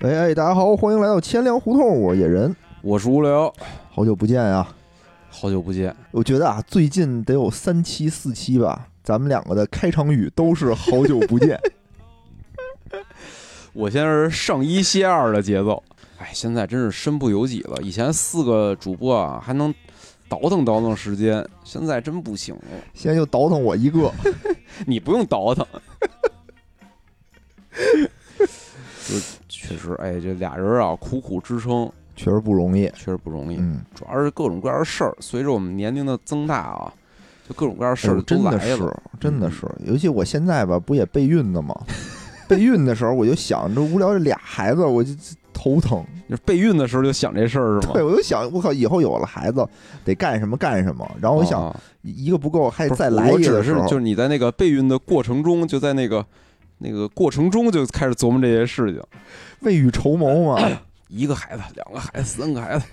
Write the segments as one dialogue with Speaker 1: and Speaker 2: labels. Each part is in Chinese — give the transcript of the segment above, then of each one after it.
Speaker 1: 哎哎，大家好，欢迎来到千粮胡同，我是野人，
Speaker 2: 我是无聊，
Speaker 1: 好久不见呀、
Speaker 2: 好久不见，
Speaker 1: 我觉得啊，最近得有三期四期吧，咱们两个的开场语都是“好久不 见。
Speaker 2: 我现在是上一歇二的节奏，哎，现在真是身不由己了。以前四个主播啊，还能倒腾倒腾时间，现在真不行了”，
Speaker 1: 现在就倒腾我一个。
Speaker 2: 你不用倒腾， 就确实，哎，这俩人啊，苦苦支撑，
Speaker 1: 确实不容易。
Speaker 2: 确实不容易。
Speaker 1: 嗯，
Speaker 2: 主要是各种各样的事儿，随着我们年龄的增大啊，就各种各样的事
Speaker 1: 哎
Speaker 2: 儿
Speaker 1: 呦
Speaker 2: 都
Speaker 1: 真的
Speaker 2: 来
Speaker 1: 是
Speaker 2: 了。，嗯
Speaker 1: 真的是，尤其我现在吧，不也备孕呢 吗？备孕的时候我就想，这无聊这俩孩子，我就头疼。
Speaker 2: 就是备孕的时候就想这事儿是吗？
Speaker 1: 对，我就想，我靠，以后有了孩子得干什么干什么。然后我想，
Speaker 2: 啊
Speaker 1: 一个不够，还
Speaker 2: 不是
Speaker 1: 哎再来
Speaker 2: 我
Speaker 1: 一
Speaker 2: 指
Speaker 1: 个
Speaker 2: 的
Speaker 1: 的
Speaker 2: 是
Speaker 1: 时候，
Speaker 2: 就是你在那个备孕的过程中，就在那个那个过程中就开始琢磨这些事情，
Speaker 1: 未雨绸缪嘛。
Speaker 2: 一个孩子，两个孩子，三个孩子，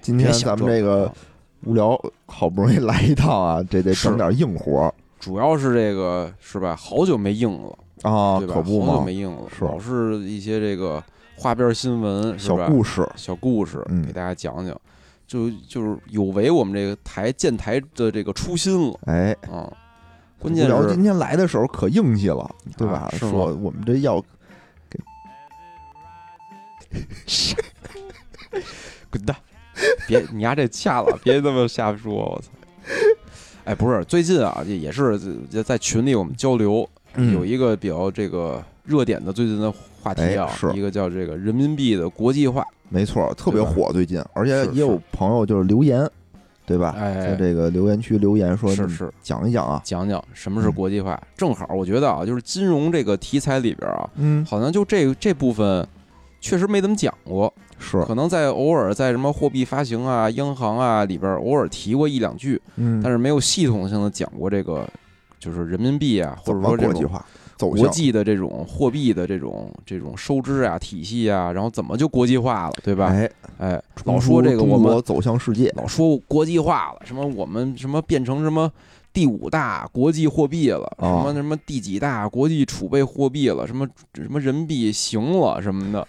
Speaker 1: 今
Speaker 2: 别
Speaker 1: 天
Speaker 2: 想
Speaker 1: 咱们这
Speaker 2: 这
Speaker 1: 个
Speaker 2: 啊
Speaker 1: 无聊，好不容易来一趟啊， 这得整
Speaker 2: 是
Speaker 1: 点硬活儿
Speaker 2: 主要是这个是吧？好久没硬了，
Speaker 1: 啊，
Speaker 2: 对吧？
Speaker 1: 可不
Speaker 2: 好久
Speaker 1: 嘛，
Speaker 2: 没硬了，
Speaker 1: 是
Speaker 2: 老是一些这个花边新闻，是
Speaker 1: 小
Speaker 2: 吧？
Speaker 1: 故事
Speaker 2: 小故事
Speaker 1: 嗯
Speaker 2: 给大家讲讲，就就是有违我们这个台建台的这个初心了
Speaker 1: 哎。
Speaker 2: 啊！关键
Speaker 1: 无聊
Speaker 2: 是
Speaker 1: 今天来的时候可硬气了，对吧？
Speaker 2: 啊是吗
Speaker 1: 说我们这要给
Speaker 2: 滚蛋，别你丫这掐了，别那么瞎说，我操！哎，不是，最近啊，也也是在在群里我们交流，
Speaker 1: 嗯
Speaker 2: 有一个比较这个热点的最近的话题啊
Speaker 1: 哎，是
Speaker 2: 一个叫这个人民币的国际化，
Speaker 1: 没错，特别
Speaker 2: 对吧
Speaker 1: 火最近，而且
Speaker 2: 是
Speaker 1: 也有
Speaker 2: 是
Speaker 1: 朋友就是留言，对吧？在
Speaker 2: 哎，
Speaker 1: 这个留言区留言说，
Speaker 2: 是
Speaker 1: 你
Speaker 2: 是
Speaker 1: 讲一讲啊，
Speaker 2: 讲讲什么是
Speaker 1: 嗯
Speaker 2: 国际化。正好我觉得啊，就是金融这个题材里边啊，
Speaker 1: 嗯，
Speaker 2: 好像就这这部分确实没怎么讲过，
Speaker 1: 是，
Speaker 2: 可能在偶尔在什么货币发行啊、央行啊里边偶尔提过一两句，
Speaker 1: 嗯，
Speaker 2: 但是没有系统性的讲过这个，就是人民币啊，或
Speaker 1: 怎
Speaker 2: 者
Speaker 1: 么
Speaker 2: 说这
Speaker 1: 国际
Speaker 2: 种
Speaker 1: 化走
Speaker 2: 国
Speaker 1: 向？
Speaker 2: 际的这种货币的这种这种收支啊、体系啊，然后怎么就国际化了，对吧？
Speaker 1: 哎，
Speaker 2: 哎，老说这个我
Speaker 1: 中
Speaker 2: 们
Speaker 1: 国走向世界，
Speaker 2: 老说国际化了，什么我们什么变成什么第五大国际货币了，什
Speaker 1: 啊
Speaker 2: 么什么第几大国际储备货币了，什么什么人民币行了什么的，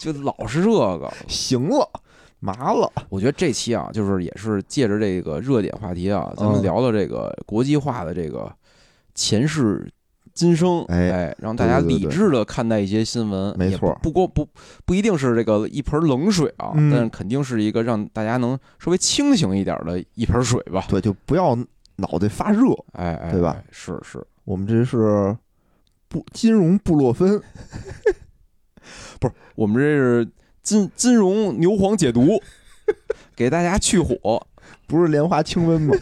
Speaker 2: 就老是这个。
Speaker 1: 行了，麻了，
Speaker 2: 我觉得这期啊，就是也是借着这个热点话题啊，咱
Speaker 1: 嗯
Speaker 2: 们聊聊这个国际化的这个前世今生，
Speaker 1: 哎
Speaker 2: 哎，让大家
Speaker 1: 对对
Speaker 2: 理
Speaker 1: 对对
Speaker 2: 智的看待一些新闻，
Speaker 1: 没
Speaker 2: 也
Speaker 1: 错
Speaker 2: 不不光不不一定是这个一盆冷水啊，
Speaker 1: 嗯
Speaker 2: 但肯定是一个让大家能稍微清醒一点的一盆水吧，
Speaker 1: 对，就不要脑袋发热。
Speaker 2: 哎哎，
Speaker 1: 对吧
Speaker 2: 哎？是是，
Speaker 1: 我们这是布金融布洛芬，
Speaker 2: 我们这是金金融牛黄解毒，给大家去火。
Speaker 1: 不是莲花清瘟 吗？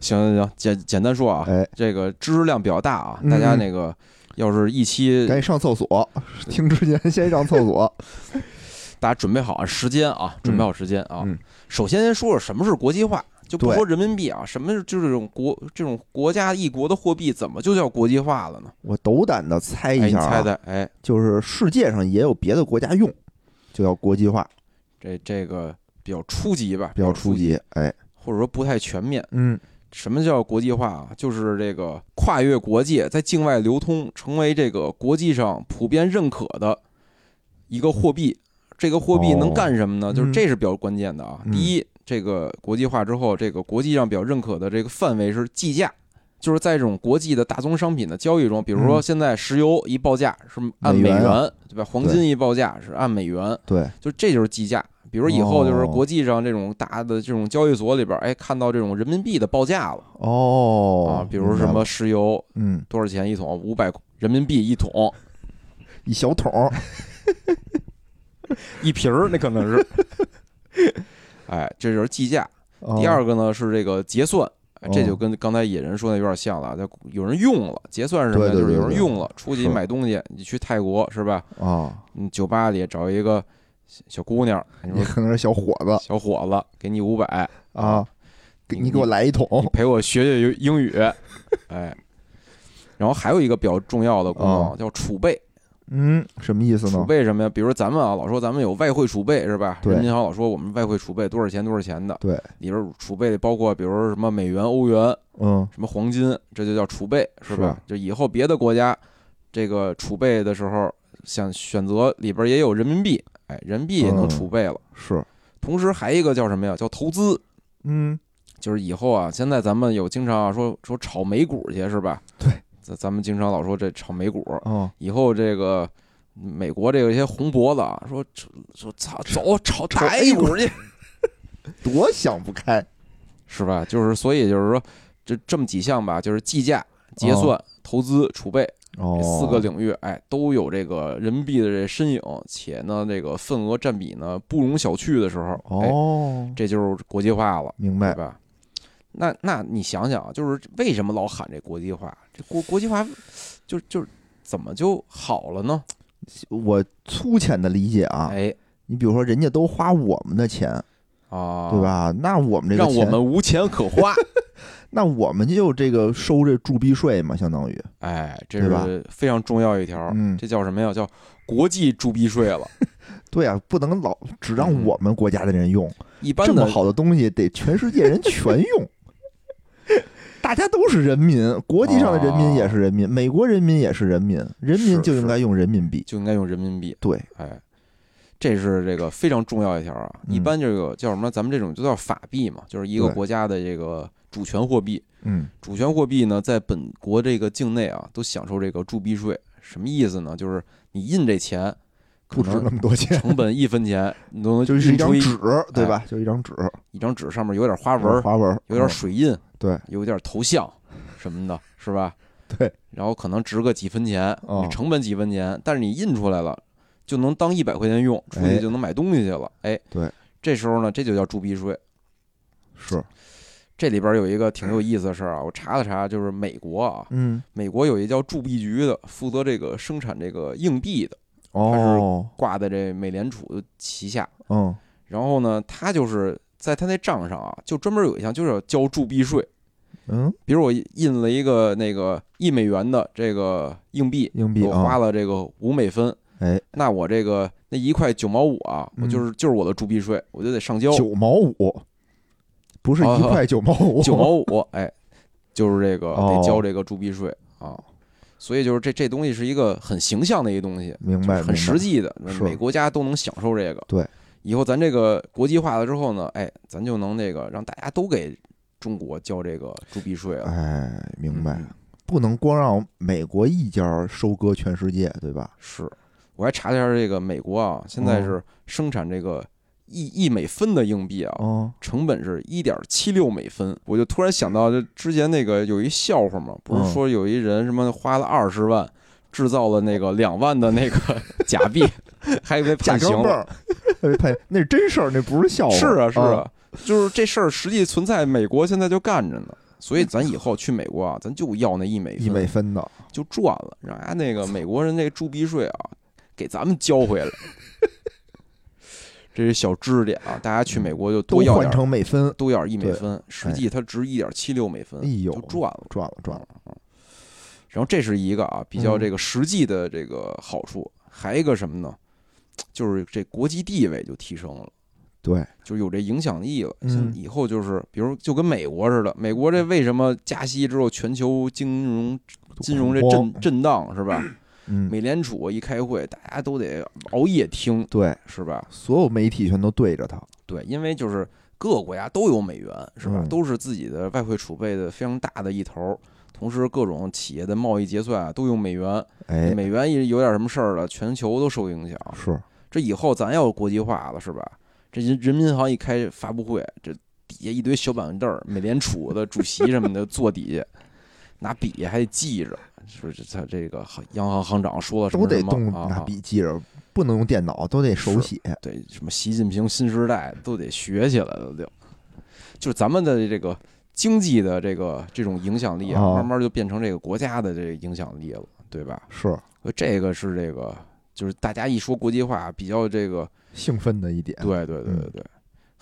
Speaker 2: 行行行，简简单说啊，
Speaker 1: 哎，
Speaker 2: 这个知识量比较大啊，
Speaker 1: 嗯
Speaker 2: 大家那个要是一期
Speaker 1: 赶紧上厕所，听之前先上厕所。
Speaker 2: 大家准备好啊，时间啊，准备好时间啊。
Speaker 1: 嗯
Speaker 2: 首先先说说什么是国际化，就不
Speaker 1: 对
Speaker 2: 说人民币啊，什么是就是这种国这种国家一国的货币，怎么就叫国际化了呢？
Speaker 1: 我斗胆的猜
Speaker 2: 哎，
Speaker 1: 一
Speaker 2: 你
Speaker 1: 下、
Speaker 2: 猜
Speaker 1: 啊，
Speaker 2: 猜，哎，
Speaker 1: 就是世界上也有别的国家用，就叫国际化，
Speaker 2: 这这个比较初级吧，
Speaker 1: 比较初，级。哎，
Speaker 2: 或者说不太全面。
Speaker 1: 嗯，
Speaker 2: 什么叫国际化啊？就是这个跨越国界，在境外流通，成为这个国际上普遍认可的一个货币。这个货币
Speaker 1: 哦
Speaker 2: 能干什么呢？就是
Speaker 1: 嗯
Speaker 2: 这是比较关键的啊。
Speaker 1: 嗯
Speaker 2: 第一，这个国际化之后，这个国际上比较认可的这个范围是计价，就是在这种国际的大宗商品的交易中，比如说
Speaker 1: 嗯
Speaker 2: 现在石油一报价是按
Speaker 1: 美
Speaker 2: 美
Speaker 1: 元啊
Speaker 2: 元，对吧？黄金一报价是按美元，
Speaker 1: 对，
Speaker 2: 就这就是计价。比如以后就是
Speaker 1: 哦
Speaker 2: 国际上这种大的这种交易所里边，哎，看到这种人民币的报价了。啊
Speaker 1: 哦，，
Speaker 2: 比如什
Speaker 1: 明白
Speaker 2: 么
Speaker 1: 了，
Speaker 2: 石油
Speaker 1: 嗯，
Speaker 2: 多少钱一桶，五百人民币一桶，
Speaker 1: 一小桶，
Speaker 2: 一瓶儿那可能是。 哎，这就是计价。
Speaker 1: 哦
Speaker 2: 第二个呢是这个结算，哎这
Speaker 1: 哦
Speaker 2: 就跟刚才野人说的有点像了。它有人用了，结算是什么呀？
Speaker 1: 对对
Speaker 2: 就是
Speaker 1: 对
Speaker 2: 有人
Speaker 1: 对
Speaker 2: 用了，出去
Speaker 1: 是
Speaker 2: 买东西，你去泰国是吧？
Speaker 1: 啊，
Speaker 2: 你酒吧里找一个小小姑娘，你
Speaker 1: 你
Speaker 2: 说
Speaker 1: 可能是小伙 子
Speaker 2: 小伙子，给你五百，
Speaker 1: 啊，给
Speaker 2: 你
Speaker 1: 你给我来一桶
Speaker 2: 你陪我学学英
Speaker 1: 哦
Speaker 2: 语，哎。然后还有一个比较重要的功能叫储备，
Speaker 1: 嗯，什么意思
Speaker 2: 储
Speaker 1: 呢？
Speaker 2: 备什么呀？比如咱们啊，老说咱们有外汇储备是吧？
Speaker 1: 对
Speaker 2: 人民银行老说我们外汇储备多少钱多少钱的，
Speaker 1: 对，
Speaker 2: 里边储备包括比如说什么美元、欧元、
Speaker 1: 嗯，
Speaker 2: 什么黄金，这就叫储备是吧？
Speaker 1: 是
Speaker 2: 就以后别的国家这个储备的时候，想选择里边也有人民币，哎，人民币也能
Speaker 1: 嗯
Speaker 2: 储备了。
Speaker 1: 是，
Speaker 2: 同时还一个叫什么呀？叫投资，
Speaker 1: 嗯，
Speaker 2: 就是以后啊，现在咱们有经常啊说说炒美股去是吧？
Speaker 1: 对，
Speaker 2: 咱咱们经常老说这炒美股，
Speaker 1: 哦，
Speaker 2: 以后这个美国这个一些红脖子啊，说说操，走
Speaker 1: 炒
Speaker 2: 炒炒
Speaker 1: A
Speaker 2: A 股去，
Speaker 1: 多想不开，
Speaker 2: 是吧？就是所以就是说，这这么几项吧，就是计价、结算、投资、储备
Speaker 1: 哦
Speaker 2: 这，四个领域，哎，都有这个人民币的这身影，且呢，这个份额占比呢不容小觑的时候，哎，
Speaker 1: 哦，
Speaker 2: 这就是国际化了，
Speaker 1: 明
Speaker 2: 对
Speaker 1: 白，
Speaker 2: 吧？那那你想想啊，就是为什么老喊这国际化？这国国际化，就就是怎么就好了呢？
Speaker 1: 我粗浅的理解啊，
Speaker 2: 哎
Speaker 1: 你比如说人家都花我们的钱，
Speaker 2: 啊，
Speaker 1: 对？吧？那我们这个
Speaker 2: 让我
Speaker 1: 钱，
Speaker 2: 们无钱 可花。
Speaker 1: 那我们就这个收这铸币税嘛，相当于，
Speaker 2: 哎，这
Speaker 1: 对吧
Speaker 2: 是非常重要一条，
Speaker 1: 嗯
Speaker 2: 啊这叫什么呀？叫国际铸币税了。
Speaker 1: 对啊，不能老只让
Speaker 2: 嗯
Speaker 1: 我们国家的人用，
Speaker 2: 一般
Speaker 1: 这么
Speaker 2: 的
Speaker 1: 好的东西得全世界人全 用。大家都是人民，国际上的人民也是人民，美国人民也是人民，人
Speaker 2: 啊是
Speaker 1: 民就是应该用人民币。
Speaker 2: 就应该用人民币。
Speaker 1: 对，
Speaker 2: 哎，这是这个非常重要一条啊。
Speaker 1: 嗯
Speaker 2: 一般这个叫什么？咱们这种就叫法币嘛，就是一个
Speaker 1: 对
Speaker 2: 国家的这个主权货币。
Speaker 1: 嗯，
Speaker 2: 主权货币呢，在本国这个境内啊，都享受这个铸币税。什么意思呢？就是你印这钱，
Speaker 1: 不值那么多钱，
Speaker 2: 成本一分钱，你都能
Speaker 1: 就是一
Speaker 2: 印
Speaker 1: 张
Speaker 2: 出
Speaker 1: 纸，对吧？就是一张纸，
Speaker 2: 一张纸上面有点花哎纹儿，
Speaker 1: 花纹，
Speaker 2: 有点
Speaker 1: 嗯
Speaker 2: 水印，
Speaker 1: 对，
Speaker 2: 有点头像什么的，是吧？
Speaker 1: 对，
Speaker 2: 然后可能值个几分钱，
Speaker 1: 哦
Speaker 2: 你成本几分钱，但是你印出来了，就能当一百块钱用，出
Speaker 1: 哎
Speaker 2: 去就能买东西去了。哎，
Speaker 1: 对，
Speaker 2: 这时候呢，这就叫铸币税。
Speaker 1: 是，
Speaker 2: 这里边有一个挺有意思的事儿啊，我查了查，就是美国啊，
Speaker 1: 嗯，
Speaker 2: 美国有一叫铸币局的，负责这个生产这个硬币的，
Speaker 1: 哦，
Speaker 2: 挂在这美联储旗下。
Speaker 1: 嗯，
Speaker 2: 然后呢，他就是在他那账上啊，就专门有一项就是要交铸币税。
Speaker 1: 嗯，
Speaker 2: 比如我印了一个那个一美元的这个硬币，
Speaker 1: 硬币
Speaker 2: 我花
Speaker 1: 啊，
Speaker 2: 了这个五美分，
Speaker 1: 哎，
Speaker 2: 那我这个那一块九毛五啊，
Speaker 1: 嗯
Speaker 2: 我就是就是我的铸币税，我就得上交
Speaker 1: 九毛五，不是
Speaker 2: 哦
Speaker 1: 一块九毛五，
Speaker 2: 九毛五，哎，就是这个
Speaker 1: 哦
Speaker 2: 得交这个铸币税啊，所以就是这这东西是一个很形象的一个东西，
Speaker 1: 明白，
Speaker 2: 很实
Speaker 1: 际，
Speaker 2: 际的，
Speaker 1: 是
Speaker 2: 每国家都能享受这个。
Speaker 1: 对，
Speaker 2: 以后咱这个国际化了之后呢，哎，咱就能那个让大家都给中国交这个铸币税了。
Speaker 1: 哎，明白
Speaker 2: 啊嗯。
Speaker 1: 不能光让美国一家收割全世界，对吧？
Speaker 2: 是，我还查了一下这个美国啊，现在
Speaker 1: 哦
Speaker 2: 是生产这个一一美分的硬币啊，
Speaker 1: 哦，
Speaker 2: 成本是一点七六美分。我就突然想到，就之前那个有一笑话嘛，不是
Speaker 1: 嗯
Speaker 2: 说有一人什么花了二十万制造了那个两万的 那个假币，还被
Speaker 1: 假
Speaker 2: 判刑
Speaker 1: 钢镚
Speaker 2: 了。
Speaker 1: 儿， 哎判那是真事儿，那不是笑话。
Speaker 2: 是啊，是
Speaker 1: 哦
Speaker 2: 啊， 就是这事儿实际存在，美国现在就干着呢。所以咱以后去美国啊，咱就要那一美
Speaker 1: 一
Speaker 2: 分，
Speaker 1: 美分的，
Speaker 2: 就赚了，让人家那个美国人那个铸币税啊，给咱们交回来。这是小知识点啊，大家去美国就
Speaker 1: 嗯都
Speaker 2: 多要
Speaker 1: 换
Speaker 2: 点儿，
Speaker 1: 成美分，
Speaker 2: 都要一美分，实际它值一点七六美分，
Speaker 1: 哎呦
Speaker 2: 嗯就赚了，
Speaker 1: 赚了赚了。嗯
Speaker 2: 了。嗯然后这是一个啊，比较这个实际的这个好处，还一个什么呢？就是这国际地位就提升了。
Speaker 1: 对，
Speaker 2: 就有这影响力了。
Speaker 1: 嗯
Speaker 2: 像以后就是，比如就跟美国似的，美国这为什么加息之后全球金融金融这震震荡是吧？
Speaker 1: 嗯，
Speaker 2: 美联储一开会，大家都得熬夜听
Speaker 1: 对，
Speaker 2: 是吧？
Speaker 1: 所有媒体全都对着他。
Speaker 2: 对，因为就是各个国家都有美元是吧？
Speaker 1: 嗯
Speaker 2: 都是自己的外汇储备的非常大的一头。同时，各种企业的贸易结算啊，都用美元。
Speaker 1: 哎，
Speaker 2: 美元一有点什么事儿了，全球都受影响。
Speaker 1: 是
Speaker 2: 这以后咱要国际化了，是吧？这人人民银行一开发布会，这底下一堆小板凳儿，美联储的主席什么的坐底下，拿笔还得记着，说这他这个行央行行长说了什
Speaker 1: 都
Speaker 2: 么
Speaker 1: 得
Speaker 2: 什么
Speaker 1: 动
Speaker 2: 啊
Speaker 1: 拿
Speaker 2: 啊
Speaker 1: 笔记着，不能用电脑，都得手
Speaker 2: 是
Speaker 1: 写。
Speaker 2: 对什么习近平新时代都得学起来了，就就是咱们的这个经济的这个这种影响力啊，
Speaker 1: 啊
Speaker 2: 慢慢就变成这个国家的这个影响力了，对吧？
Speaker 1: 是
Speaker 2: 所以这个是这个就是大家一说国际化比较这个
Speaker 1: 兴奋的一点。
Speaker 2: 对对对对对。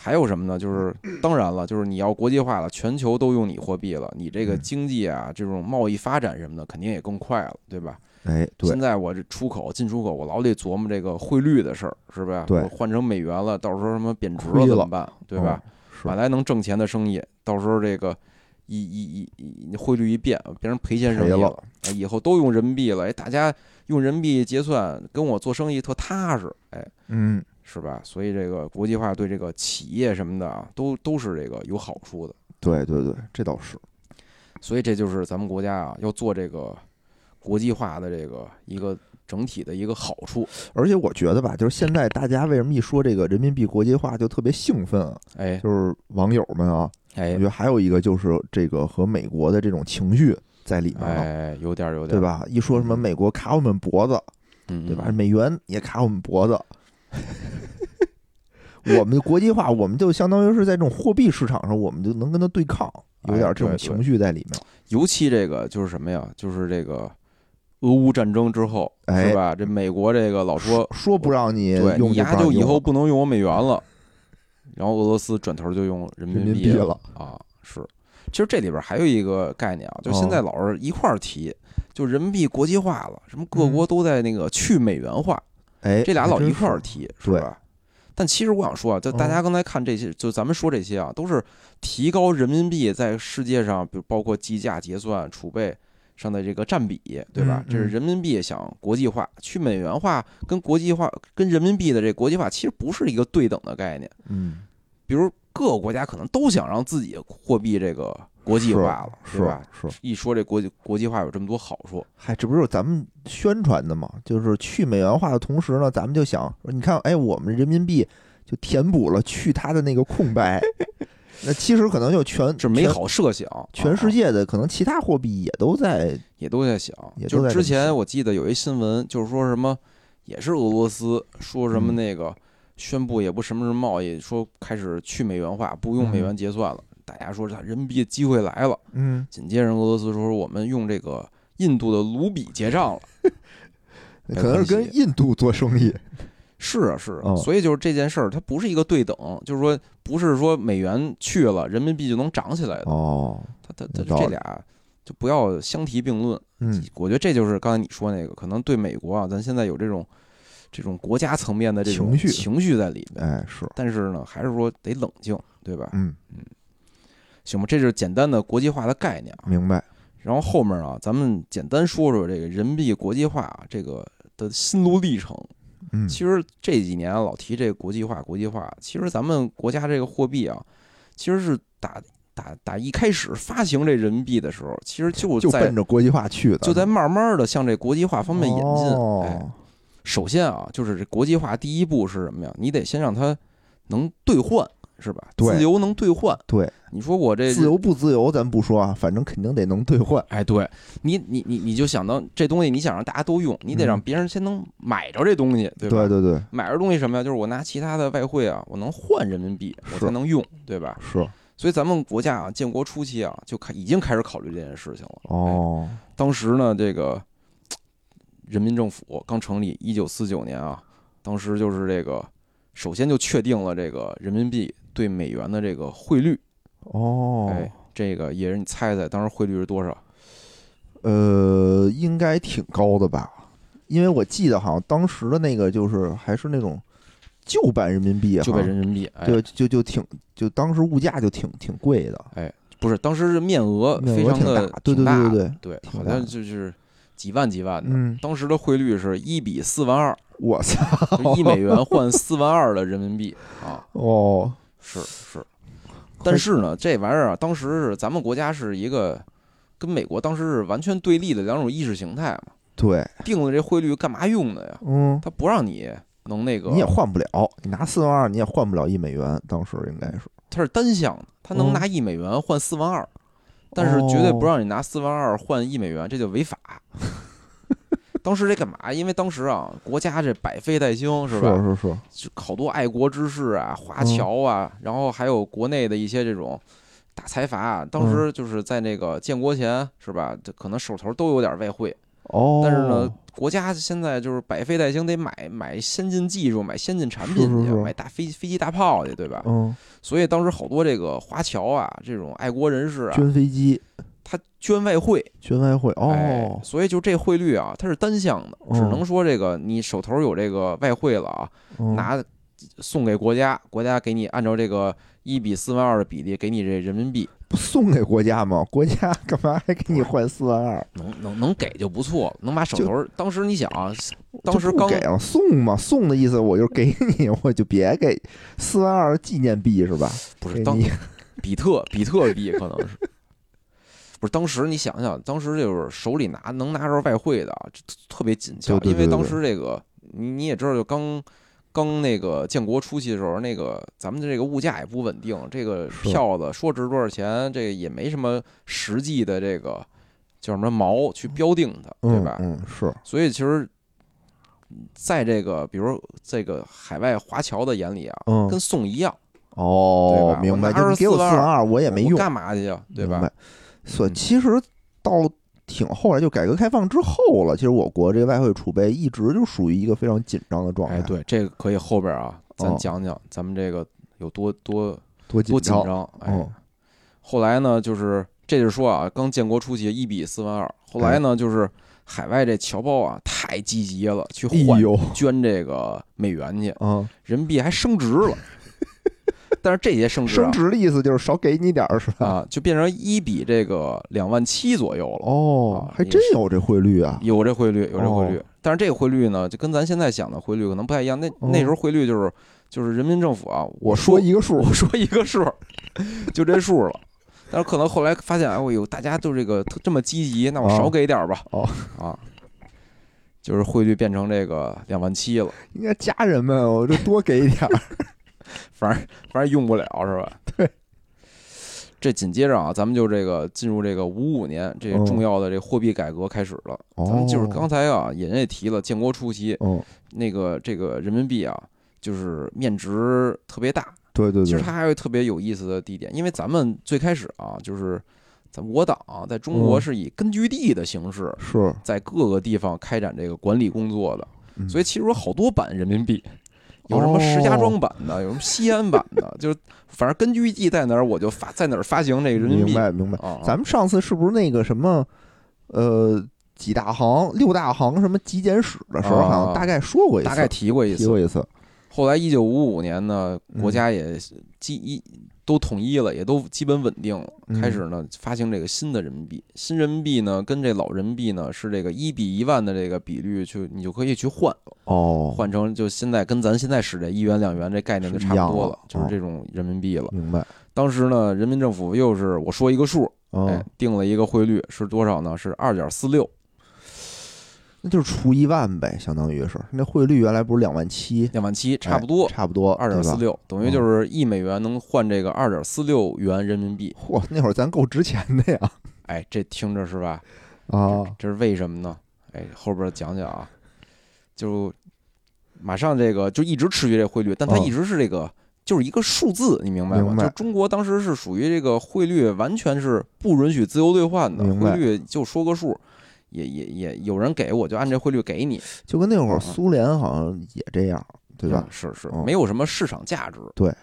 Speaker 2: 还有什么呢？就是当然了，就是你要国际化了，全球都用你货币了，你这个
Speaker 1: 嗯
Speaker 2: 经济啊，这种贸易发展什么的，肯定也更快了，对吧？
Speaker 1: 哎，对
Speaker 2: 现，在我这出口进出口，我老得琢磨这个汇率的事儿，是吧？
Speaker 1: 对
Speaker 2: 我换成美元了，到时候什么贬值
Speaker 1: 亏
Speaker 2: 了怎
Speaker 1: 了
Speaker 2: 么办？对吧？本
Speaker 1: 嗯？
Speaker 2: 来能挣钱的生意，到时候这个一一一一汇率一变，变成赔钱生意
Speaker 1: 赔了
Speaker 2: 了。哎以后都用人民币了，哎，大家用人民币结算，跟我做生意特踏实，哎，
Speaker 1: 是，嗯，
Speaker 2: 是吧？所以这个国际化对这个企业什么的啊，都都是这个有好处的。
Speaker 1: 对对对，这倒是，
Speaker 2: 所以这就是咱们国家啊，要做这个国际化的这个一个整体的一个好处。
Speaker 1: 而且我觉得吧，就是现在大家为什么一说这个人民币国际化就特别兴奋啊？
Speaker 2: 哎
Speaker 1: 就是网友们啊，我
Speaker 2: 哎
Speaker 1: 觉得还有一个就是这个和美国的这种情绪在里面了，
Speaker 2: 哎，有点儿有点，
Speaker 1: 啊对？吧？一说什么美国卡我们脖子，
Speaker 2: 嗯，
Speaker 1: 对吧？
Speaker 2: 嗯？
Speaker 1: 美元也卡我们脖子。 我们国际化，我们就相当于是在这种货币市场上，我们就能跟它对抗，有点这种
Speaker 2: 哎对
Speaker 1: 情绪在里面。
Speaker 2: 尤其这个就是什么呀？就是这个俄乌战争之后，
Speaker 1: 哎
Speaker 2: 是吧？这美国这个老说，
Speaker 1: 说不让你
Speaker 2: 对
Speaker 1: 用不
Speaker 2: 你丫
Speaker 1: 让
Speaker 2: 就
Speaker 1: 你
Speaker 2: 以
Speaker 1: 用
Speaker 2: 后不能用我美元了，然后俄罗斯转头就用人
Speaker 1: 人
Speaker 2: 民
Speaker 1: 民
Speaker 2: 币
Speaker 1: 币了，
Speaker 2: 啊，是。其实这里边还有一个概念啊，就现
Speaker 1: 哦
Speaker 2: 在老是一块儿提，就人民币国际化了，什么各
Speaker 1: 嗯
Speaker 2: 国都在那个去美元化，
Speaker 1: 哎，
Speaker 2: 这俩
Speaker 1: 还
Speaker 2: 老
Speaker 1: 真
Speaker 2: 一块
Speaker 1: 是嗯
Speaker 2: 儿提，是吧？但其实我想说啊，就大家刚才看这些，就咱们说这些啊，都是提高人民币在世界上，比如包括计价、结算、储备上的这个占比，对吧
Speaker 1: 嗯？
Speaker 2: 这是
Speaker 1: 嗯
Speaker 2: 人民币想国际化、去美元化，跟国际化、跟人民币的这国际化其实不是一个对等的概念。
Speaker 1: 嗯，
Speaker 2: 比如各个国家可能都想让自己货币这个国际化了，
Speaker 1: 是
Speaker 2: 对吧？
Speaker 1: 是，
Speaker 2: 一说这国际国际化有这么多好处，
Speaker 1: 嗨，这不是咱们宣传的嘛？就是去美元化的同时呢，咱们就想说，你看，哎，我们人民币就填补了去它的那个空白。 那其实可能就全
Speaker 2: 这美
Speaker 1: 全
Speaker 2: 好设想，啊
Speaker 1: 全世
Speaker 2: 界。
Speaker 1: 界的可能其他货币也都在
Speaker 2: 也都在想
Speaker 1: 也，都
Speaker 2: 就
Speaker 1: 在
Speaker 2: 是
Speaker 1: 这么
Speaker 2: 之前我记得有一新闻，就是说什么，也是俄罗斯说什么
Speaker 1: 嗯
Speaker 2: 那个宣布也不什么是贸易，说开始去美元化，不用美元结算了。大家说这人民币的机会来了，
Speaker 1: 嗯，
Speaker 2: 紧接着俄罗斯说我们用这个印度的卢比结账了。
Speaker 1: 可能是跟印度做生意。
Speaker 2: 是啊，是啊，
Speaker 1: 嗯
Speaker 2: 所以就是这件事儿，它不是一个对等，就是说不是说美元去了，人民币就能涨起来的。
Speaker 1: 哦，
Speaker 2: 它它
Speaker 1: 有
Speaker 2: 它
Speaker 1: 道理
Speaker 2: 这俩就不要相提并论。
Speaker 1: 嗯，
Speaker 2: 我觉得这就是刚才你说那个，可能对美国啊，咱现在有这种这种国家层面的这种
Speaker 1: 情绪
Speaker 2: 在里面，
Speaker 1: 哎，是，
Speaker 2: 但是呢，还是说得冷静，对吧？
Speaker 1: 嗯，
Speaker 2: 行吧，这就是简单的国际化的概念啊。
Speaker 1: 明白。
Speaker 2: 然后后面啊，咱们简单说说这个人民币国际化啊这个的心路历程。
Speaker 1: 嗯，
Speaker 2: 其实这几年啊老提这个国际化，国际化，其实咱们国家这个货币啊，其实是打打打一开始发行这人民币的时候，其实就
Speaker 1: 就
Speaker 2: 在
Speaker 1: 奔着国际化去的，
Speaker 2: 就在慢慢的向这国际化方面演进。哎，
Speaker 1: 哦，
Speaker 2: 首先啊，就是这国际化第一步是什么呀？你得先让它能兑换，是吧？
Speaker 1: 对
Speaker 2: 自由能兑换。
Speaker 1: 对，
Speaker 2: 你说我这
Speaker 1: 自，由不自由咱不说啊，反正肯定得能兑换。
Speaker 2: 哎，对你，你你你就想到这东西，你想让大家都用，你得
Speaker 1: 嗯
Speaker 2: 让别人先能买着这东西， 对吧？
Speaker 1: 对对对，
Speaker 2: 买着东西什么呀？就是我拿其他的外汇啊，我能换人民币，我
Speaker 1: 是
Speaker 2: 才能用，对吧？
Speaker 1: 是
Speaker 2: 所以咱们国家啊，建国初期啊，就开已经开始考虑这件事情了。
Speaker 1: 哦，
Speaker 2: 当时呢，这个人民政府刚成立，一九四九年啊，当时就是这个，首先就确定了这个人民币对美元的这个汇率。
Speaker 1: 哦
Speaker 2: 哎，，这个野人，你猜猜当时汇率是多少？
Speaker 1: 呃，应该挺高的吧？因为我记得好像当时的那个就是还是那种旧版人民币哈，
Speaker 2: 就被人民币，哎，
Speaker 1: 对，就就挺就当时物价就挺挺贵的，
Speaker 2: 不是，当时是面额
Speaker 1: 面额
Speaker 2: 呃非常
Speaker 1: 挺
Speaker 2: 的
Speaker 1: 大对对
Speaker 2: 挺大
Speaker 1: 对
Speaker 2: 的对，
Speaker 1: 挺
Speaker 2: 好
Speaker 1: 大
Speaker 2: 像
Speaker 1: 的
Speaker 2: 就是几万几万的。
Speaker 1: 嗯，
Speaker 2: 当时的汇率是一比四 万二，
Speaker 1: 我操，
Speaker 2: 就一美元换四万二的人民币啊。
Speaker 1: 哦，
Speaker 2: 是是，但是呢，这玩意儿啊，当时是咱们国家是一个跟美国当时是完全对立的两种意识形态嘛，
Speaker 1: 对，
Speaker 2: 定了这汇率干嘛用的呀？
Speaker 1: 嗯，
Speaker 2: 他不让你能那个
Speaker 1: 你，也换不了，你拿四万二你也换不了一美元，当时应该是，
Speaker 2: 它是单向的，他
Speaker 1: 哦
Speaker 2: 能拿一美元换四万二，但是绝对不让你拿四万二换一美元，这就违法。 当时这干嘛？因为当时啊，国家这百废待兴是吧？
Speaker 1: 是是，
Speaker 2: 就好多爱国之士啊、
Speaker 1: 嗯
Speaker 2: 华侨啊，然后还有国内的一些这种大财阀、啊，当
Speaker 1: 嗯
Speaker 2: 时就是在那个建国前是吧？这可能手头都有点外汇，
Speaker 1: 哦，
Speaker 2: 但是呢，国家现在就是百废待兴，得买买先进技术，买先进产品去，
Speaker 1: 是是是
Speaker 2: 买大飞飞机大炮去，对吧？
Speaker 1: 嗯，
Speaker 2: 所以当时好多这个华侨啊，这种爱国人士啊，
Speaker 1: 捐飞机，
Speaker 2: 他捐外汇，
Speaker 1: 捐外汇
Speaker 2: 哎
Speaker 1: 哦，
Speaker 2: 所以就这汇率啊，它是单向的，只能说这个你手头有这个外汇了啊，
Speaker 1: 嗯
Speaker 2: 拿送给国家，国家给你按照这个一比四万二的比例给你这人民币，
Speaker 1: 不送给国家吗？ 国家干嘛还给你换四万二？
Speaker 2: 能能能给就不错了，能把手头儿。当时你想啊，当时
Speaker 1: 就不
Speaker 2: 刚
Speaker 1: 给了送嘛，送的意思我就给你，我就别给四万二纪念币是吧？
Speaker 2: 不
Speaker 1: 给
Speaker 2: 是当
Speaker 1: 你
Speaker 2: 比特比特币可能是。不是当时你想想，当时就是手里拿能拿着外汇的啊，这特别紧
Speaker 1: 对
Speaker 2: 俏，
Speaker 1: 对
Speaker 2: 因为
Speaker 1: 对
Speaker 2: 当
Speaker 1: 对
Speaker 2: 时这个你你也知道，就刚刚那个建国初期的时候，那个咱们的这个物价也不稳定，这个
Speaker 1: 是
Speaker 2: 票子说值多少钱，这个也没什么实际的这个叫什么锚去标定它，对
Speaker 1: 嗯
Speaker 2: 吧？
Speaker 1: 嗯是
Speaker 2: 所以其实，在这个比如这个海外华侨的眼里啊，
Speaker 1: 嗯
Speaker 2: 跟宋一样，对
Speaker 1: 哦
Speaker 2: 吧，
Speaker 1: 明白，
Speaker 2: 我拿
Speaker 1: 就
Speaker 2: 着
Speaker 1: 你给我四
Speaker 2: 4万
Speaker 1: 万二我也没
Speaker 2: 我
Speaker 1: 用，
Speaker 2: 干嘛去呀，对吧
Speaker 1: 明？白？所以
Speaker 2: 嗯
Speaker 1: 其实到挺后来，就改革开放之后了，其实我国这外汇储备一直就属于一个非常紧张的状态，
Speaker 2: 哎，，对，这个可以后边啊，咱
Speaker 1: 哦
Speaker 2: 讲讲咱们这个有多多
Speaker 1: 多
Speaker 2: 多
Speaker 1: 紧
Speaker 2: 紧
Speaker 1: 张，
Speaker 2: 张。哎
Speaker 1: 嗯，
Speaker 2: 后来呢，就是这就是说啊，刚建国初期一比四万二，后
Speaker 1: 哎
Speaker 2: 来呢就是海外这侨胞啊太积极了，去
Speaker 1: 哎
Speaker 2: 换
Speaker 1: 呦，
Speaker 2: 捐这个美元去，
Speaker 1: 嗯，
Speaker 2: 人民币还升值了。但是这些升值
Speaker 1: 升
Speaker 2: 啊
Speaker 1: 值的意思就是少给你点儿是吧？
Speaker 2: 啊，就变成一比这个两万七左右了。
Speaker 1: 哦
Speaker 2: 啊，
Speaker 1: 还
Speaker 2: 也
Speaker 1: 真
Speaker 2: 是
Speaker 1: 有这汇率啊，
Speaker 2: 有这汇率，有这汇率，
Speaker 1: 哦
Speaker 2: 但是这个汇率呢，就跟咱现在想的汇率可能不太一样。那那时候汇率就是就是人民政府啊，
Speaker 1: 嗯我说一个数
Speaker 2: 我，说一个数儿，就这数了。但是可能后来发现，哎呦，大家都这个特这么积极，那我
Speaker 1: 哦
Speaker 2: 少给点儿吧。
Speaker 1: 哦
Speaker 2: 啊，就是汇率变成这个两万七了，
Speaker 1: 应该家人们我就多给一点儿，
Speaker 2: 反正反正用不了是 吧？对。这紧接着啊，咱们就这个进入这个五五年这
Speaker 1: 嗯
Speaker 2: 重要的这货币改革开始了。
Speaker 1: 哦
Speaker 2: 咱们就是刚才啊，也也提了，建国初期
Speaker 1: 嗯，
Speaker 2: 那个这个人民币啊，就是面值特别大，
Speaker 1: 对对
Speaker 2: 其实
Speaker 1: 对，
Speaker 2: 它还有特别有意思的地点，因为咱们最开始啊，就是咱们我党啊、在中国
Speaker 1: 嗯
Speaker 2: 是以根据地的形式，
Speaker 1: 是，
Speaker 2: 在各个地方开展这个管理工作的，
Speaker 1: 嗯哦
Speaker 2: 所以其实有好多版人民币，有什么石家庄版的，有什么西安版的，就是反正根据地在哪儿，我就发在哪儿发行这个人民
Speaker 1: 明
Speaker 2: 币
Speaker 1: 白明白。
Speaker 2: 啊。
Speaker 1: 咱们上次是不是那个什么，呃，几大行、六大行什么极简史的时候，
Speaker 2: 啊
Speaker 1: 好像大概说过一次，
Speaker 2: 大概提过一
Speaker 1: 提
Speaker 2: 次
Speaker 1: 过，一次。
Speaker 2: 后来一九五五年呢，
Speaker 1: 嗯
Speaker 2: 国家也基一都统一了，也都基本稳定了，
Speaker 1: 嗯
Speaker 2: 开始呢发行这个新的人民币。新人民币呢跟这老人民币呢是这个一比一万的这个比率去，你就可以去换，
Speaker 1: 哦，
Speaker 2: 换成就现在跟咱现在使这一元两元这概念就差不多了，
Speaker 1: 是一样的
Speaker 2: 就
Speaker 1: 哦
Speaker 2: 是这种人民币了。
Speaker 1: 明白。
Speaker 2: 当时呢，人民政府又是我说一个数，哎
Speaker 1: 嗯，，
Speaker 2: 定了一个汇率是多少呢？是二点四六，
Speaker 1: 那就是除一万呗，相当于是那汇率原来不是两万七，
Speaker 2: 两万七，差
Speaker 1: 哎
Speaker 2: 不多。
Speaker 1: 差不多
Speaker 2: 二点
Speaker 1: 对
Speaker 2: 四。
Speaker 1: 吧哦
Speaker 2: 六等于就是一美元能换这个二点四六元人民币，
Speaker 1: 嚯，那会儿咱够值钱的 呀！
Speaker 2: 哎，这听着是吧？
Speaker 1: 啊，
Speaker 2: 这是为什么呢？哎，后边讲讲啊，就马上这个就一直持续这汇率，但它
Speaker 1: 嗯
Speaker 2: 一直是这个、就是一个数字，你明白吗？
Speaker 1: 明白
Speaker 2: 就中国当时是属于这个汇率完全是不允许自由兑换的，
Speaker 1: 明白
Speaker 2: 汇率就说个数，也也也有人给我就按这汇率给你，
Speaker 1: 就跟那会
Speaker 2: 嗯
Speaker 1: 儿
Speaker 2: 嗯
Speaker 1: 苏联好像也这样，对吧
Speaker 2: 嗯？是是，
Speaker 1: 嗯
Speaker 2: 没有什么市场价值。
Speaker 1: 对。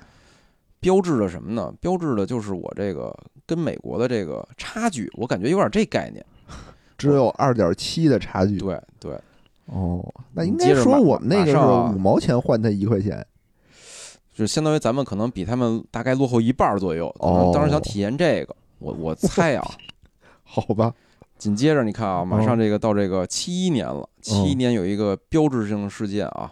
Speaker 2: 标志着什么呢？标志的就是我这个跟美国的这个差距，我感觉有点这概念。
Speaker 1: 只有二点七的差距。
Speaker 2: 对对，
Speaker 1: 哦，那
Speaker 2: 你
Speaker 1: 应
Speaker 2: 接
Speaker 1: 该
Speaker 2: 着
Speaker 1: 说
Speaker 2: 马
Speaker 1: 我们那个
Speaker 2: 马上啊
Speaker 1: 是五毛钱换他一块钱。
Speaker 2: 就相当于咱们可能比他们大概落后一半儿左右。可能当
Speaker 1: 哦
Speaker 2: 时想体验这个，我我猜 啊，
Speaker 1: 好吧，
Speaker 2: 紧接着你看啊，马
Speaker 1: 嗯
Speaker 2: 上这个到这个七一年了，七一年有一个标志性事件啊，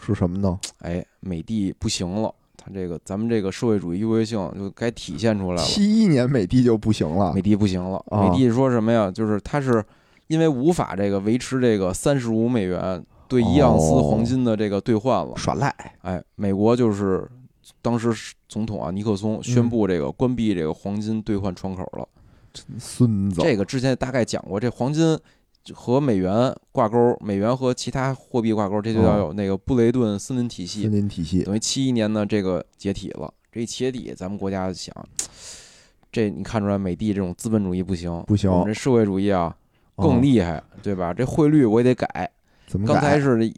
Speaker 1: 是什么呢？
Speaker 2: 哎，美帝不行了，他这个咱们这个社会主义优越性就该体现出来了。
Speaker 1: 七一年美帝就不行了
Speaker 2: 美，帝不行了，
Speaker 1: 啊
Speaker 2: 美帝说什么呀？就是他是因为无法这个维持这个三十五美元对一盎司
Speaker 1: 哦
Speaker 2: 黄金的这个兑换了，
Speaker 1: 耍赖。
Speaker 2: 哎，美国就是当时是总统啊尼克松
Speaker 1: 嗯
Speaker 2: 宣布这个关闭这个黄金兑换窗口了。
Speaker 1: 孙子，
Speaker 2: 这个之前大概讲过，这黄金和美元挂钩，美元和其他货币挂钩，这就要有那个布雷顿森林体
Speaker 1: 嗯
Speaker 2: 系
Speaker 1: 森。林体系，
Speaker 2: 等于七一年呢，这个解体了。这一解体，咱们国家想，这你看出来美帝这种资本主义不行，
Speaker 1: 不行
Speaker 2: 我们这社会主义啊，更
Speaker 1: 哦
Speaker 2: 厉害，对吧？这汇率我也得改，
Speaker 1: 怎么
Speaker 2: 刚才
Speaker 1: 改？
Speaker 2: 是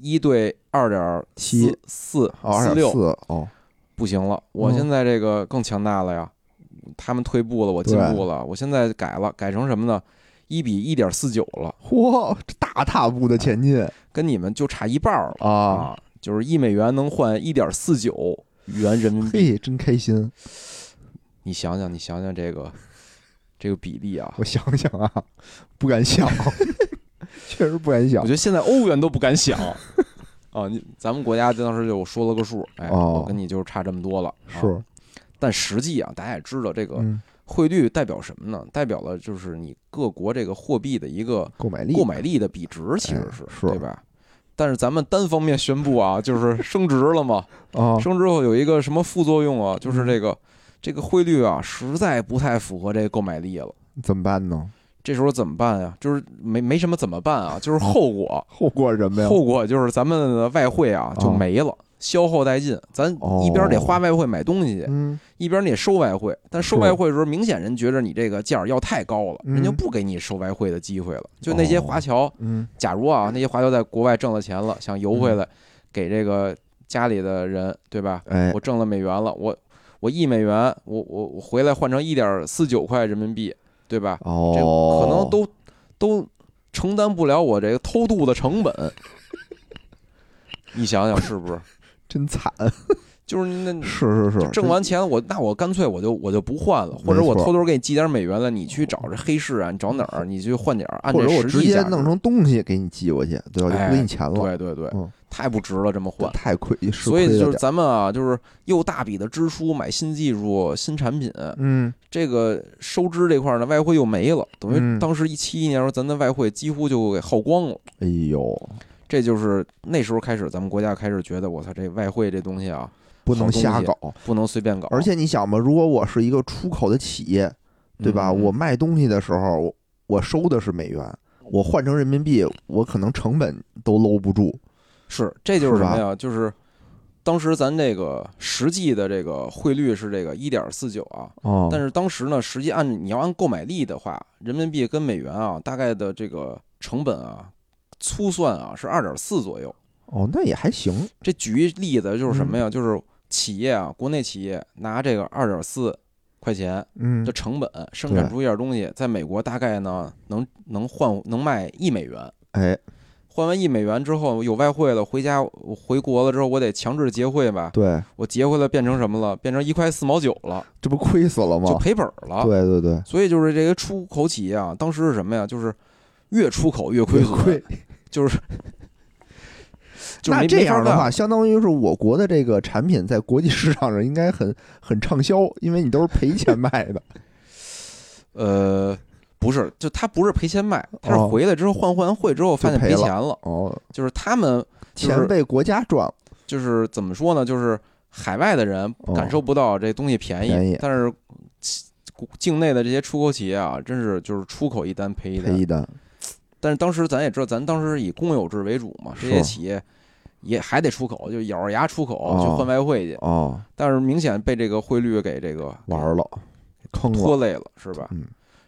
Speaker 2: 一对二点
Speaker 1: 七
Speaker 2: 四
Speaker 1: 哦，二
Speaker 2: 四
Speaker 1: 点
Speaker 2: 六，
Speaker 1: 四哦，
Speaker 2: 不行了，我
Speaker 1: 嗯
Speaker 2: 现在这个更强大了呀，他们退步了，我进步了，我现在改了，改成什么呢？一比一点四九了，
Speaker 1: 嚯，这大踏步的前 进
Speaker 2: 跟你们就差一半儿了
Speaker 1: 啊！，
Speaker 2: 就是一美元能换一点四九元人民币，
Speaker 1: 嘿，真开心！
Speaker 2: 你想想，你想想 这个这个比例啊，
Speaker 1: 我想想啊， 不敢 想，确实不敢想
Speaker 2: 我觉。得现在欧元都不 敢想啊！你咱们国家当时就说了个数，哎，
Speaker 1: 哦
Speaker 2: 我跟你就是差这么多了，啊
Speaker 1: 是，
Speaker 2: 但实际啊，大家也知道这个
Speaker 1: 嗯，
Speaker 2: 汇率代表什么呢？代表了就是你各国这个货币的一个
Speaker 1: 购买力，
Speaker 2: 购买力的比值，其实是、
Speaker 1: 哎是
Speaker 2: 对吧？但是咱们单方面宣布啊，就是升值了嘛，
Speaker 1: 啊，嗯
Speaker 2: 升值后有一个什么副作用啊，就是这个这个汇率啊，实在不太符合这个购买力了。
Speaker 1: 怎么办呢？
Speaker 2: 这时候怎么办呀？就是没没什么怎么办啊，就是后果，
Speaker 1: 后果是什么呀？
Speaker 2: 后果就是咱们的外汇啊就
Speaker 1: 啊
Speaker 2: 没了，消耗殆尽。咱
Speaker 1: 哦
Speaker 2: 一边得花外汇买东西去，
Speaker 1: 嗯，
Speaker 2: 一边你也收外汇，但收
Speaker 1: 是
Speaker 2: 外汇的时候，明显人觉着你这个价儿要太高了，
Speaker 1: 嗯
Speaker 2: 人家不给你收外汇的机会了。就那些
Speaker 1: 哦
Speaker 2: 华侨，
Speaker 1: 嗯
Speaker 2: 假如啊，那些华侨在国外挣了钱了，想游回来给这个家里的人，对吧？
Speaker 1: 哎
Speaker 2: 我挣了美元了，我我一美元，我我我回来换成一点四九块人民币，对吧？这
Speaker 1: 哦，
Speaker 2: 可能都都承担不了我这个偷渡的成本。你想想是 不是？
Speaker 1: 真惨，
Speaker 2: 嗯就是那
Speaker 1: 是是是，
Speaker 2: 挣完钱我那我干脆我就我就不换了，或者我
Speaker 1: 没错
Speaker 2: 偷偷给你寄点美元来，你去找这黑市啊，你找哪儿你去换点儿，
Speaker 1: 真
Speaker 2: 按
Speaker 1: 或
Speaker 2: 这
Speaker 1: 者我
Speaker 2: 实
Speaker 1: 直
Speaker 2: 际
Speaker 1: 接
Speaker 2: 价值
Speaker 1: 弄成东西给你寄过去，对吧？就
Speaker 2: 哎
Speaker 1: 不给你钱了，
Speaker 2: 对对对
Speaker 1: 嗯，
Speaker 2: 太不值了，这么
Speaker 1: 这
Speaker 2: 换。
Speaker 1: 太亏，是
Speaker 2: 所以
Speaker 1: 亏了
Speaker 2: 就是
Speaker 1: 点儿
Speaker 2: 咱们啊，就是又大笔的支出买新技术、新产品，
Speaker 1: 嗯，
Speaker 2: 这个收支这块儿呢，外汇又没了，等于
Speaker 1: 嗯
Speaker 2: 当时一七一年的时候，咱的外汇几乎就给耗光了。
Speaker 1: 哎呦，
Speaker 2: 这就是那时候开始，咱们国家开始觉得，我操，这外汇这东西啊，
Speaker 1: 不能
Speaker 2: 好东
Speaker 1: 瞎
Speaker 2: 西
Speaker 1: 搞，
Speaker 2: 不能随便搞，
Speaker 1: 而且你想吧，如果我是一个出口的企业，对吧？
Speaker 2: 嗯
Speaker 1: 我卖东西的时候，我我收的是美元，我换成人民币，我可能成本都搂不住。
Speaker 2: 是，这就是
Speaker 1: 是
Speaker 2: 什
Speaker 1: 吧
Speaker 2: 么呀？就是当时咱这个实际的这个汇率是这个一点四九啊，
Speaker 1: 哦
Speaker 2: 但是当时呢，实际按你要按购买力的话，人民币跟美元啊，大概的这个成本啊，粗算啊是二点四左右。
Speaker 1: 哦，那也还行。
Speaker 2: 这举一例子就是什么
Speaker 1: 嗯
Speaker 2: 呀？就是企业啊，国内企业拿这个二点四块钱
Speaker 1: 嗯
Speaker 2: 的，成本生产出一点东西，在美国大概呢能能换能卖一美元。
Speaker 1: 哎，
Speaker 2: 换完一美元之后有外汇了，回家我回国了之后我得强制结汇吧？
Speaker 1: 对，
Speaker 2: 我结回来变成什么了？变成一块四毛九了，
Speaker 1: 这不亏死了
Speaker 2: 就
Speaker 1: 吗？
Speaker 2: 赔本了。
Speaker 1: 对对对，
Speaker 2: 所以就是这个出口企业啊，当时是什么呀？就是越出口越
Speaker 1: 亏
Speaker 2: 亏损，
Speaker 1: 亏。
Speaker 2: 就是就是
Speaker 1: 那
Speaker 2: 没
Speaker 1: 这
Speaker 2: 没法
Speaker 1: 样的
Speaker 2: 干
Speaker 1: 话，相当于是我国的这个产品在国际市场上应该很很畅销，因为你都是赔钱卖 的。
Speaker 2: 呃，不是，就他不是赔钱卖，他是
Speaker 1: 哦
Speaker 2: 回来之后换换汇之后发现
Speaker 1: 赔
Speaker 2: 赔
Speaker 1: 了
Speaker 2: 钱了，
Speaker 1: 哦，
Speaker 2: 就是他们就是
Speaker 1: 钱被国家赚了。
Speaker 2: 就是怎么说呢？就是海外的人
Speaker 1: 哦
Speaker 2: 感受不到这东西便宜，
Speaker 1: 便宜
Speaker 2: 但是其境内的这些出口企业啊，真是就是出口一单赔一单
Speaker 1: 赔。一单，
Speaker 2: 但是当时咱也知道，咱当时以公有制为主嘛，这
Speaker 1: 是
Speaker 2: 些企业也还得出口，就咬着牙出口
Speaker 1: 哦
Speaker 2: 去换外汇去。
Speaker 1: 哦，
Speaker 2: 但是明显被这个汇率给这个
Speaker 1: 玩儿了，坑
Speaker 2: 拖
Speaker 1: 了，
Speaker 2: 累了，是吧？
Speaker 1: 嗯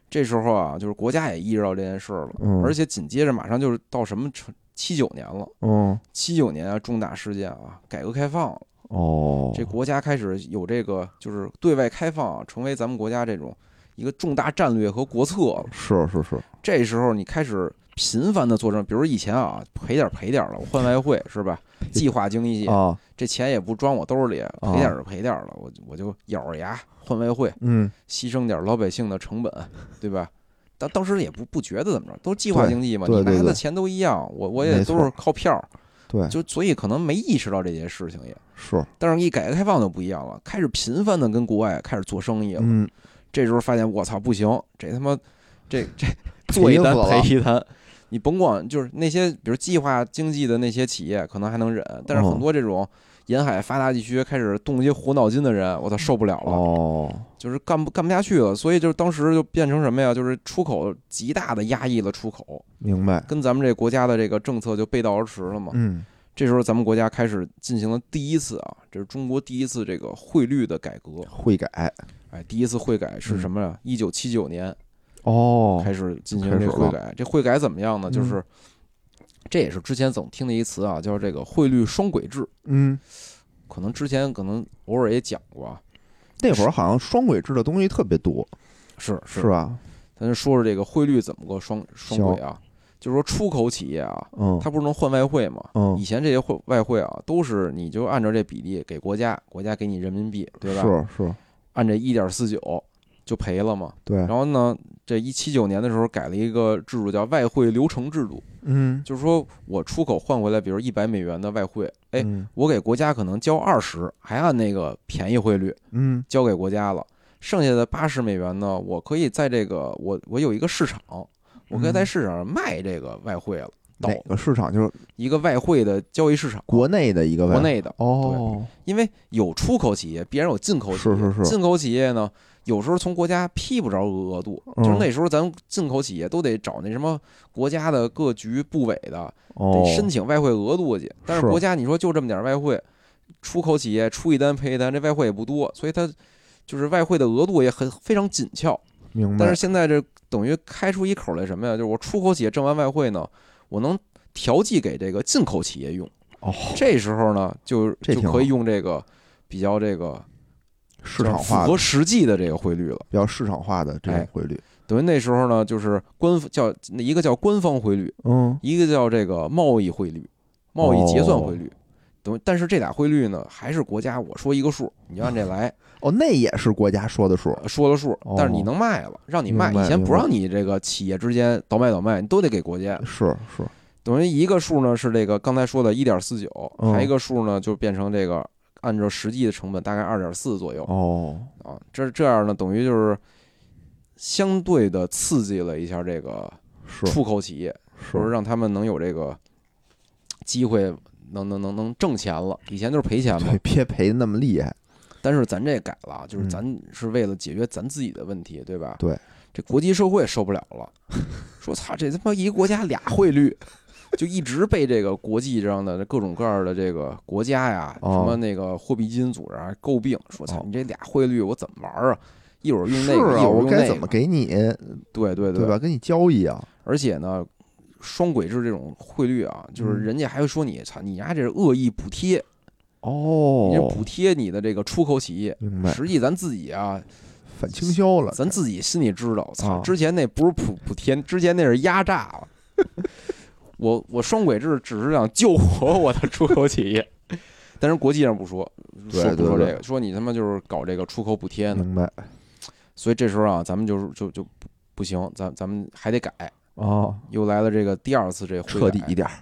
Speaker 2: 这时候啊，就是国家也意识到这件事儿了，
Speaker 1: 嗯，
Speaker 2: 而且紧接着马上就是到什么七九年了，
Speaker 1: 嗯，
Speaker 2: 七九年啊重大事件啊，改革开放了，
Speaker 1: 哦，
Speaker 2: 这国家开始有这个就是对外开放啊，成为咱们国家这种一个重大战略和国策了。
Speaker 1: 是是是，
Speaker 2: 这时候你开始频繁的做这种，比如以前啊赔点儿赔点儿了，我换外汇 是吧？计划经济，
Speaker 1: 啊，
Speaker 2: 这钱也不装我兜里，赔
Speaker 1: 哦
Speaker 2: 点儿就赔点儿了，我就我就咬着牙换外汇，
Speaker 1: 嗯，
Speaker 2: 牺牲点儿老百姓的成本，对吧？当当时也不不觉得怎么着，都是计划
Speaker 1: 对
Speaker 2: 经济嘛，
Speaker 1: 对
Speaker 2: 你
Speaker 1: 对
Speaker 2: 拿的
Speaker 1: 对
Speaker 2: 钱都一样，我我也
Speaker 1: 没
Speaker 2: 都
Speaker 1: 错哎
Speaker 2: 是靠票儿，
Speaker 1: 对，
Speaker 2: 就所以可能没意识到这件事情也。
Speaker 1: 是，
Speaker 2: 但是，一改革开放就不一样了，开始频繁的跟国外开始做生意了。
Speaker 1: 嗯，
Speaker 2: 这时候发现，我操，不行，这他妈，这 这做一单
Speaker 1: 死了
Speaker 2: 赔一单。你甭管，就是那些比如计划经济的那些企业可能还能忍，但是
Speaker 1: 哦
Speaker 2: 很多这种沿海发达地区开始动一些活脑筋的人，我操，受不了了，
Speaker 1: 哦，
Speaker 2: 就是干不干不下去了。所以就是当时就变成什么呀？就是出口极大的压抑了出口，
Speaker 1: 明白，
Speaker 2: 跟咱们这国家的这个政策就背道而驰了嘛。
Speaker 1: 嗯，
Speaker 2: 这时候咱们国家开始进行了第一次啊，这是中国第一次这个
Speaker 1: 哦
Speaker 2: 汇率的改革。
Speaker 1: 会改，
Speaker 2: 哎，第一次汇改是什么呀？一九七九年，
Speaker 1: 哦，
Speaker 2: 开始进行
Speaker 1: 开始
Speaker 2: 这
Speaker 1: 了
Speaker 2: 汇改。这汇改怎么样呢？就
Speaker 1: 嗯
Speaker 2: 是这也是之前总听的一词啊，叫这个汇率双轨制。
Speaker 1: 嗯，
Speaker 2: 可能之前可能偶尔也讲过啊，
Speaker 1: 那会儿好像双轨制的东西特别多，
Speaker 2: 是
Speaker 1: 是，吧？
Speaker 2: 咱就说说这个汇率怎么个双双轨啊？就是说出口企业啊，
Speaker 1: 嗯
Speaker 2: 它不是能换外汇吗？
Speaker 1: 嗯
Speaker 2: 以，前这些汇外汇啊，都是你就按照这比例给国家，国家给你人民币，对吧？
Speaker 1: 是是，
Speaker 2: 按这一点四九就赔了嘛。
Speaker 1: 对
Speaker 2: 然，后呢，这一七九年的时候改了一个制度，叫外汇流程制度，
Speaker 1: 嗯，
Speaker 2: 就是说我出口换回来，比如一百美元的外汇，哎，
Speaker 1: 嗯
Speaker 2: 我给国家可能交二十，还按那个便宜汇率
Speaker 1: 嗯
Speaker 2: 交给国家了，剩下的八十美元呢，我可以在这个我我有一个市场，我可以在
Speaker 1: 嗯
Speaker 2: 市场上卖这个外汇了，到
Speaker 1: 哪个市场就是
Speaker 2: 一个外汇的交易市场，
Speaker 1: 国内的一个外
Speaker 2: 国内的，
Speaker 1: 哦，
Speaker 2: 因为有出口企业，必然有进口企业。
Speaker 1: 是是是
Speaker 2: 进口企业呢，有时候从国家批不着额度，
Speaker 1: 嗯
Speaker 2: 就是那时候咱们进口企业都得找那什么国家的各局部委的，
Speaker 1: 哦
Speaker 2: 得，申请外汇额度去。但是
Speaker 1: 是
Speaker 2: 国家你说就这么点儿外汇，出口企业出一单赔一单，这外汇也不多，所以它就是外汇的额度也很非常紧俏。
Speaker 1: 明白
Speaker 2: 但是，现在这等于开出一口来什么呀？就是我出口企业挣完外汇呢，我能调剂给这个进口企业用。
Speaker 1: 哦，
Speaker 2: 这时候呢，就
Speaker 1: 这
Speaker 2: 就
Speaker 1: 挺
Speaker 2: 可以
Speaker 1: 好
Speaker 2: 用这个比较这个
Speaker 1: 市场
Speaker 2: 符
Speaker 1: 化的
Speaker 2: 合实际的这个汇率了。
Speaker 1: 比较市场化的这
Speaker 2: 哎
Speaker 1: 种汇率，
Speaker 2: 等于那时候呢，就是官叫一个叫官方汇率，
Speaker 1: 嗯，
Speaker 2: 一个叫这个贸易汇率、贸易结算汇率。
Speaker 1: 哦
Speaker 2: 等于但是这俩汇率呢，还是国家我说一个数，你就按 这来
Speaker 1: 哦，那也是国家说的数，
Speaker 2: 呃说了数
Speaker 1: 哦，
Speaker 2: 但是你能卖了，让你卖。
Speaker 1: 明白
Speaker 2: 以前
Speaker 1: 明
Speaker 2: 不
Speaker 1: 白
Speaker 2: 让你这个企业之间倒卖倒卖，你都得给 国家。
Speaker 1: 是是，
Speaker 2: 等于一个数呢是这个刚才说的一点四九，
Speaker 1: 嗯
Speaker 2: 还有一个数呢就变成这个按照实际的成本大概二点四左右。
Speaker 1: 哦，
Speaker 2: 啊，这这样呢，等于就是相对的刺激了一下这个
Speaker 1: 是
Speaker 2: 出口企业，就是
Speaker 1: 是，
Speaker 2: 让他们能有这个机会，能能能能挣钱了。以前都是赔钱嘛
Speaker 1: 对，，别赔那么厉害，
Speaker 2: 但是咱这改了，就是
Speaker 1: 嗯
Speaker 2: 咱是为了解决咱自己的问题，对吧？
Speaker 1: 对，
Speaker 2: 这国际社会受不了 了，说操，这他妈一个国家俩汇率。就一直被这个国际上的各种各样的这个国家呀，什
Speaker 1: 哦
Speaker 2: 么那个货币基金组织啊诟病，说操
Speaker 1: 哦
Speaker 2: 你这俩汇率我怎么玩儿啊？一会儿用
Speaker 1: 是
Speaker 2: 那个，一会
Speaker 1: 啊，
Speaker 2: 儿
Speaker 1: 我
Speaker 2: 用
Speaker 1: 该
Speaker 2: 那
Speaker 1: 怎
Speaker 2: 个
Speaker 1: 么，给你，
Speaker 2: 对对
Speaker 1: 对吧？跟你交易啊，
Speaker 2: 而且呢，双轨制这种汇率啊，就是
Speaker 1: 嗯
Speaker 2: 人家还会说你操，你丫这是恶意补贴，你是
Speaker 1: 哦，
Speaker 2: 补贴你的这个出口企业。
Speaker 1: 明白，
Speaker 2: 实际咱自己啊，
Speaker 1: 反倾销了，
Speaker 2: 咱自己心里知道，操，
Speaker 1: 啊
Speaker 2: 之前那不是补补贴，之前那是压榨了。 我我双轨制只是想救活我的出口企业， 但是国际上不说，
Speaker 1: 对
Speaker 2: 说不
Speaker 1: 对
Speaker 2: 说
Speaker 1: 对嗯
Speaker 2: 这个，说你他妈就是搞这个出口补贴呢。
Speaker 1: 明白
Speaker 2: 所以这时候啊，咱们就是就就不不行，咱咱们还得改。
Speaker 1: 哦，
Speaker 2: 又来了这个第二次这回
Speaker 1: 彻底一点儿，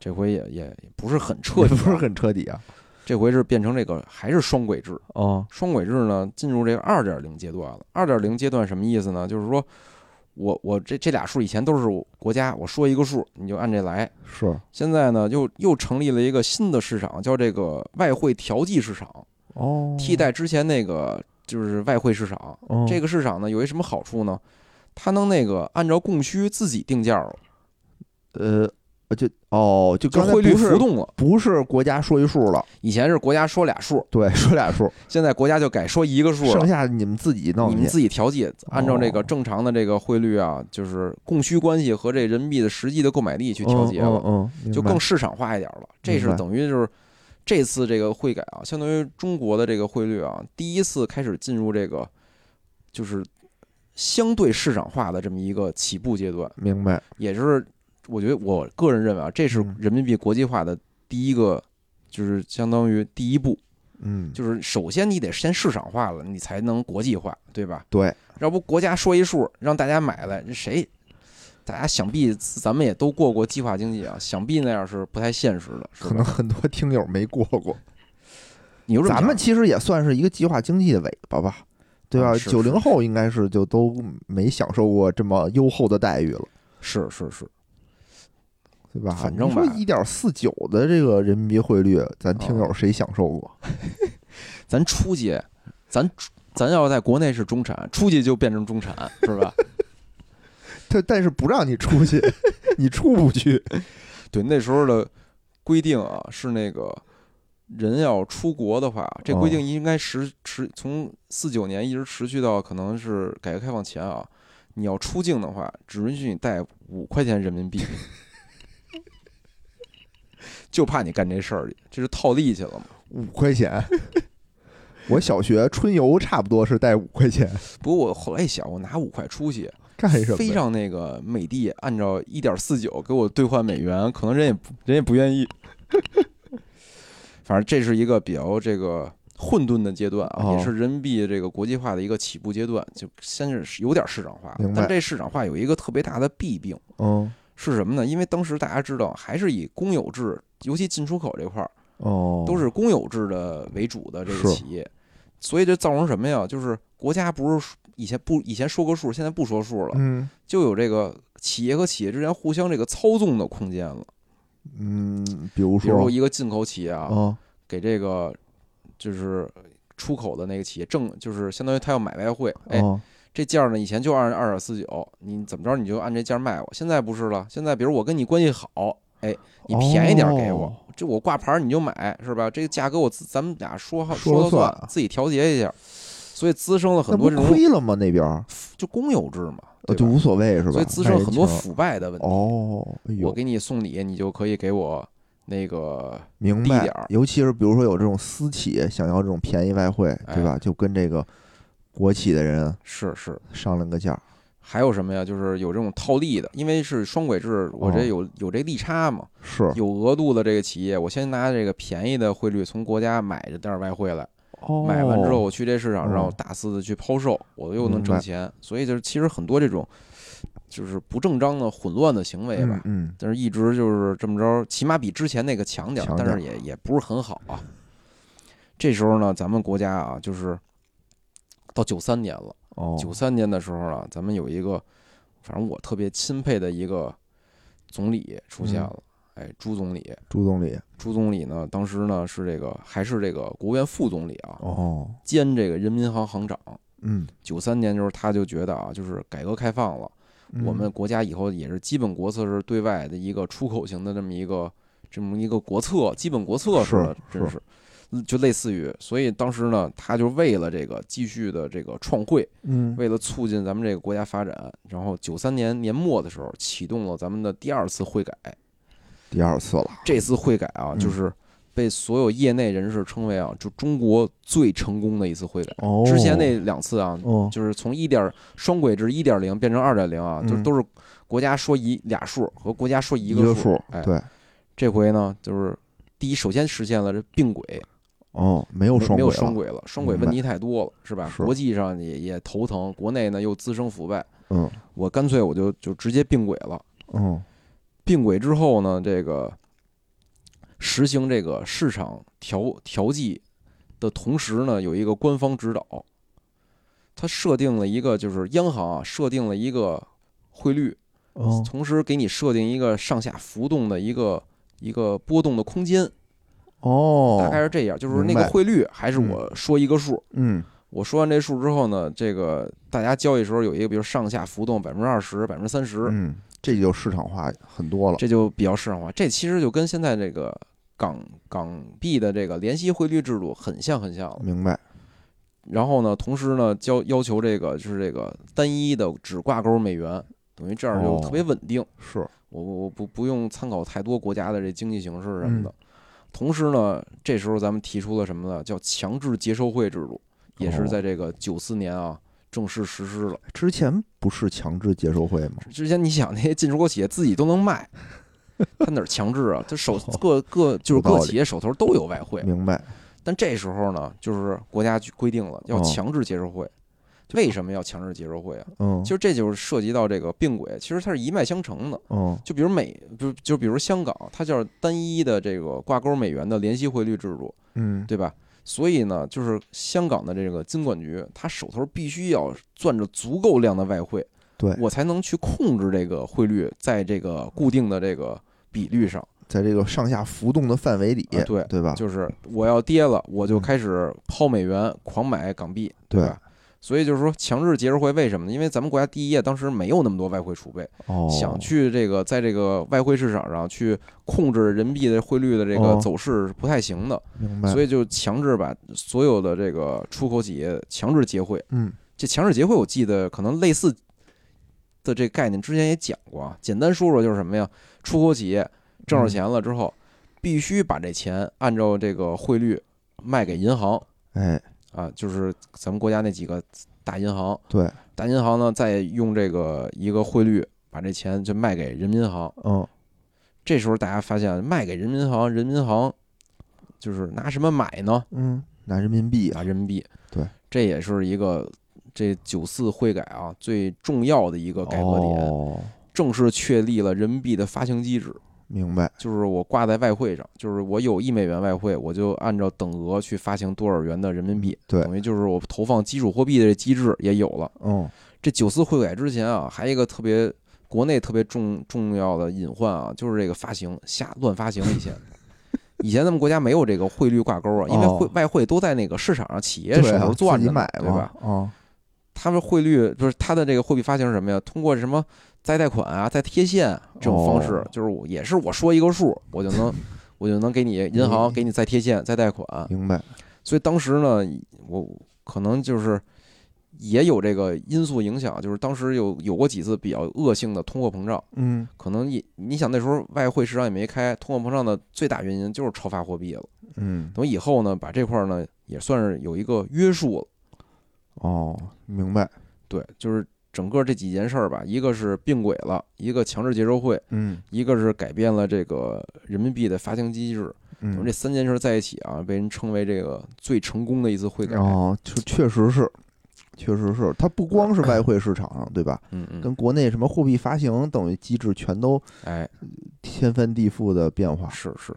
Speaker 2: 这回也也也不是很彻
Speaker 1: 也
Speaker 2: 底
Speaker 1: 不
Speaker 2: 啊，
Speaker 1: 是很彻底啊，
Speaker 2: 这回是变成这个还是双轨制，
Speaker 1: 哦，
Speaker 2: 双轨制呢进入这个二点零阶段了。二点零阶段什么意思呢？就是说我我这这俩数以前都是我国家我说一个数你就按这来，
Speaker 1: 是
Speaker 2: 现在呢又又成立了一个新的市场，叫这个外汇调剂市场，
Speaker 1: 哦，
Speaker 2: 替代之前那个就是外汇市场。
Speaker 1: 哦
Speaker 2: 这个市场呢有一什么好处呢？它能那个按照供需自己定价了，
Speaker 1: 呃，就哦，就
Speaker 2: 就
Speaker 1: 刚才
Speaker 2: 汇率
Speaker 1: 不是
Speaker 2: 浮动了。
Speaker 1: 不是国家说一数了，
Speaker 2: 以前是国家说俩数，
Speaker 1: 对， 说俩数，
Speaker 2: 现在国家就改说一个数了
Speaker 1: 剩。下你们自己
Speaker 2: 你
Speaker 1: 弄
Speaker 2: 们
Speaker 1: 去。
Speaker 2: 自己调剂，按照这个
Speaker 1: 哦
Speaker 2: 正常的这个汇率啊，就是供需关系和这人民币的实际的购买力去
Speaker 1: 去
Speaker 2: 调节
Speaker 1: 嗯
Speaker 2: 了，
Speaker 1: 嗯，嗯
Speaker 2: 就更市场化一点了。这
Speaker 1: 明
Speaker 2: 是
Speaker 1: 白
Speaker 2: 等于就是这次这个汇改啊，相当于中国的这个汇率啊，第一次开始进入这个就是相对市场化的这么一个起步阶段，
Speaker 1: 明白，
Speaker 2: 也就是我觉得我个人认为啊，这是
Speaker 1: 嗯
Speaker 2: 人民币国际化的第一个，就是相当于第一步，
Speaker 1: 嗯，
Speaker 2: 就是首先你得先市场化了，你才能国际化，对吧？
Speaker 1: 对，
Speaker 2: 要不国家说一数，让大家买来，这谁？大家想必咱们也都过过计划经济啊，想必那样是不太现实的，是
Speaker 1: 可能
Speaker 2: 吧？
Speaker 1: 很多听友没过过。
Speaker 2: 你就这么
Speaker 1: 咱
Speaker 2: 想
Speaker 1: 们其实也算是一个计划经济的尾巴吧，对吧
Speaker 2: 啊？是
Speaker 1: 九零
Speaker 2: 是
Speaker 1: 后应该是就都没享受过这么优厚的待遇了，
Speaker 2: 是是是，
Speaker 1: 对吧？
Speaker 2: 反正
Speaker 1: 你说
Speaker 2: 吧
Speaker 1: 一点四九的这个人民币汇率，咱听
Speaker 2: 啊
Speaker 1: 友谁享受过？
Speaker 2: 咱出去，咱咱要在国内是中产，出去就变成中产，是吧？
Speaker 1: 他但是不让你出去， 你出不去。
Speaker 2: 对，那时候的规定啊，是那个人要出国的话，这规定应该持持从四九年一直持续到可能是改革开放前啊。你要出境的话，只允许你带五块钱人民币，就怕你干这事儿去，这是套利去了嘛。
Speaker 1: 五块钱。 我小学春游差不多是带五块钱，
Speaker 2: 不过我后来一想，我拿五块出去，
Speaker 1: 干哎什么
Speaker 2: 非
Speaker 1: 呀？
Speaker 2: 让那个美帝按照一点四九给我兑换美元，可能人也不人也不愿意。 反正这是一个比较这个混沌的阶段啊，
Speaker 1: 哦
Speaker 2: 也是人民币这个国际化的一个起步阶段，就先是有点市场化
Speaker 1: 明，白
Speaker 2: 但这市场化有一个特别大的弊病
Speaker 1: 嗯，
Speaker 2: 是什么呢？因为当时大家知道还是以公有制，尤其进出口这块儿
Speaker 1: 哦，
Speaker 2: 都是公有制的为主的这个
Speaker 1: 是
Speaker 2: 企业，所以这造成什么呀？就是国家不是以前不以前说过数，现在不说数了，
Speaker 1: 嗯
Speaker 2: 就有这个企业和企业之间互相这个操纵的空间了。
Speaker 1: 嗯，比如
Speaker 2: 比如
Speaker 1: 说
Speaker 2: 说一个进口企业啊，
Speaker 1: 啊，
Speaker 2: 给这个就是出口的那个企业挣，就是相当于他要买外汇，哎，
Speaker 1: 哦，
Speaker 2: 这价儿呢以前就按二点四九，你怎么着你就按这价儿卖我。现在不是了，现在比如我跟你关系好，哎，你便宜点儿给我
Speaker 1: 哦，
Speaker 2: 这我挂牌儿你就买是吧？这个价格我自咱们俩说好
Speaker 1: 说了
Speaker 2: 了
Speaker 1: 算啊
Speaker 2: 算，自己调节一下。所以滋生了
Speaker 1: 那
Speaker 2: 很
Speaker 1: 不
Speaker 2: 多这种
Speaker 1: 亏了吗？那边儿
Speaker 2: 就公有制嘛，
Speaker 1: 呃
Speaker 2: 对
Speaker 1: 就
Speaker 2: 吧？
Speaker 1: 无所谓是吧？
Speaker 2: 所以滋生了很多
Speaker 1: 卖人情
Speaker 2: 腐败的问题。
Speaker 1: 哦，哎
Speaker 2: 我
Speaker 1: 呦，
Speaker 2: 给你送礼，你就可以给我那个
Speaker 1: 明
Speaker 2: 低
Speaker 1: 白
Speaker 2: 点儿。
Speaker 1: 尤其是比如说有这种私企想要这种便宜外汇，
Speaker 2: 哎
Speaker 1: 对吧？就跟这个国企的人
Speaker 2: 是是，
Speaker 1: 商量个价儿。
Speaker 2: 还有什么呀？就是有这种套利的，因为是双轨制，我
Speaker 1: 哦
Speaker 2: 这有有这利差嘛，
Speaker 1: 是
Speaker 2: 有额度的这个企业，我先拿这个便宜的汇率从国家买这点儿外汇来，
Speaker 1: 哦
Speaker 2: 买完之后我去这市场上
Speaker 1: 哦
Speaker 2: 我大肆的去抛售，我又能
Speaker 1: 明白
Speaker 2: 挣钱，所以就是其实很多这种就是不正当的混乱的行为吧
Speaker 1: 嗯。嗯，
Speaker 2: 但是一直就是这么着，起码比之前那个强点儿，
Speaker 1: 强
Speaker 2: 但
Speaker 1: 点儿
Speaker 2: 是也也不是很好啊。这时候呢，咱们国家啊，就是到九三年了。
Speaker 1: 哦，
Speaker 2: 九三年的时候啊，咱们有一个，反正我特别钦佩的一个总理出
Speaker 1: 嗯
Speaker 2: 现了，哎，朱总理。
Speaker 1: 朱总理，
Speaker 2: 朱总理呢，当时呢是这个还是这个国务院副总理啊，
Speaker 1: 哦，
Speaker 2: 兼这个人民银行行长。
Speaker 1: 嗯，
Speaker 2: 九三年就是他就觉得啊，就是改革开放了，
Speaker 1: 嗯
Speaker 2: 我们国家以后也是基本国策是对外的一个出口型的这么一个这么一个国策，基本国策似的，
Speaker 1: 是
Speaker 2: 真是嗯就类似于，所以当时呢，他就为了这个继续的这个创汇，
Speaker 1: 嗯
Speaker 2: 为了促进咱们这个国家发展，然后九三年年末的时候启动了咱们的第二次汇改。
Speaker 1: 第二次了，
Speaker 2: 这次汇改啊，
Speaker 1: 嗯
Speaker 2: 就是被所有业内人士称为啊，就中国最成功的一次汇改。
Speaker 1: 哦，
Speaker 2: 之前那两次啊，
Speaker 1: 哦
Speaker 2: 就是从一点双轨制一点零变成二点零啊，
Speaker 1: 嗯
Speaker 2: 就都是国家说一俩数和国家说一
Speaker 1: 一
Speaker 2: 个
Speaker 1: 数，
Speaker 2: 哎，
Speaker 1: 对，
Speaker 2: 这回呢，就是第一，首先实现了这并轨，
Speaker 1: 哦，没有双
Speaker 2: 没有
Speaker 1: 轨
Speaker 2: 双
Speaker 1: 了，
Speaker 2: 轨了，双轨问题太多了，是吧？
Speaker 1: 是
Speaker 2: 国际上也也头疼，国内呢又滋生腐败，
Speaker 1: 嗯
Speaker 2: 我干脆我就就直接并轨了。
Speaker 1: 嗯，
Speaker 2: 并轨之后呢，这个实行这个市场调调剂的同时呢，有一个官方指导，它设定了一个就是央行啊设定了一个汇率，
Speaker 1: 哦
Speaker 2: 同时给你设定一个上下浮动的一个一个波动的空间，大
Speaker 1: 哦，
Speaker 2: 概是这样，就是那
Speaker 1: 明
Speaker 2: 个
Speaker 1: 白
Speaker 2: 汇率还是我说一个数。
Speaker 1: 嗯
Speaker 2: 我说完这数之后呢，这个大家交易时候有一个，比如上下浮动百分之二十、百分之三十，
Speaker 1: 嗯，这就市场化很多了，
Speaker 2: 这就比较市场化。这其实就跟现在这个港港币的这个联息汇率制度很像很像了。
Speaker 1: 明白，
Speaker 2: 然后呢，同时呢，要要求这个就是这个单一的只挂钩美元，等于这样就
Speaker 1: 哦
Speaker 2: 特别稳定。
Speaker 1: 是，
Speaker 2: 我我我不不用参考太多国家的这经济形势什么的。
Speaker 1: 嗯
Speaker 2: 同时呢，这时候咱们提出了什么呢？叫强制结售汇制度，也是
Speaker 1: 哦
Speaker 2: 在这个九四年啊正式实施了。
Speaker 1: 之前不是强制接受会吗？
Speaker 2: 之前你想那些进出口企业自己都 能卖，他哪儿强制啊？他手各各就
Speaker 1: 哦有
Speaker 2: 是各
Speaker 1: 道理
Speaker 2: 企业手头都有外汇，
Speaker 1: 明白，
Speaker 2: 但这时候呢，就是国家规定了要
Speaker 1: 哦
Speaker 2: 强制结售汇。为什么要强制结售汇啊？
Speaker 1: 嗯，
Speaker 2: 其实这就是涉及到这个并轨，其实它是一脉相承的。
Speaker 1: 嗯
Speaker 2: 就比如美，就就比如香港，它就是单一的这个挂钩美元的联息汇率制度，
Speaker 1: 嗯，
Speaker 2: 对吧？所以呢，就是香港的这个金管局，它手头必须要攥着足够量的外汇，
Speaker 1: 对，
Speaker 2: 我才能去控制这个汇率在这个固定的这个比率上。
Speaker 1: 在这个上下浮动的范围里，
Speaker 2: 啊对
Speaker 1: 对吧？
Speaker 2: 就是我要跌了，我就
Speaker 1: 嗯
Speaker 2: 开始抛美元，狂买港币，对
Speaker 1: 对
Speaker 2: 吧？所以就是说，强制结售汇为什么呢？因为咱们国家第一业当时没有那么多外汇储备，
Speaker 1: 哦，
Speaker 2: 想去这个在这个外汇市场上去控制人民币的汇率的这个
Speaker 1: 哦
Speaker 2: 走势是不太行的，
Speaker 1: 明白，
Speaker 2: 所
Speaker 1: 以
Speaker 2: 以就强制把所有的这个出口企业强制结汇。
Speaker 1: 嗯，
Speaker 2: 这强制结汇，我记得可能类似的这概念之前也讲过啊，简单说说就是什么呀？出口企业挣着钱了之后，必须把这钱按照这个汇率卖给银行
Speaker 1: 哎，
Speaker 2: 啊，就是咱们国家那几个大银行，
Speaker 1: 对，
Speaker 2: 大银行呢再用这个一个汇率把这钱就卖给人民银行。
Speaker 1: 嗯，
Speaker 2: 这时候大家发现卖给人民银行，人民银行就是拿什么买呢？
Speaker 1: 嗯，拿人民币啊，
Speaker 2: 拿人民币。
Speaker 1: 对，
Speaker 2: 这也是一个这九四汇改啊最重要的一个改革点。
Speaker 1: 哦，
Speaker 2: 正式确立了人民币的发行机制，
Speaker 1: 明白，
Speaker 2: 就是我挂在外汇上，就是我有一美元外汇，我就按照等额去发行多少元的人民币，
Speaker 1: 嗯对，
Speaker 2: 等于就是我投放基础货币的这机制也有了。
Speaker 1: 嗯，
Speaker 2: 这九四汇改之前啊，还有一个特别国内特别重重要的隐患啊，就是这个发行瞎乱发行。以前，以前咱们国家没有这个汇率挂钩啊，因为
Speaker 1: 哦
Speaker 2: 汇外汇都在那个市场上企业
Speaker 1: 对
Speaker 2: 手
Speaker 1: 啊，
Speaker 2: 头攥
Speaker 1: 自己
Speaker 2: 着
Speaker 1: 买
Speaker 2: 呢，对吧
Speaker 1: 嘛，？啊，
Speaker 2: 他们汇率就是他的这个货币发行是什么呀？通过什么再贷款啊、再贴现这种方式
Speaker 1: 哦，
Speaker 2: 就是我也是我说一个数，我就 能我就能给你银
Speaker 1: 嗯
Speaker 2: 行给你再贴现、再贷款。
Speaker 1: 明白，
Speaker 2: 所以当时呢，我可能就是也有这个因素影响，就是当时有有过几次比较恶性的通货膨胀，
Speaker 1: 嗯，
Speaker 2: 可能你你想那时候外汇市场也没开，通货膨胀的最大原因就是超发货币了。
Speaker 1: 嗯，
Speaker 2: 等以后呢，把这块儿呢也算是有一个约束了。
Speaker 1: 哦，明白，
Speaker 2: 对，就是整个这几件事儿吧，一个是并轨了，一个强制结售汇，
Speaker 1: 嗯，
Speaker 2: 一个是改变了这个人民币的发行机制。我
Speaker 1: 嗯
Speaker 2: 们这，三件事在一起啊，被人称为这个最成功的一次汇改。
Speaker 1: 哦，确确实是，确实是，它不光是外汇市场上，对吧？
Speaker 2: 嗯嗯，
Speaker 1: 跟国内什么货币发行等于机制全都
Speaker 2: 哎，
Speaker 1: 天翻地覆的变化。
Speaker 2: 是是。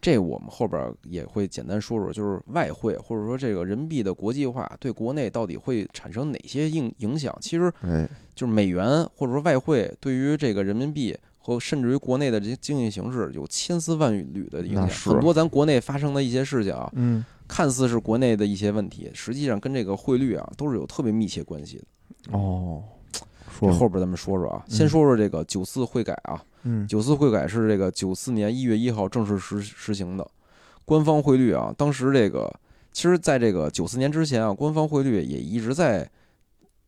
Speaker 2: 这我们后边儿也会简单说说，就是外汇或者说这个人民币的国际化对国内到底会产生哪些影影响？其实
Speaker 1: 哎，
Speaker 2: 就是美元或者说外汇对于这个人民币和甚至于国内的这些经济形势有千丝万缕的影
Speaker 1: 那
Speaker 2: 响。
Speaker 1: 是
Speaker 2: 很多咱国内发生的一些事情啊，
Speaker 1: 嗯，
Speaker 2: 看似是国内的一些问题，实际上跟这个汇率啊都是有特别密切关系的。
Speaker 1: 哦，
Speaker 2: 这
Speaker 1: 说
Speaker 2: 后边咱们说说啊，
Speaker 1: 嗯
Speaker 2: 先说说这个九四汇改啊，
Speaker 1: 嗯，
Speaker 2: 九四汇改是这个九四年一月一号正式实实行的，官方汇率啊，当时这个其实在这个九四年之前啊，官方汇率也一直在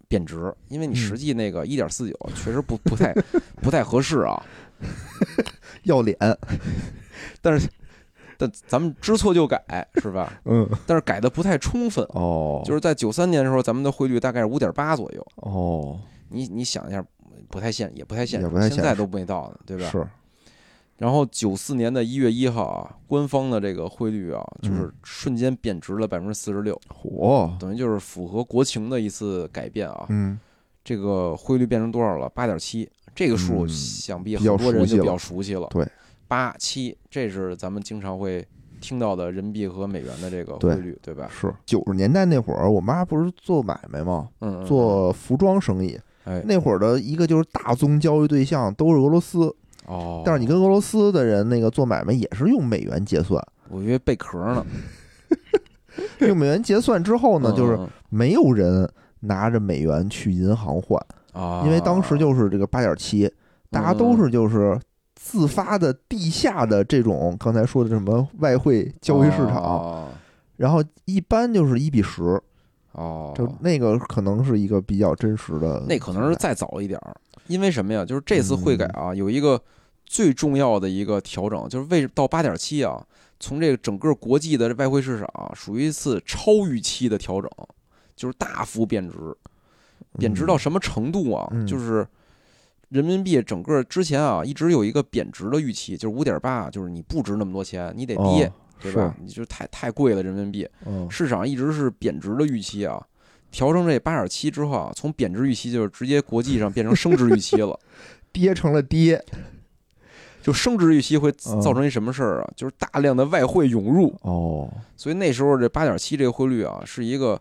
Speaker 2: 贬值，因为你
Speaker 1: 嗯
Speaker 2: 实际那个一点四九确实不不太 不太合适啊。
Speaker 1: 要脸，
Speaker 2: 但咱们知错就改是吧？
Speaker 1: 嗯，
Speaker 2: 但是改的不太充分，
Speaker 1: 哦，
Speaker 2: 就是在九三年的时候，咱们的汇率大概是五点八左右。
Speaker 1: 哦，
Speaker 2: 你你想一下，不太现也不太现实，
Speaker 1: 也不太现
Speaker 2: 现在
Speaker 1: 实
Speaker 2: 都没到呢，对吧？
Speaker 1: 是，
Speaker 2: 然后九四年的一月一号啊，官方的这个汇率啊，就
Speaker 1: 嗯
Speaker 2: 是
Speaker 1: 哦
Speaker 2: 瞬间贬值了百分之四十六，
Speaker 1: 火，
Speaker 2: 等于就是符合国情的一次改变啊。
Speaker 1: 嗯，
Speaker 2: 这个汇率变成多少了？八点七，这个数
Speaker 1: 嗯
Speaker 2: 想必
Speaker 1: 比较
Speaker 2: 很多人
Speaker 1: 熟悉
Speaker 2: 就
Speaker 1: 了
Speaker 2: 比较熟悉了。
Speaker 1: 对，
Speaker 2: 八七，这是咱们经常会听到的人民币和美元的这个汇率，对吧？
Speaker 1: 是九十年代那会儿，我妈不是做买卖吗？
Speaker 2: 嗯，嗯
Speaker 1: 做服装生意，
Speaker 2: 哎
Speaker 1: 那会儿的一个就是大宗交易对象都是俄罗斯，
Speaker 2: 哦，
Speaker 1: 但是你跟俄罗斯的人那个做买卖也是用美元结算，
Speaker 2: 我以为贝壳呢，
Speaker 1: 用美元结算之后呢，
Speaker 2: 嗯
Speaker 1: 就是
Speaker 2: 嗯
Speaker 1: 没有人拿着美元去银行换，
Speaker 2: 嗯啊，嗯
Speaker 1: 因为当时就是这个八点七，大家都是就是自发的地下的这种刚才说的什么外汇交易市场，
Speaker 2: 哦
Speaker 1: 然后一般就是一比十，
Speaker 2: 哦，
Speaker 1: 就那个可能是一个比较真实的，
Speaker 2: 那可能是再早一点儿，因为什么呀？就是这次汇改
Speaker 1: 嗯
Speaker 2: 啊，有一个最重要的一个调整，就是为到八点七啊，从这个整个国际的外汇市场啊、属于一次超预期的调整，就是大幅贬值，贬值到什么程度啊？
Speaker 1: 嗯
Speaker 2: 就是人民币整个之前啊，一直有一个贬值的预期，就是五点八，就是你不值那么多钱，你得跌，
Speaker 1: 哦
Speaker 2: 对吧？你就太太贵了人民币，
Speaker 1: 嗯
Speaker 2: 市场一直是贬值的预期啊，调成这八点七之后啊，从贬值预期就是直接国际上变成升值预期了。
Speaker 1: 跌成了跌
Speaker 2: 就升值预期会
Speaker 1: 嗯
Speaker 2: 造成一什么事儿啊？就是大量的外汇涌入，
Speaker 1: 哦，
Speaker 2: 所以那时候这八点七这个汇率啊，是一个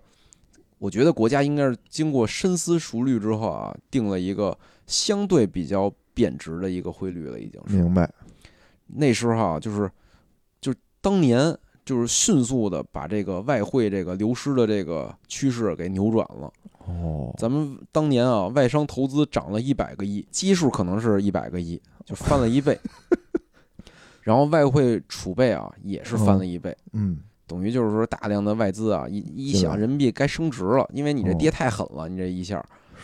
Speaker 2: 我觉得国家应该是经过深思熟虑之后啊，定了一个相对比较贬值的一个汇率了，已经是。
Speaker 1: 明白，
Speaker 2: 那时候啊，就是就是当年就是迅速的把这个外汇这个流失的这个趋势给扭转了。
Speaker 1: 哦，
Speaker 2: 咱们当年啊，外商投资涨了一百个亿，基数可能是一百个亿，就翻了一倍。 然后外汇储备啊，也是翻了一倍，
Speaker 1: 嗯，
Speaker 2: 等于就是说大量的外资啊，一一
Speaker 1: 进来
Speaker 2: 想人民币该升值了，因为你这跌太狠了，你这一下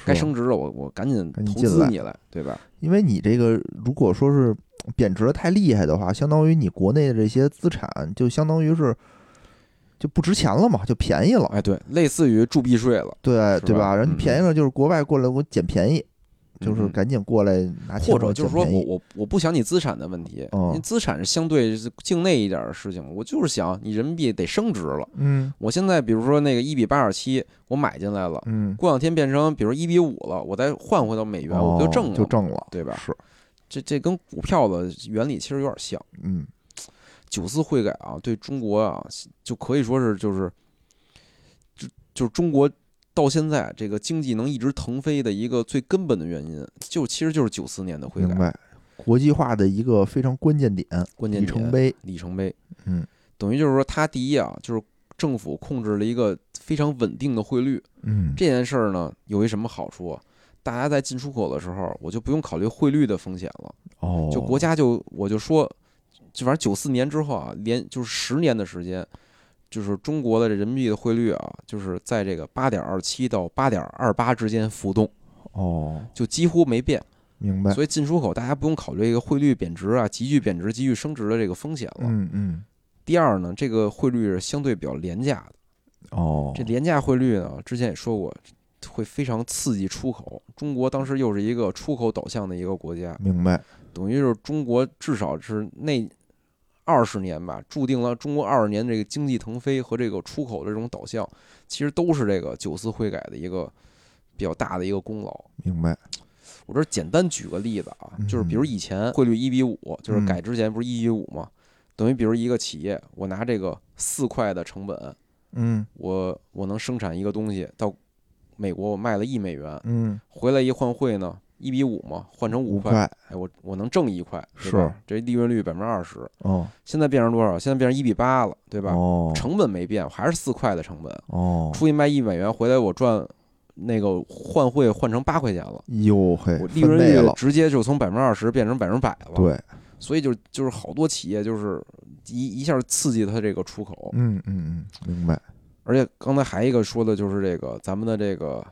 Speaker 2: 该
Speaker 1: 哦是
Speaker 2: 升值了，我我赶紧
Speaker 1: 赶紧
Speaker 2: 投
Speaker 1: 进
Speaker 2: 资
Speaker 1: 来
Speaker 2: 你来，对吧？
Speaker 1: 因为你这个如果说是贬值的太厉害的话，相当于你国内的这些资产就相当于是就不值钱了嘛，就便宜了，
Speaker 2: 哎，对，类似于铸币税了，
Speaker 1: 对
Speaker 2: 是
Speaker 1: 对
Speaker 2: 吧
Speaker 1: 吧？然后你
Speaker 2: 嗯
Speaker 1: 便宜了，就是国外过来给我捡便宜，就是
Speaker 2: 嗯
Speaker 1: 赶紧过来拿钱
Speaker 2: 或
Speaker 1: 给
Speaker 2: 者
Speaker 1: 我
Speaker 2: 就
Speaker 1: 捡
Speaker 2: 是说
Speaker 1: 便
Speaker 2: 我
Speaker 1: 宜。
Speaker 2: 我我不想你资产的问题，
Speaker 1: 嗯
Speaker 2: 因为资产是相对是境内一点儿的事情嘛，我就是想你人民币得升值了。
Speaker 1: 嗯
Speaker 2: 我现在比如说那个一比八点七，我买进来了，
Speaker 1: 嗯，
Speaker 2: 过两天变成比如一比五了，我再换回到美元，我
Speaker 1: 哦
Speaker 2: 不就挣了
Speaker 1: 就
Speaker 2: 吗？
Speaker 1: 挣了，
Speaker 2: 对吧
Speaker 1: 是，
Speaker 2: 这这跟股票的原理其实有点像。
Speaker 1: 嗯
Speaker 2: 九次悔改啊，对中国啊，就可以说是就是，就就是中国到现在这个经济能一直腾飞的一个最根本的原因，就其实就是九四年的悔
Speaker 1: 明
Speaker 2: 改，
Speaker 1: 白。国际化的一个非常关键点，
Speaker 2: 关键
Speaker 1: 里
Speaker 2: 点
Speaker 1: 程，碑。
Speaker 2: 里程碑，
Speaker 1: 嗯，
Speaker 2: 等于就是说，它第一啊，就是政府控制了一个非常稳定的汇率，
Speaker 1: 嗯，
Speaker 2: 这件事儿呢，有一什么好处？啊大家在进出口的时候，我就不用考虑汇率的风险了。
Speaker 1: 哦，
Speaker 2: 就国家就我就说，就反正九四年之后啊，连就是十年的时间，就是中国的人民币的汇率啊，就是在这个八点二七到八点二八之间浮动，
Speaker 1: 哦，
Speaker 2: 就几乎没变。
Speaker 1: 明白。
Speaker 2: 所以进出口大家不用考虑这个汇率贬值啊、急剧贬值、急剧升值的这个风险了。
Speaker 1: 嗯嗯，
Speaker 2: 第二呢，这个汇率是相对比较廉价的，
Speaker 1: 哦，
Speaker 2: 这廉价汇率呢，之前也说过。会非常刺激出口。中国当时又是一个出口导向的一个国家，
Speaker 1: 明白。
Speaker 2: 等于就是中国至少是那二十年吧，注定了中国二十年这个经济腾飞和这个出口的这种导向，其实都是这个九四悔改的一个比较大的一个功劳。
Speaker 1: 明白，
Speaker 2: 我这简单举个例子啊，就是比如
Speaker 1: 嗯
Speaker 2: 以前汇率一比五，就是
Speaker 1: 嗯
Speaker 2: 改之前不是一比五嘛，等于比如一个企业，我拿这个四块的成本，
Speaker 1: 嗯
Speaker 2: 我我能生产一个东西，到美国我卖了一美元，
Speaker 1: 嗯，
Speaker 2: 回来一换汇呢，一比五嘛，换成
Speaker 1: 五
Speaker 2: 五块，
Speaker 1: 块，
Speaker 2: 哎，我我能挣一块，对吧
Speaker 1: 是
Speaker 2: 这利润率百分之二十，
Speaker 1: 哦，
Speaker 2: 现在变成多少？现在变成一比八了，对吧？
Speaker 1: 哦，
Speaker 2: 成本没变，还是四块的成本，
Speaker 1: 哦，
Speaker 2: 出去卖一美元，回来我赚那个换汇换成八块钱了，
Speaker 1: 哟嘿，
Speaker 2: 我利
Speaker 1: 翻
Speaker 2: 润啊
Speaker 1: 倍
Speaker 2: 率
Speaker 1: 了，
Speaker 2: 直接就从百分之二十变成百分之百了。，
Speaker 1: 对，
Speaker 2: 所以就就是好多企业就是一一下刺激它这个出口，
Speaker 1: 嗯嗯嗯，明白，
Speaker 2: 而且刚才还一个说的就是这个咱们的这个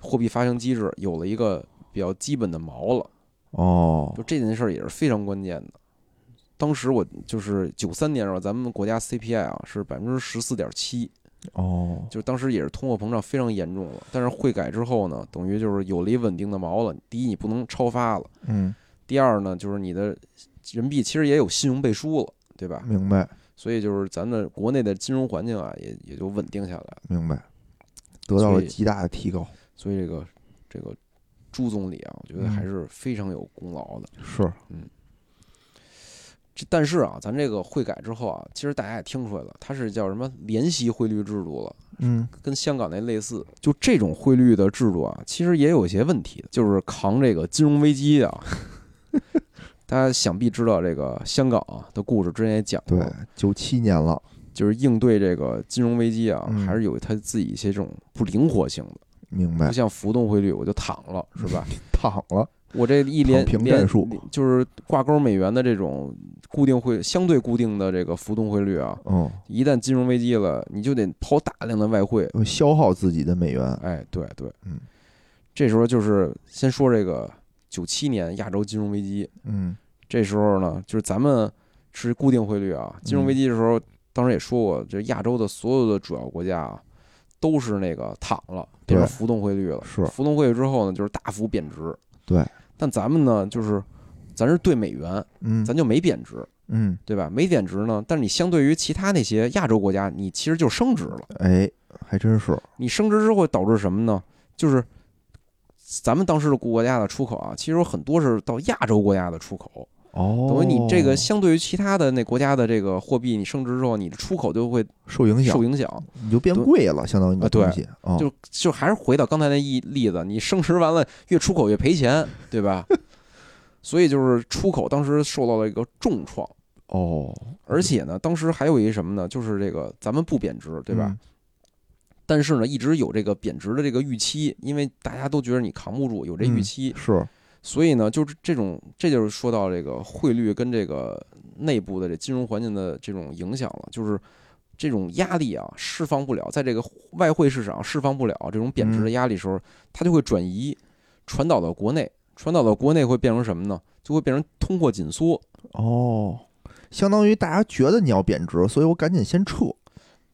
Speaker 2: 货币发行机制有了一个比较基本的锚了。
Speaker 1: 哦
Speaker 2: 就，这件事儿也是非常关键的。当时我就是九三年的时候，咱们国家 CPI 啊是百分之十四点七，
Speaker 1: 哦，
Speaker 2: 就是当时也是通货膨胀非常严重了。但是汇改之后呢，等于就是有了一稳定的锚了。第一，你不能超发了；
Speaker 1: 嗯，
Speaker 2: 第二呢，就是你的人民币其实也有信用背书了，对吧？
Speaker 1: 明白，
Speaker 2: 所以就是咱的国内的金融环境啊，也也就稳定下来了。
Speaker 1: 明白，得到了
Speaker 2: 所以
Speaker 1: 极大的提高，
Speaker 2: 所以这个这个朱总理啊，我觉得
Speaker 1: 嗯
Speaker 2: 还是非常有功劳的。
Speaker 1: 是，
Speaker 2: 这但是啊，咱这个汇改之后啊，其实大家也听出来了，它是叫什么联席汇率制度了，
Speaker 1: 嗯，
Speaker 2: 跟香港那类似。就这种汇率的制度啊，其实也有一些问题的，就是扛这个金融危机啊。 大家想必知道这个香港啊的故事，之前也讲过
Speaker 1: 对，，九七年了，
Speaker 2: 就是应对这个金融危机啊，
Speaker 1: 嗯哎
Speaker 2: 还是有它自己一些这种不灵活性的，
Speaker 1: 明
Speaker 2: 不
Speaker 1: 白，
Speaker 2: 像浮动汇率我就躺了，是 吧？
Speaker 1: 躺了，
Speaker 2: 我这一连
Speaker 1: 躺平
Speaker 2: 连
Speaker 1: 战术
Speaker 2: 就是挂钩美元的这种固定汇相对固定的这个浮动汇率啊，
Speaker 1: 嗯，
Speaker 2: 一旦金融危机了，你就得抛大量的外汇。
Speaker 1: 要消耗自己的美元，
Speaker 2: 哎，对对，
Speaker 1: 嗯，
Speaker 2: 这时候就是先说这个九七年亚洲金融危机，
Speaker 1: 嗯，
Speaker 2: 这时候呢，就是咱们是固定汇率啊，金融危
Speaker 1: 嗯
Speaker 2: 机的时候，当时也说过，这亚洲的所有的主要国家啊，都是那个躺了，变
Speaker 1: 对
Speaker 2: 成浮动汇率了。
Speaker 1: 是
Speaker 2: 浮动汇率之后呢，就是大幅贬值。
Speaker 1: 对，
Speaker 2: 但咱们呢，就是咱是对美元，
Speaker 1: 嗯，
Speaker 2: 咱就没贬值。
Speaker 1: 嗯，
Speaker 2: 对吧？没贬值呢，但是你相对于其他那些亚洲国家，你其实就升值了。
Speaker 1: 哎，还真是，
Speaker 2: 你升值之后导致什么呢？就是咱们当时的国家的出口啊，其实有很多是到亚洲国家的出口，
Speaker 1: 哦，
Speaker 2: 等于你这个相对于其他的那国家的这个货币，你升值之后，你的出口就会
Speaker 1: 受影响哦
Speaker 2: 受，影响。
Speaker 1: 你就变
Speaker 2: 对
Speaker 1: 贵了，相当于你
Speaker 2: 啊
Speaker 1: 的
Speaker 2: 对
Speaker 1: 东西，啊，
Speaker 2: 就就还是回到刚才那一例子，你升值完了越出口越赔钱，对吧？ 所以就是出口当时受到了一个重创，
Speaker 1: 哦，
Speaker 2: 而且呢，当时还有一什么呢？就是这个咱们不贬值，对吧？
Speaker 1: 嗯？
Speaker 2: 但是呢，一直有这个贬值的这个预期，因为大家都觉得你扛不住，有这预期，
Speaker 1: 是，
Speaker 2: 所以呢，就是这种，这就是说到这个汇率跟这个内部的这金融环境的这种影响了，就是。这种压力啊释放不了，在这个外汇市场释放不了这种贬值的压力时候，它就会转移，传导到国内，传导到国内会变成什么呢？就会变成通货紧缩。
Speaker 1: 哦，相当于大家觉得你要贬值，所以我赶紧先撤。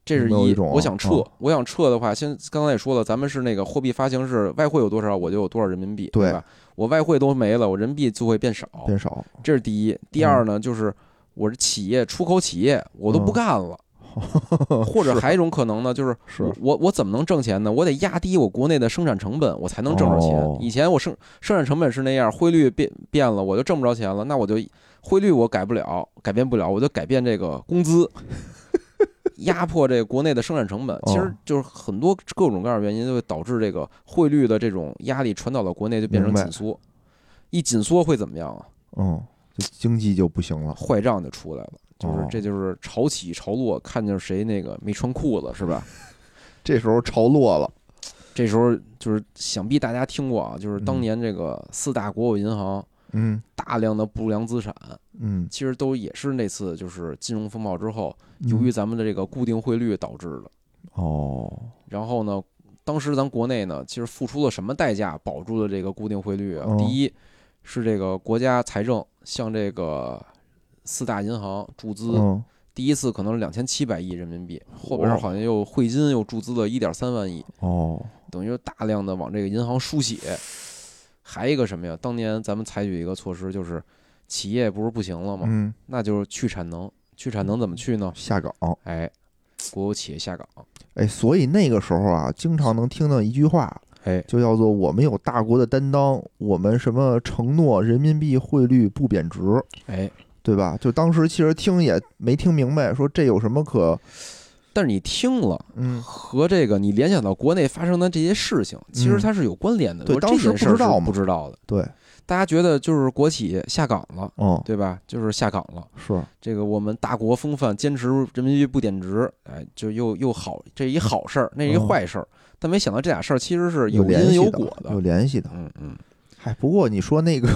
Speaker 2: 这是
Speaker 1: 有没有
Speaker 2: 一，
Speaker 1: 一种啊
Speaker 2: 我想撤，
Speaker 1: 嗯
Speaker 2: 我想撤的话，先刚才也说了，咱们是那个货币发行是外汇有多少，我就有多少人民币，
Speaker 1: 对
Speaker 2: 对吧？我外汇都没了，我人民币就会变少，
Speaker 1: 变 少，
Speaker 2: 这是第一。第
Speaker 1: 嗯
Speaker 2: 二呢，就是我是企业出口企业，我都不
Speaker 1: 嗯哦
Speaker 2: 干了，或者还有一种可能呢，就是
Speaker 1: 是
Speaker 2: 我我我怎么能挣钱呢？我得压低我国内的生产成本，我才能挣着钱
Speaker 1: 哦。
Speaker 2: 以前我生生产成本是那样，汇率变变了，我就挣不着钱了。那我就汇率我改不了，改变不了，我就改变这个工资， 压迫这个国内的生产成本。其
Speaker 1: 哦
Speaker 2: 实就是很多各种各样的原因，就会导致这个汇率的这种压力传导到国内，就变成
Speaker 1: 明白
Speaker 2: 紧缩。一紧缩会怎么样啊？
Speaker 1: 嗯，就经济就不行了。
Speaker 2: 坏账就出来了。就是
Speaker 1: 哦
Speaker 2: 这就是潮起潮落，看见谁那个没穿裤子是吧？
Speaker 1: 这时候潮落了，
Speaker 2: 这时候就是想必大家听过啊，就是当年这个四大国有银行
Speaker 1: 嗯
Speaker 2: 大量的不良资产，
Speaker 1: 嗯，
Speaker 2: 其实都也是那次就是金融风暴之后，由于
Speaker 1: 嗯
Speaker 2: 咱们的这个固定汇率导致的。
Speaker 1: 哦，
Speaker 2: 然后呢，当时咱国内呢，其实付出了什么代价保住了这个固定汇率啊？
Speaker 1: 嗯
Speaker 2: 第一是这个国家财政向这个四大银行注资，
Speaker 1: 嗯，
Speaker 2: 第一次可能两千七百亿人民币，后
Speaker 1: 哇
Speaker 2: 边好像又汇金又注资了一点三万亿，
Speaker 1: 哦，
Speaker 2: 等于就大量的往这个银行输血。还一个什么呀？当年咱们采取一个措施，就是企业不是不行了吗？
Speaker 1: 嗯，
Speaker 2: 那就是去产能。去产能怎么去呢？
Speaker 1: 下岗。
Speaker 2: 哎，国有企业下岗。
Speaker 1: 哎，所以那个时候啊，经常能听到一句话，
Speaker 2: 哎，
Speaker 1: 就叫做“我们有大国的担当，我们什么承诺人民币汇率不贬值”，
Speaker 2: 哎，
Speaker 1: 对吧？就当时其实听也没听明白，说这有什么可
Speaker 2: 但是你听了
Speaker 1: 嗯，
Speaker 2: 和这个你联想到国内发生的这些事情，其实它是有关联
Speaker 1: 嗯
Speaker 2: 的。
Speaker 1: 对
Speaker 2: 说这
Speaker 1: 当时
Speaker 2: 件事儿
Speaker 1: 不知道
Speaker 2: 是
Speaker 1: 嘛
Speaker 2: 不知道的。
Speaker 1: 对，
Speaker 2: 大家觉得就是国企下岗了，
Speaker 1: 哦，
Speaker 2: 对吧？就是下岗了。
Speaker 1: 是，
Speaker 2: 这个我们大国风范，坚持人民币不贬值，哎，就又又好，这一好事儿，那一
Speaker 1: 嗯
Speaker 2: 坏事儿。但没想到这俩事儿其实是
Speaker 1: 有
Speaker 2: 有
Speaker 1: 联
Speaker 2: 因
Speaker 1: 系
Speaker 2: 有
Speaker 1: 的
Speaker 2: 果
Speaker 1: 有
Speaker 2: 的。
Speaker 1: 联系的。
Speaker 2: 嗯嗯，
Speaker 1: 嗨，不过你说那个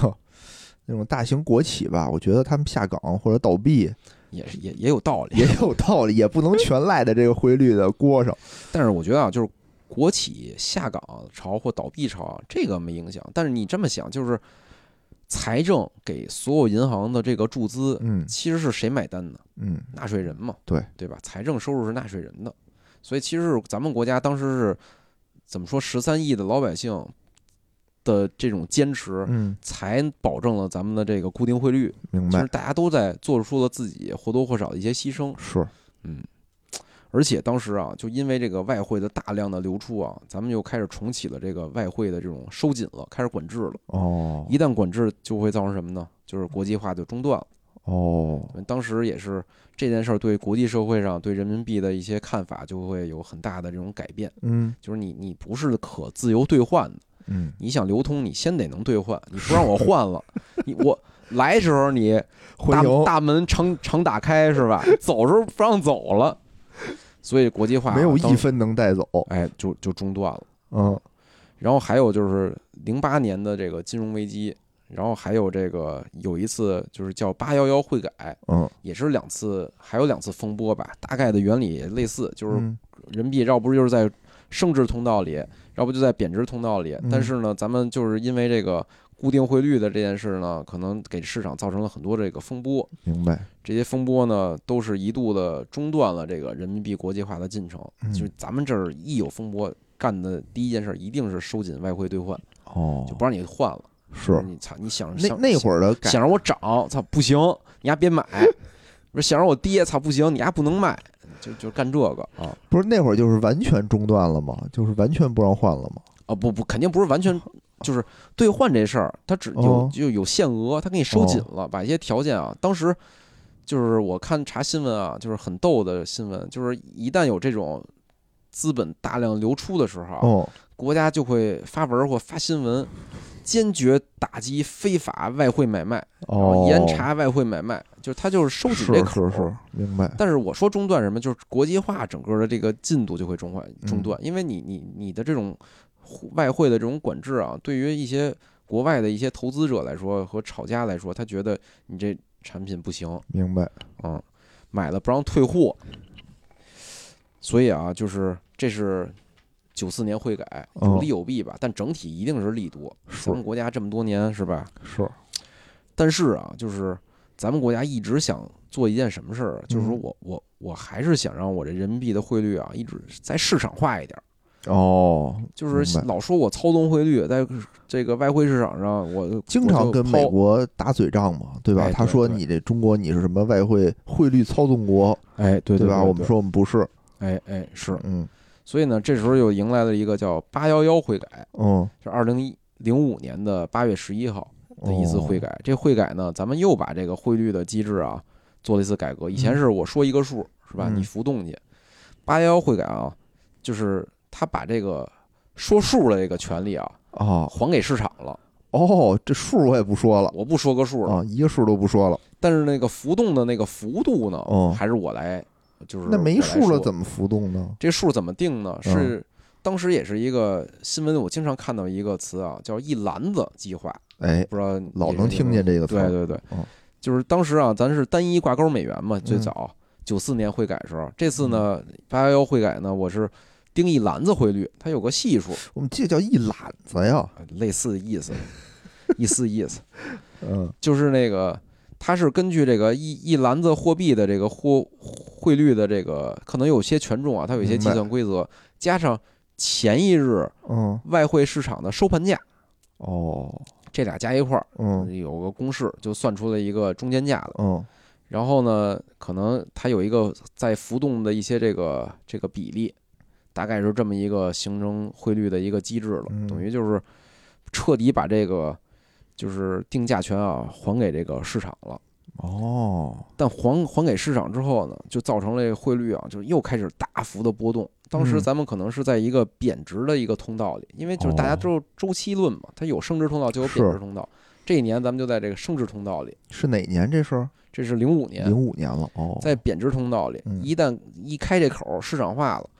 Speaker 1: 那种大型国企吧，我觉得他们下岗或者倒闭
Speaker 2: 也是也也有道理。
Speaker 1: 也有道理，也不能全赖在这个汇率的锅上。
Speaker 2: 但是我觉得啊，就是国企下岗潮或倒闭潮啊，这个没影响。但是你这么想，就是财政给所有银行的这个注资，
Speaker 1: 嗯
Speaker 2: 其实是谁买单呢？
Speaker 1: 嗯，
Speaker 2: 纳税人嘛，
Speaker 1: 对
Speaker 2: 对吧？财政收入是纳税人的，所以其实咱们国家当时是怎么说，十三亿的老百姓的这种坚持，
Speaker 1: 嗯，
Speaker 2: 才保证了咱们的这个固定汇率。
Speaker 1: 明
Speaker 2: 其实
Speaker 1: 白，
Speaker 2: 大家都在做出了自己或多或少的一些牺牲，
Speaker 1: 是，
Speaker 2: 而且当时啊，就因为这个外汇的大量的流出啊，咱们又开始重启了这个外汇的这种收紧了，开始管制了。
Speaker 1: 哦
Speaker 2: 一旦管制，就会造成什么呢？就是国际化就中断了。
Speaker 1: 哦，
Speaker 2: 嗯当时也是这件事儿对国际社会上对人民币的一些看法就会有很大的这种改变，
Speaker 1: 嗯
Speaker 2: 就是你你不是可自由兑换的，
Speaker 1: 嗯，
Speaker 2: 你想流通，你先得能兑换，你不让我换了，你我来时候你
Speaker 1: 欢
Speaker 2: 大
Speaker 1: 迎，
Speaker 2: 大门常常打开是吧？走时候不让走了，所以国际化
Speaker 1: 没有
Speaker 2: 当
Speaker 1: 一分能带走。
Speaker 2: 哎就就中断了。
Speaker 1: 嗯
Speaker 2: 然后还有就是零八年的这个金融危机，然后还有这个有一次就是叫八幺幺汇改，
Speaker 1: 嗯
Speaker 2: 也是两次，还有两次风波吧，大概的原理也类似，就是
Speaker 1: 嗯
Speaker 2: 人民币要不就是在升值通道里，要不就在贬值通道里
Speaker 1: 嗯。
Speaker 2: 但是呢，咱们就是因为这个固定汇率的这件事呢，可能给市场造成了很多这个风波。
Speaker 1: 明白，
Speaker 2: 这些风波呢，都是一度的中断了这个人民币国际化的进程。
Speaker 1: 嗯
Speaker 2: 就是咱们这儿一有风波，干的第一件事一定是收紧外汇兑换，
Speaker 1: 哦
Speaker 2: 就不让你换了。
Speaker 1: 是
Speaker 2: 你操，你想
Speaker 1: 那那会
Speaker 2: 儿
Speaker 1: 儿的改
Speaker 2: 想让我涨，操不行，你丫别买；不是想让我跌，操不行，你丫不能卖，就就干这个啊
Speaker 1: 不是那会儿就是完全中断了吗？就是完全不让换了吗？
Speaker 2: 啊不不，肯定不是完全就是兑换这事儿，它只有
Speaker 1: 哦
Speaker 2: 就有限额，它给你收紧了，把一些条件啊，当时。就是我看查新闻啊，就是很逗的新闻，就是一旦有这种资本大量流出的时候啊，
Speaker 1: 哦，
Speaker 2: 国家就会发文或发新闻，坚决打击非法外汇买卖，然后
Speaker 1: 哦，
Speaker 2: 严查外汇买卖，就是它就是收紧
Speaker 1: 是
Speaker 2: 这
Speaker 1: 是
Speaker 2: 口。
Speaker 1: 是，明白。
Speaker 2: 但是我说中断什么，就是国际化整个的这个进度就会中断中断，因为你你你的这种外汇的这种管制啊，对于一些国外的一些投资者来说和炒家来说，他觉得你这产品不行，
Speaker 1: 明白，
Speaker 2: 嗯，买了不让退货，所以啊，就是这是九四年汇改，有利有弊吧，但整体一定是利多。
Speaker 1: 是
Speaker 2: 咱们国家这么多年是吧？
Speaker 1: 是，
Speaker 2: 但是啊，就是咱们国家一直想做一件什么事儿，就是说
Speaker 1: 嗯
Speaker 2: 我我我还是想让我这人民币的汇率啊，一直再市场化一点儿。
Speaker 1: 哦，
Speaker 2: 就是
Speaker 1: 明白
Speaker 2: 老说我操纵汇率，在这个外汇市场上，我
Speaker 1: 经常跟美
Speaker 2: 我就抛
Speaker 1: 国打嘴仗嘛，对吧？
Speaker 2: 哎
Speaker 1: 他
Speaker 2: 对
Speaker 1: 说
Speaker 2: 对
Speaker 1: 你这中国你是什么外汇汇率操纵国，
Speaker 2: 哎对
Speaker 1: 吧？我们，说我们不是，
Speaker 2: 哎哎是，
Speaker 1: 嗯
Speaker 2: 所以呢，这时候又迎来了一个叫“八幺幺汇改
Speaker 1: 嗯，”，
Speaker 2: 是二零零五年的八月十一号的一次汇
Speaker 1: 改，
Speaker 2: 改。这汇改呢，咱们又把这个汇率的机制啊做了一次改革。以前是我说一个数，是吧？
Speaker 1: 嗯
Speaker 2: 你浮动去。八幺幺汇改啊，就是他把这个说数的这个权利啊
Speaker 1: 哦
Speaker 2: 还给市场了，
Speaker 1: 哦，这数我也不说了
Speaker 2: 我不说个数了。
Speaker 1: 啊，一个数都不说了，
Speaker 2: 但是那个浮动的那个幅度呢，
Speaker 1: 嗯
Speaker 2: 还是我来，就是
Speaker 1: 那没数了
Speaker 2: 么？
Speaker 1: 怎么浮动呢？
Speaker 2: 这数怎么定呢？
Speaker 1: 嗯
Speaker 2: 是当时也是一个新闻，我经常看到一个词啊，叫“一篮子计划
Speaker 1: 哎”，，
Speaker 2: 不知道
Speaker 1: 老能听见
Speaker 2: 这
Speaker 1: 这个词
Speaker 2: 对
Speaker 1: 儿，
Speaker 2: 对对
Speaker 1: 嗯，
Speaker 2: 就是当时啊，咱是单一挂钩美元嘛，最早九四年汇改时候，这次呢
Speaker 1: 嗯
Speaker 2: 八幺幺汇改呢，我是定一篮子汇率，它有个 系数，
Speaker 1: 我们这叫一揽子呀，
Speaker 2: 类似的意思，意思意思，
Speaker 1: 嗯
Speaker 2: 就是那个。它是根据这个一一篮子货币的这个货汇率的这个，可能有些权重啊，它有一些计
Speaker 1: 明白
Speaker 2: 算规则，加上前一日
Speaker 1: 嗯
Speaker 2: 外汇市场的收盘价，
Speaker 1: 哦
Speaker 2: 这俩加一块儿，
Speaker 1: 嗯
Speaker 2: 有个公式就算出了一个中间价了。
Speaker 1: 嗯
Speaker 2: 然后呢，可能它有一个在浮动的一些这个这个比例，大概是这么一个形成汇率的一个机制了
Speaker 1: 嗯，
Speaker 2: 等于就是彻底把这个就是定价权啊还给这个市场了。
Speaker 1: 哦，
Speaker 2: 但还还给市场之后呢，就造成了这个汇率啊，就是又开始大幅的波动。当时
Speaker 1: 嗯
Speaker 2: 咱们可能是在一个贬值的一个通道里，因为就是大家
Speaker 1: 哦
Speaker 2: 都是周期论嘛，它有升值通道就有贬值通道。这一年咱们就在这个升值通道里，
Speaker 1: 是哪年这事儿？
Speaker 2: 这是零五年
Speaker 1: 零，五年了哦，
Speaker 2: 在贬值通道里，
Speaker 1: 嗯
Speaker 2: 一旦一开这口儿市场化了，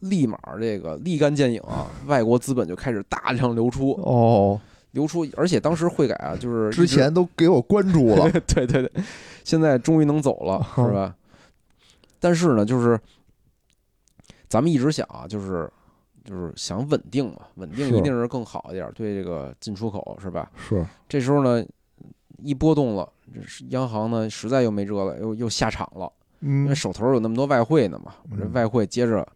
Speaker 2: 立马这个立竿见影啊，外国资本就开始大量流出，
Speaker 1: 哦，
Speaker 2: 流出，而且当时汇改啊，就是一
Speaker 1: 之
Speaker 2: 直，
Speaker 1: 前都给我关注了
Speaker 2: 对对对，现在终于能走了， 是吧？但是呢，就是咱们一直想啊，就是就是想稳定嘛，稳定
Speaker 1: 是
Speaker 2: 一定是更好一点，对这个进出口是吧？
Speaker 1: 是
Speaker 2: 这时候呢，一波动了，这是央行呢实在又没辙了，又又下场了，因
Speaker 1: 嗯
Speaker 2: 为手头有那么多外汇呢嘛，我这
Speaker 1: 嗯
Speaker 2: 外汇接着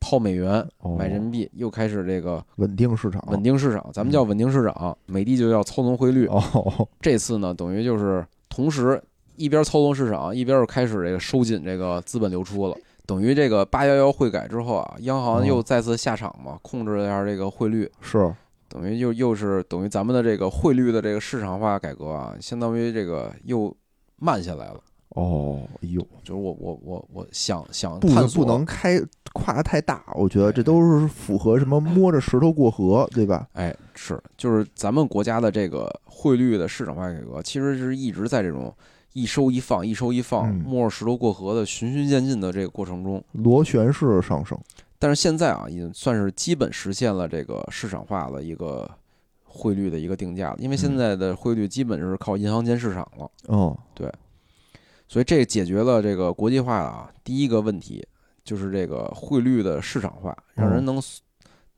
Speaker 2: 抛美元。
Speaker 1: 哦
Speaker 2: 买人民币又开始这个
Speaker 1: 稳定市场
Speaker 2: 稳定市场，咱们叫稳定市场，美的就叫操纵汇率。
Speaker 1: 嗯哦，
Speaker 2: 这次呢，等于就是同时一边操纵市场，一边又开始这个收紧这个资本流出了。等于这个八幺幺汇改之后啊，央
Speaker 1: 哦
Speaker 2: 行又再次下场嘛，控制了一下这个汇率，
Speaker 1: 是
Speaker 2: 等于又又是等于咱们的这个汇率的这个市场化改革啊，相当于这个又慢下来了。
Speaker 1: 哦，哎呦，
Speaker 2: 就是我我我我想想
Speaker 1: 不
Speaker 2: 探
Speaker 1: 能
Speaker 2: 索
Speaker 1: 不能开跨得太大，我觉得这都是符合什么摸着石头过河，对吧？
Speaker 2: 哎，是，就是咱们国家的这个汇率的市场化改革，其实是一直在这种一收一放、一收一放、
Speaker 1: 嗯
Speaker 2: 摸着石头过河的循序渐进的这个过程中。
Speaker 1: 螺旋式上升，
Speaker 2: 但是现在啊，已经算是基本实现了这个市场化的一个汇率的一个定价了，因为现在的汇率基本是靠银行间市场了，
Speaker 1: 嗯
Speaker 2: 所以这解决了这个国际化啊第一个问题，就是这个汇率的市场化，让
Speaker 1: 嗯
Speaker 2: 人能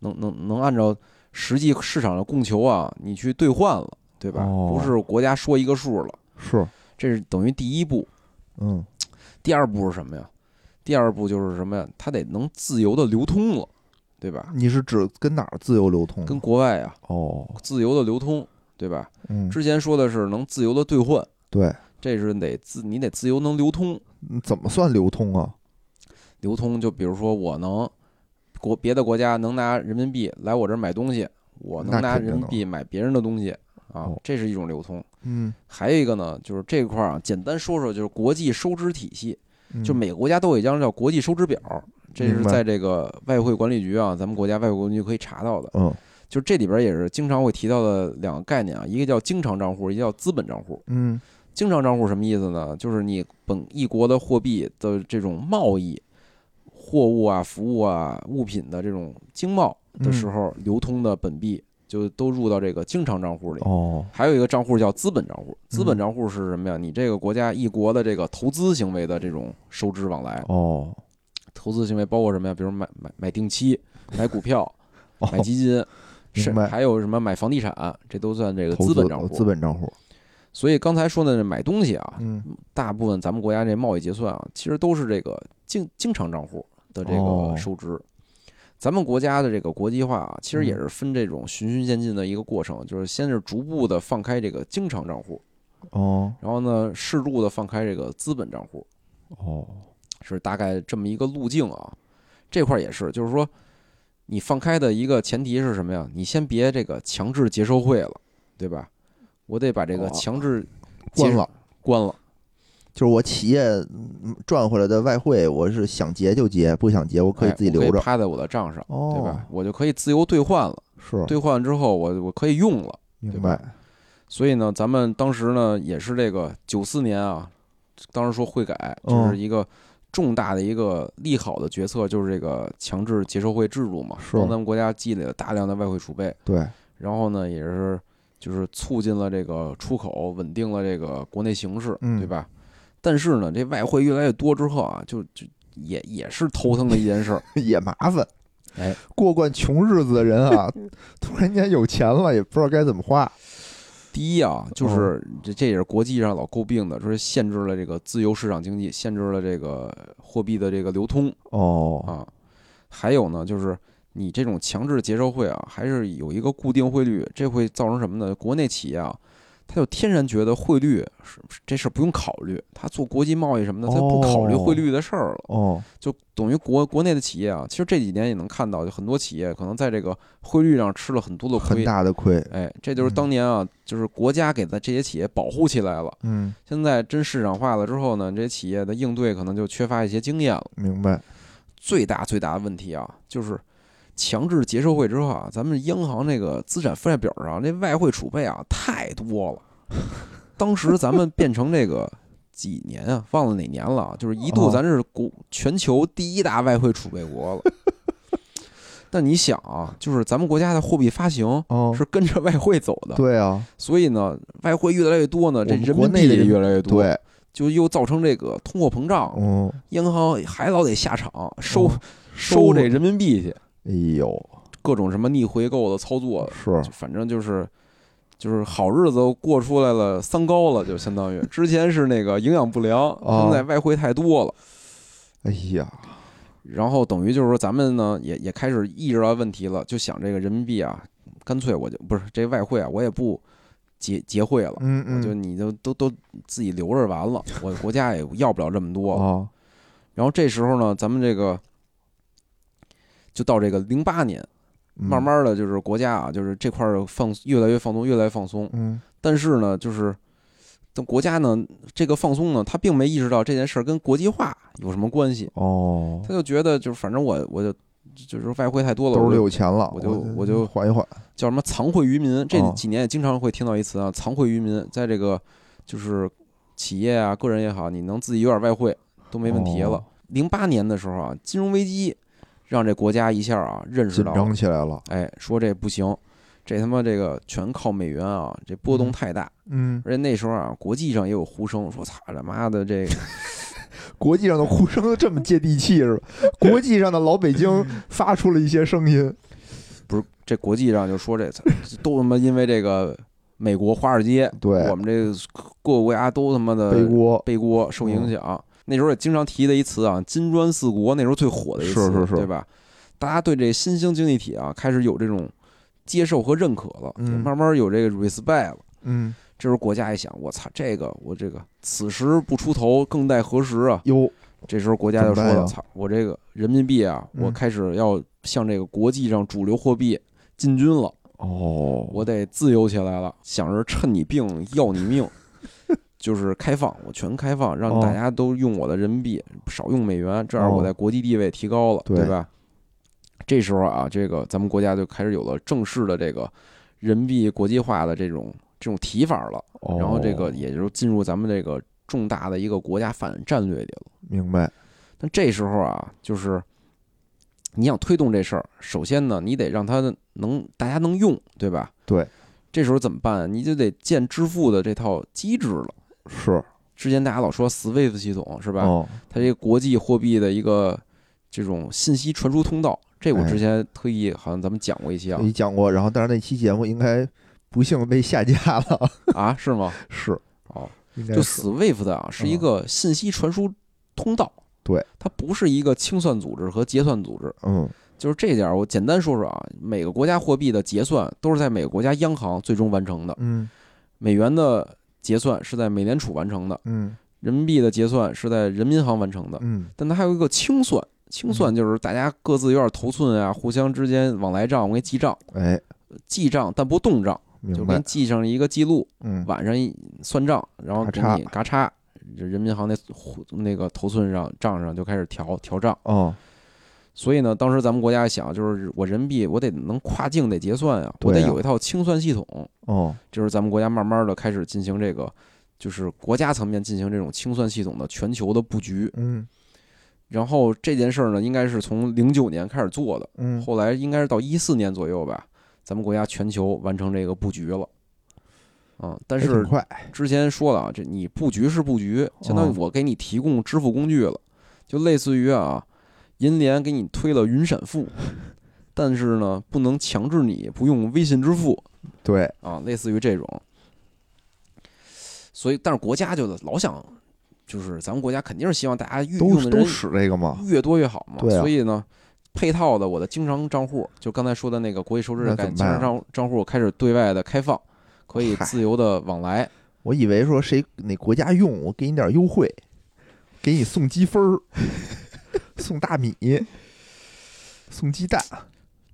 Speaker 2: 能能能按照实际市场的供求啊，你去兑换了，对吧？
Speaker 1: 哦
Speaker 2: 不是国家说一个数了，
Speaker 1: 是
Speaker 2: 这是等于第一步。
Speaker 1: 嗯
Speaker 2: 第二步是什么呀？第二步就是什么呀？它得能自由的流通了，对吧？
Speaker 1: 你是指跟哪儿自由流通？
Speaker 2: 跟国外啊，
Speaker 1: 哦，
Speaker 2: 自由的流通，对吧？
Speaker 1: 嗯，
Speaker 2: 之前说的是能自由的兑换，
Speaker 1: 对，
Speaker 2: 这是得自你得自由能流通，
Speaker 1: 嗯怎么算流通啊？
Speaker 2: 流通就比如说我能国别的国家能拿人民币来我这儿买东西，我能
Speaker 1: 那
Speaker 2: 拿
Speaker 1: 肯定
Speaker 2: 人民币买别人的东西啊
Speaker 1: 哦，
Speaker 2: 这是一种流通。
Speaker 1: 嗯，
Speaker 2: 还有一个呢，就是这块儿啊，简单说说就是国际收支体系，
Speaker 1: 嗯
Speaker 2: 就每个国家都有一张叫国际收支表，这是
Speaker 1: 明白
Speaker 2: 在这个外汇管理局啊，咱们国家外汇管理局可以查到的。
Speaker 1: 嗯
Speaker 2: 就这里边也是经常会提到的两个概念啊，一个叫经常账户，一个叫资本账户。
Speaker 1: 嗯
Speaker 2: 经常账户什么意思呢？就是你本一国的货币的这种贸易、货物啊、服务啊、物品的这种经贸
Speaker 1: 嗯
Speaker 2: 的时候，流通的本币就都入到这个经常账户里。
Speaker 1: 哦嗯
Speaker 2: 还有一个账户叫资本账户，资本账户是什么呀？你这个国家一国的这个投资行为的这种收支往来，
Speaker 1: 哦
Speaker 2: 投资行为包括什么呀？比如买买买 定期、买股票、
Speaker 1: 哦，
Speaker 2: 买基金，是
Speaker 1: 明白
Speaker 2: 还有什么买房地产，这都算这个
Speaker 1: 投
Speaker 2: 资本
Speaker 1: 资
Speaker 2: 账
Speaker 1: 哦
Speaker 2: 户。
Speaker 1: 资本账户，
Speaker 2: 所以刚才说的那买东西啊，
Speaker 1: 嗯，
Speaker 2: 大部分咱们国家这贸易结算啊，其实都是这个经经常账户的这
Speaker 1: 哦
Speaker 2: 个收支。咱们国家的这个国际化啊，其实也
Speaker 1: 嗯
Speaker 2: 是分这种循序渐进的一个过程，就是先是逐步的放开这个经常账户，
Speaker 1: 哦
Speaker 2: 然后呢适度的放开这个资本账户，
Speaker 1: 哦，
Speaker 2: 是大概这么一个路径啊。这块儿也是，就是说你放开的一个前提是什么呀？你先别这个强制结售汇了，对吧？我得把这个
Speaker 1: 哦
Speaker 2: 强制结
Speaker 1: 关了，
Speaker 2: 关了。
Speaker 1: 就是我企业嗯赚回来的外汇，我是想结就结，不想结我可以
Speaker 2: 哎
Speaker 1: 自己
Speaker 2: 我
Speaker 1: 留着，
Speaker 2: 趴在我的账上，
Speaker 1: 哦，嗯
Speaker 2: 对吧？？我就可以自由兑换了，
Speaker 1: 是，
Speaker 2: 兑换之后我我可以用了。
Speaker 1: 明
Speaker 2: 对
Speaker 1: 白
Speaker 2: 吧，所以呢，咱们当时呢也是这个九四年啊，当时说汇改就
Speaker 1: 嗯
Speaker 2: 是一个重大的一个利好的决策，就是这个强制结售汇制度嘛，
Speaker 1: 是
Speaker 2: 帮咱们国家积累了大量的外汇储备，
Speaker 1: 对，
Speaker 2: 然后呢也是就是促进了这个出口，稳定了这个国内形势，
Speaker 1: 嗯
Speaker 2: 对吧？但是呢，这外汇越来越多之后啊，就就也也是头疼的一件事儿，
Speaker 1: 也麻烦。
Speaker 2: 哎，
Speaker 1: 过惯穷日子的人 啊，突然间有钱了，也不知道该怎么花。
Speaker 2: 第一啊，就是这这也是国际上老诟病的，说是限制了这个自由市场经济，限制了这个货币的这个流通
Speaker 1: 哦，
Speaker 2: 啊。还有呢，就是你这种强制结售汇啊，还是有一个固定汇率，这会造成什么呢？国内企业啊，他就天然觉得汇率是这事儿不用考虑，他做国际贸易什么的，他不考虑汇率的事儿了，
Speaker 1: 哦，
Speaker 2: 就等于国国内的企业啊，其实这几年也能看到，就很多企业可能在这个汇率上吃了很多的亏
Speaker 1: 很。大的亏。
Speaker 2: 哎，这就是
Speaker 1: 嗯
Speaker 2: 当年啊，就是国家给的这些企业保护起来了。
Speaker 1: 嗯，
Speaker 2: 现在真市场化了之后呢，这些企业的应对可能就缺乏一些经验了。
Speaker 1: 明白。
Speaker 2: 最大最大的问题啊，就是强制结售汇之后啊，咱们央行这个资产负债表上这外汇储备啊太多了。当时咱们变成这个几年啊，忘了哪年了啊，就是一度
Speaker 1: 哦
Speaker 2: 咱是国全球第一大外汇储备国了。 但你想啊，就是咱们国家的货币发行
Speaker 1: 哦，
Speaker 2: 是跟着外汇走的，
Speaker 1: 对啊，
Speaker 2: 所以呢，外汇越来越多呢，这
Speaker 1: 我们
Speaker 2: 人
Speaker 1: 国
Speaker 2: 民
Speaker 1: 内
Speaker 2: 币
Speaker 1: 的
Speaker 2: 也越来越多，
Speaker 1: 对，
Speaker 2: 就又造成这个通货膨胀，
Speaker 1: 嗯，
Speaker 2: 央行还老得下场收
Speaker 1: 哦
Speaker 2: 收这人民币去，
Speaker 1: 哎呦，
Speaker 2: 各种什么逆回购的操作，
Speaker 1: 是
Speaker 2: 呃就反正就是就是好日子过出来了，三高了，就相 当于之前是那个营养不良，
Speaker 1: 哦
Speaker 2: 现在外汇太多了。
Speaker 1: 哎呀，
Speaker 2: 然后等于就是说，咱们呢也也开始意识到问题了，就想这个人民币啊，干脆我就不是这外汇啊，我也不结结汇了，
Speaker 1: 嗯
Speaker 2: 我就
Speaker 1: 嗯，
Speaker 2: 你就都都自己留着完了，我国家也要不了这么多了。
Speaker 1: 哦，
Speaker 2: 然后这时候呢，咱们这个就到这个零八年，
Speaker 1: 嗯
Speaker 2: 慢，慢的就是国家啊，就是这块儿放越来越放松，越来越放松。
Speaker 1: 嗯，
Speaker 2: 但是呢，就是但国家呢，这个放松呢，他并没意识到这件事儿跟国际化有什么关系，
Speaker 1: 哦，
Speaker 2: 他就觉得就是反正我我就就是外汇太多了，
Speaker 1: 兜
Speaker 2: 我
Speaker 1: 里
Speaker 2: 就
Speaker 1: 有钱了，
Speaker 2: 我就
Speaker 1: 我
Speaker 2: 我就
Speaker 1: 缓一缓。
Speaker 2: 叫什么藏汇于民，这
Speaker 1: 哦
Speaker 2: 几年也经常会听到一词啊，藏汇于民，在这个就是企业啊、个人也好，你能自己有点外汇都没问题了
Speaker 1: 哦。
Speaker 2: 零八、年的时候啊，金融危机让这国家一下啊认识
Speaker 1: 紧
Speaker 2: 到，
Speaker 1: 张起来了，
Speaker 2: 哎，说这不行，这他妈这个全靠美元啊，这波动
Speaker 1: 嗯
Speaker 2: 太大，
Speaker 1: 嗯，
Speaker 2: 而且那时候啊，国际上也有呼声说，操他妈 的这个
Speaker 1: 国际上的呼声这么接地气是 吧？国际上的老北京
Speaker 2: 嗯
Speaker 1: 发出了一些声音，
Speaker 2: 不是这国际上就说这 操都他妈因为这个美国、华尔街，
Speaker 1: 对，
Speaker 2: 我们这个各个国家都他妈的
Speaker 1: 背锅，
Speaker 2: 背锅受影响。
Speaker 1: 嗯
Speaker 2: 那时候也经常提的一词啊，“金砖四国”，那时候最火的一词，
Speaker 1: 是是是
Speaker 2: 对吧？大家对这新兴经济体啊开始有这种接受和认可了，
Speaker 1: 嗯
Speaker 2: 也慢慢有这个 respect 了。
Speaker 1: 嗯，
Speaker 2: 这时候国家一想，我操，这个我这个此时不出头，更待何时啊？
Speaker 1: 哟，
Speaker 2: 这时候国家就说
Speaker 1: 怎么办
Speaker 2: 了，
Speaker 1: 呀
Speaker 2: 操，我这个人民币啊，
Speaker 1: 嗯
Speaker 2: 我开始要向这个国际上主流货币进军了，
Speaker 1: 哦，
Speaker 2: 我得自由起来了，想着趁你病要你 命，就是开放，我全开放，让
Speaker 1: 哦
Speaker 2: 大家都用我的人民币，少用美元，这样
Speaker 1: 哦
Speaker 2: 我在国际地位提高了，
Speaker 1: 对
Speaker 2: 对吧？这时候啊，这个咱们国家就开始有了正式的这个人民币国际化的这种这种提法了，
Speaker 1: 哦，
Speaker 2: 然后这个也就进入咱们这个重大的一个国家反战略里了。
Speaker 1: 明白，
Speaker 2: 但这时候啊，就是你想推动这事儿，首先呢，你得让它能大家能用，对吧？
Speaker 1: 对。
Speaker 2: 这时候怎么办？你就得建支付的这套机制了。
Speaker 1: 是
Speaker 2: 之前大家老说 SWIFT 系统是吧？
Speaker 1: 哦，
Speaker 2: 它这个国际货币的一个这种信息传输通道。这我
Speaker 1: 哎
Speaker 2: 之前特意好像咱们讲过一期啊
Speaker 1: 你讲过，然后但是那期节目应该不幸被下架了，
Speaker 2: 啊 是 吗？
Speaker 1: 是，
Speaker 2: 哦，
Speaker 1: 哎应该嗯
Speaker 2: 就是 SWIFT 啊是一个信息传输通道，
Speaker 1: 对，
Speaker 2: 它不是一个清算组织和结算组织。
Speaker 1: 嗯，
Speaker 2: 就是这点，我简单说说啊，每个国家货币的结算都是在每个国家央行最终完成的，
Speaker 1: 嗯
Speaker 2: 美元的结算是在美联储完成的，
Speaker 1: 嗯
Speaker 2: 人民币的结算是在人民银行完成的，
Speaker 1: 嗯
Speaker 2: 但它还有一个清算，清算就是大家各自有点头寸啊，互相之间往来账，我给你记账，
Speaker 1: 哎，
Speaker 2: 记账但不动账，就
Speaker 1: 明
Speaker 2: 给
Speaker 1: 白
Speaker 2: 你，记上一个记录，
Speaker 1: 嗯，
Speaker 2: 晚上一算账，然后给
Speaker 1: 嘎
Speaker 2: 你嘎嚓，这人民银行那户那个头寸上账上就开始调调账。
Speaker 1: 哦，
Speaker 2: 所以呢，当时咱们国家想，就是我人民币我得能跨境得结算啊，我得
Speaker 1: 对啊
Speaker 2: 有一套清算系统。
Speaker 1: 哦，
Speaker 2: 就是咱们国家慢慢的开始进行这个，就是国家层面进行这种清算系统的全球的布局。
Speaker 1: 嗯
Speaker 2: 然后这件事儿呢，应该是从零九年开始做的，
Speaker 1: 嗯，
Speaker 2: 后来应该是到一四年左右吧，咱们国家全球完成这个布局了。嗯，但
Speaker 1: 还哎挺
Speaker 2: 是
Speaker 1: 快，
Speaker 2: 之前说了啊，这你布局是布局，相当于
Speaker 1: 哦
Speaker 2: 我给你提供支付工具了，就类似于啊，银联给你推了云闪付，但是呢，不能强制你不用微信支付
Speaker 1: 对，
Speaker 2: 啊，类似于这种。所以，但是国家就老想，就是咱们国家肯定是希望大家运
Speaker 1: 都
Speaker 2: 用的
Speaker 1: 都
Speaker 2: 人
Speaker 1: 使这个嘛，
Speaker 2: 越多越好嘛。
Speaker 1: 对啊
Speaker 2: 所以呢，配套的我的经常账户，就刚才说的那个国际收支的
Speaker 1: 那
Speaker 2: 概
Speaker 1: 怎
Speaker 2: 念，经
Speaker 1: 么办
Speaker 2: 常
Speaker 1: 啊
Speaker 2: 账账户开始对外的开放，可以
Speaker 1: 嗨
Speaker 2: 自由的往来。
Speaker 1: 我以为说谁哪国家用，我给你点儿优惠，给你送积分儿， 送大米，送鸡蛋，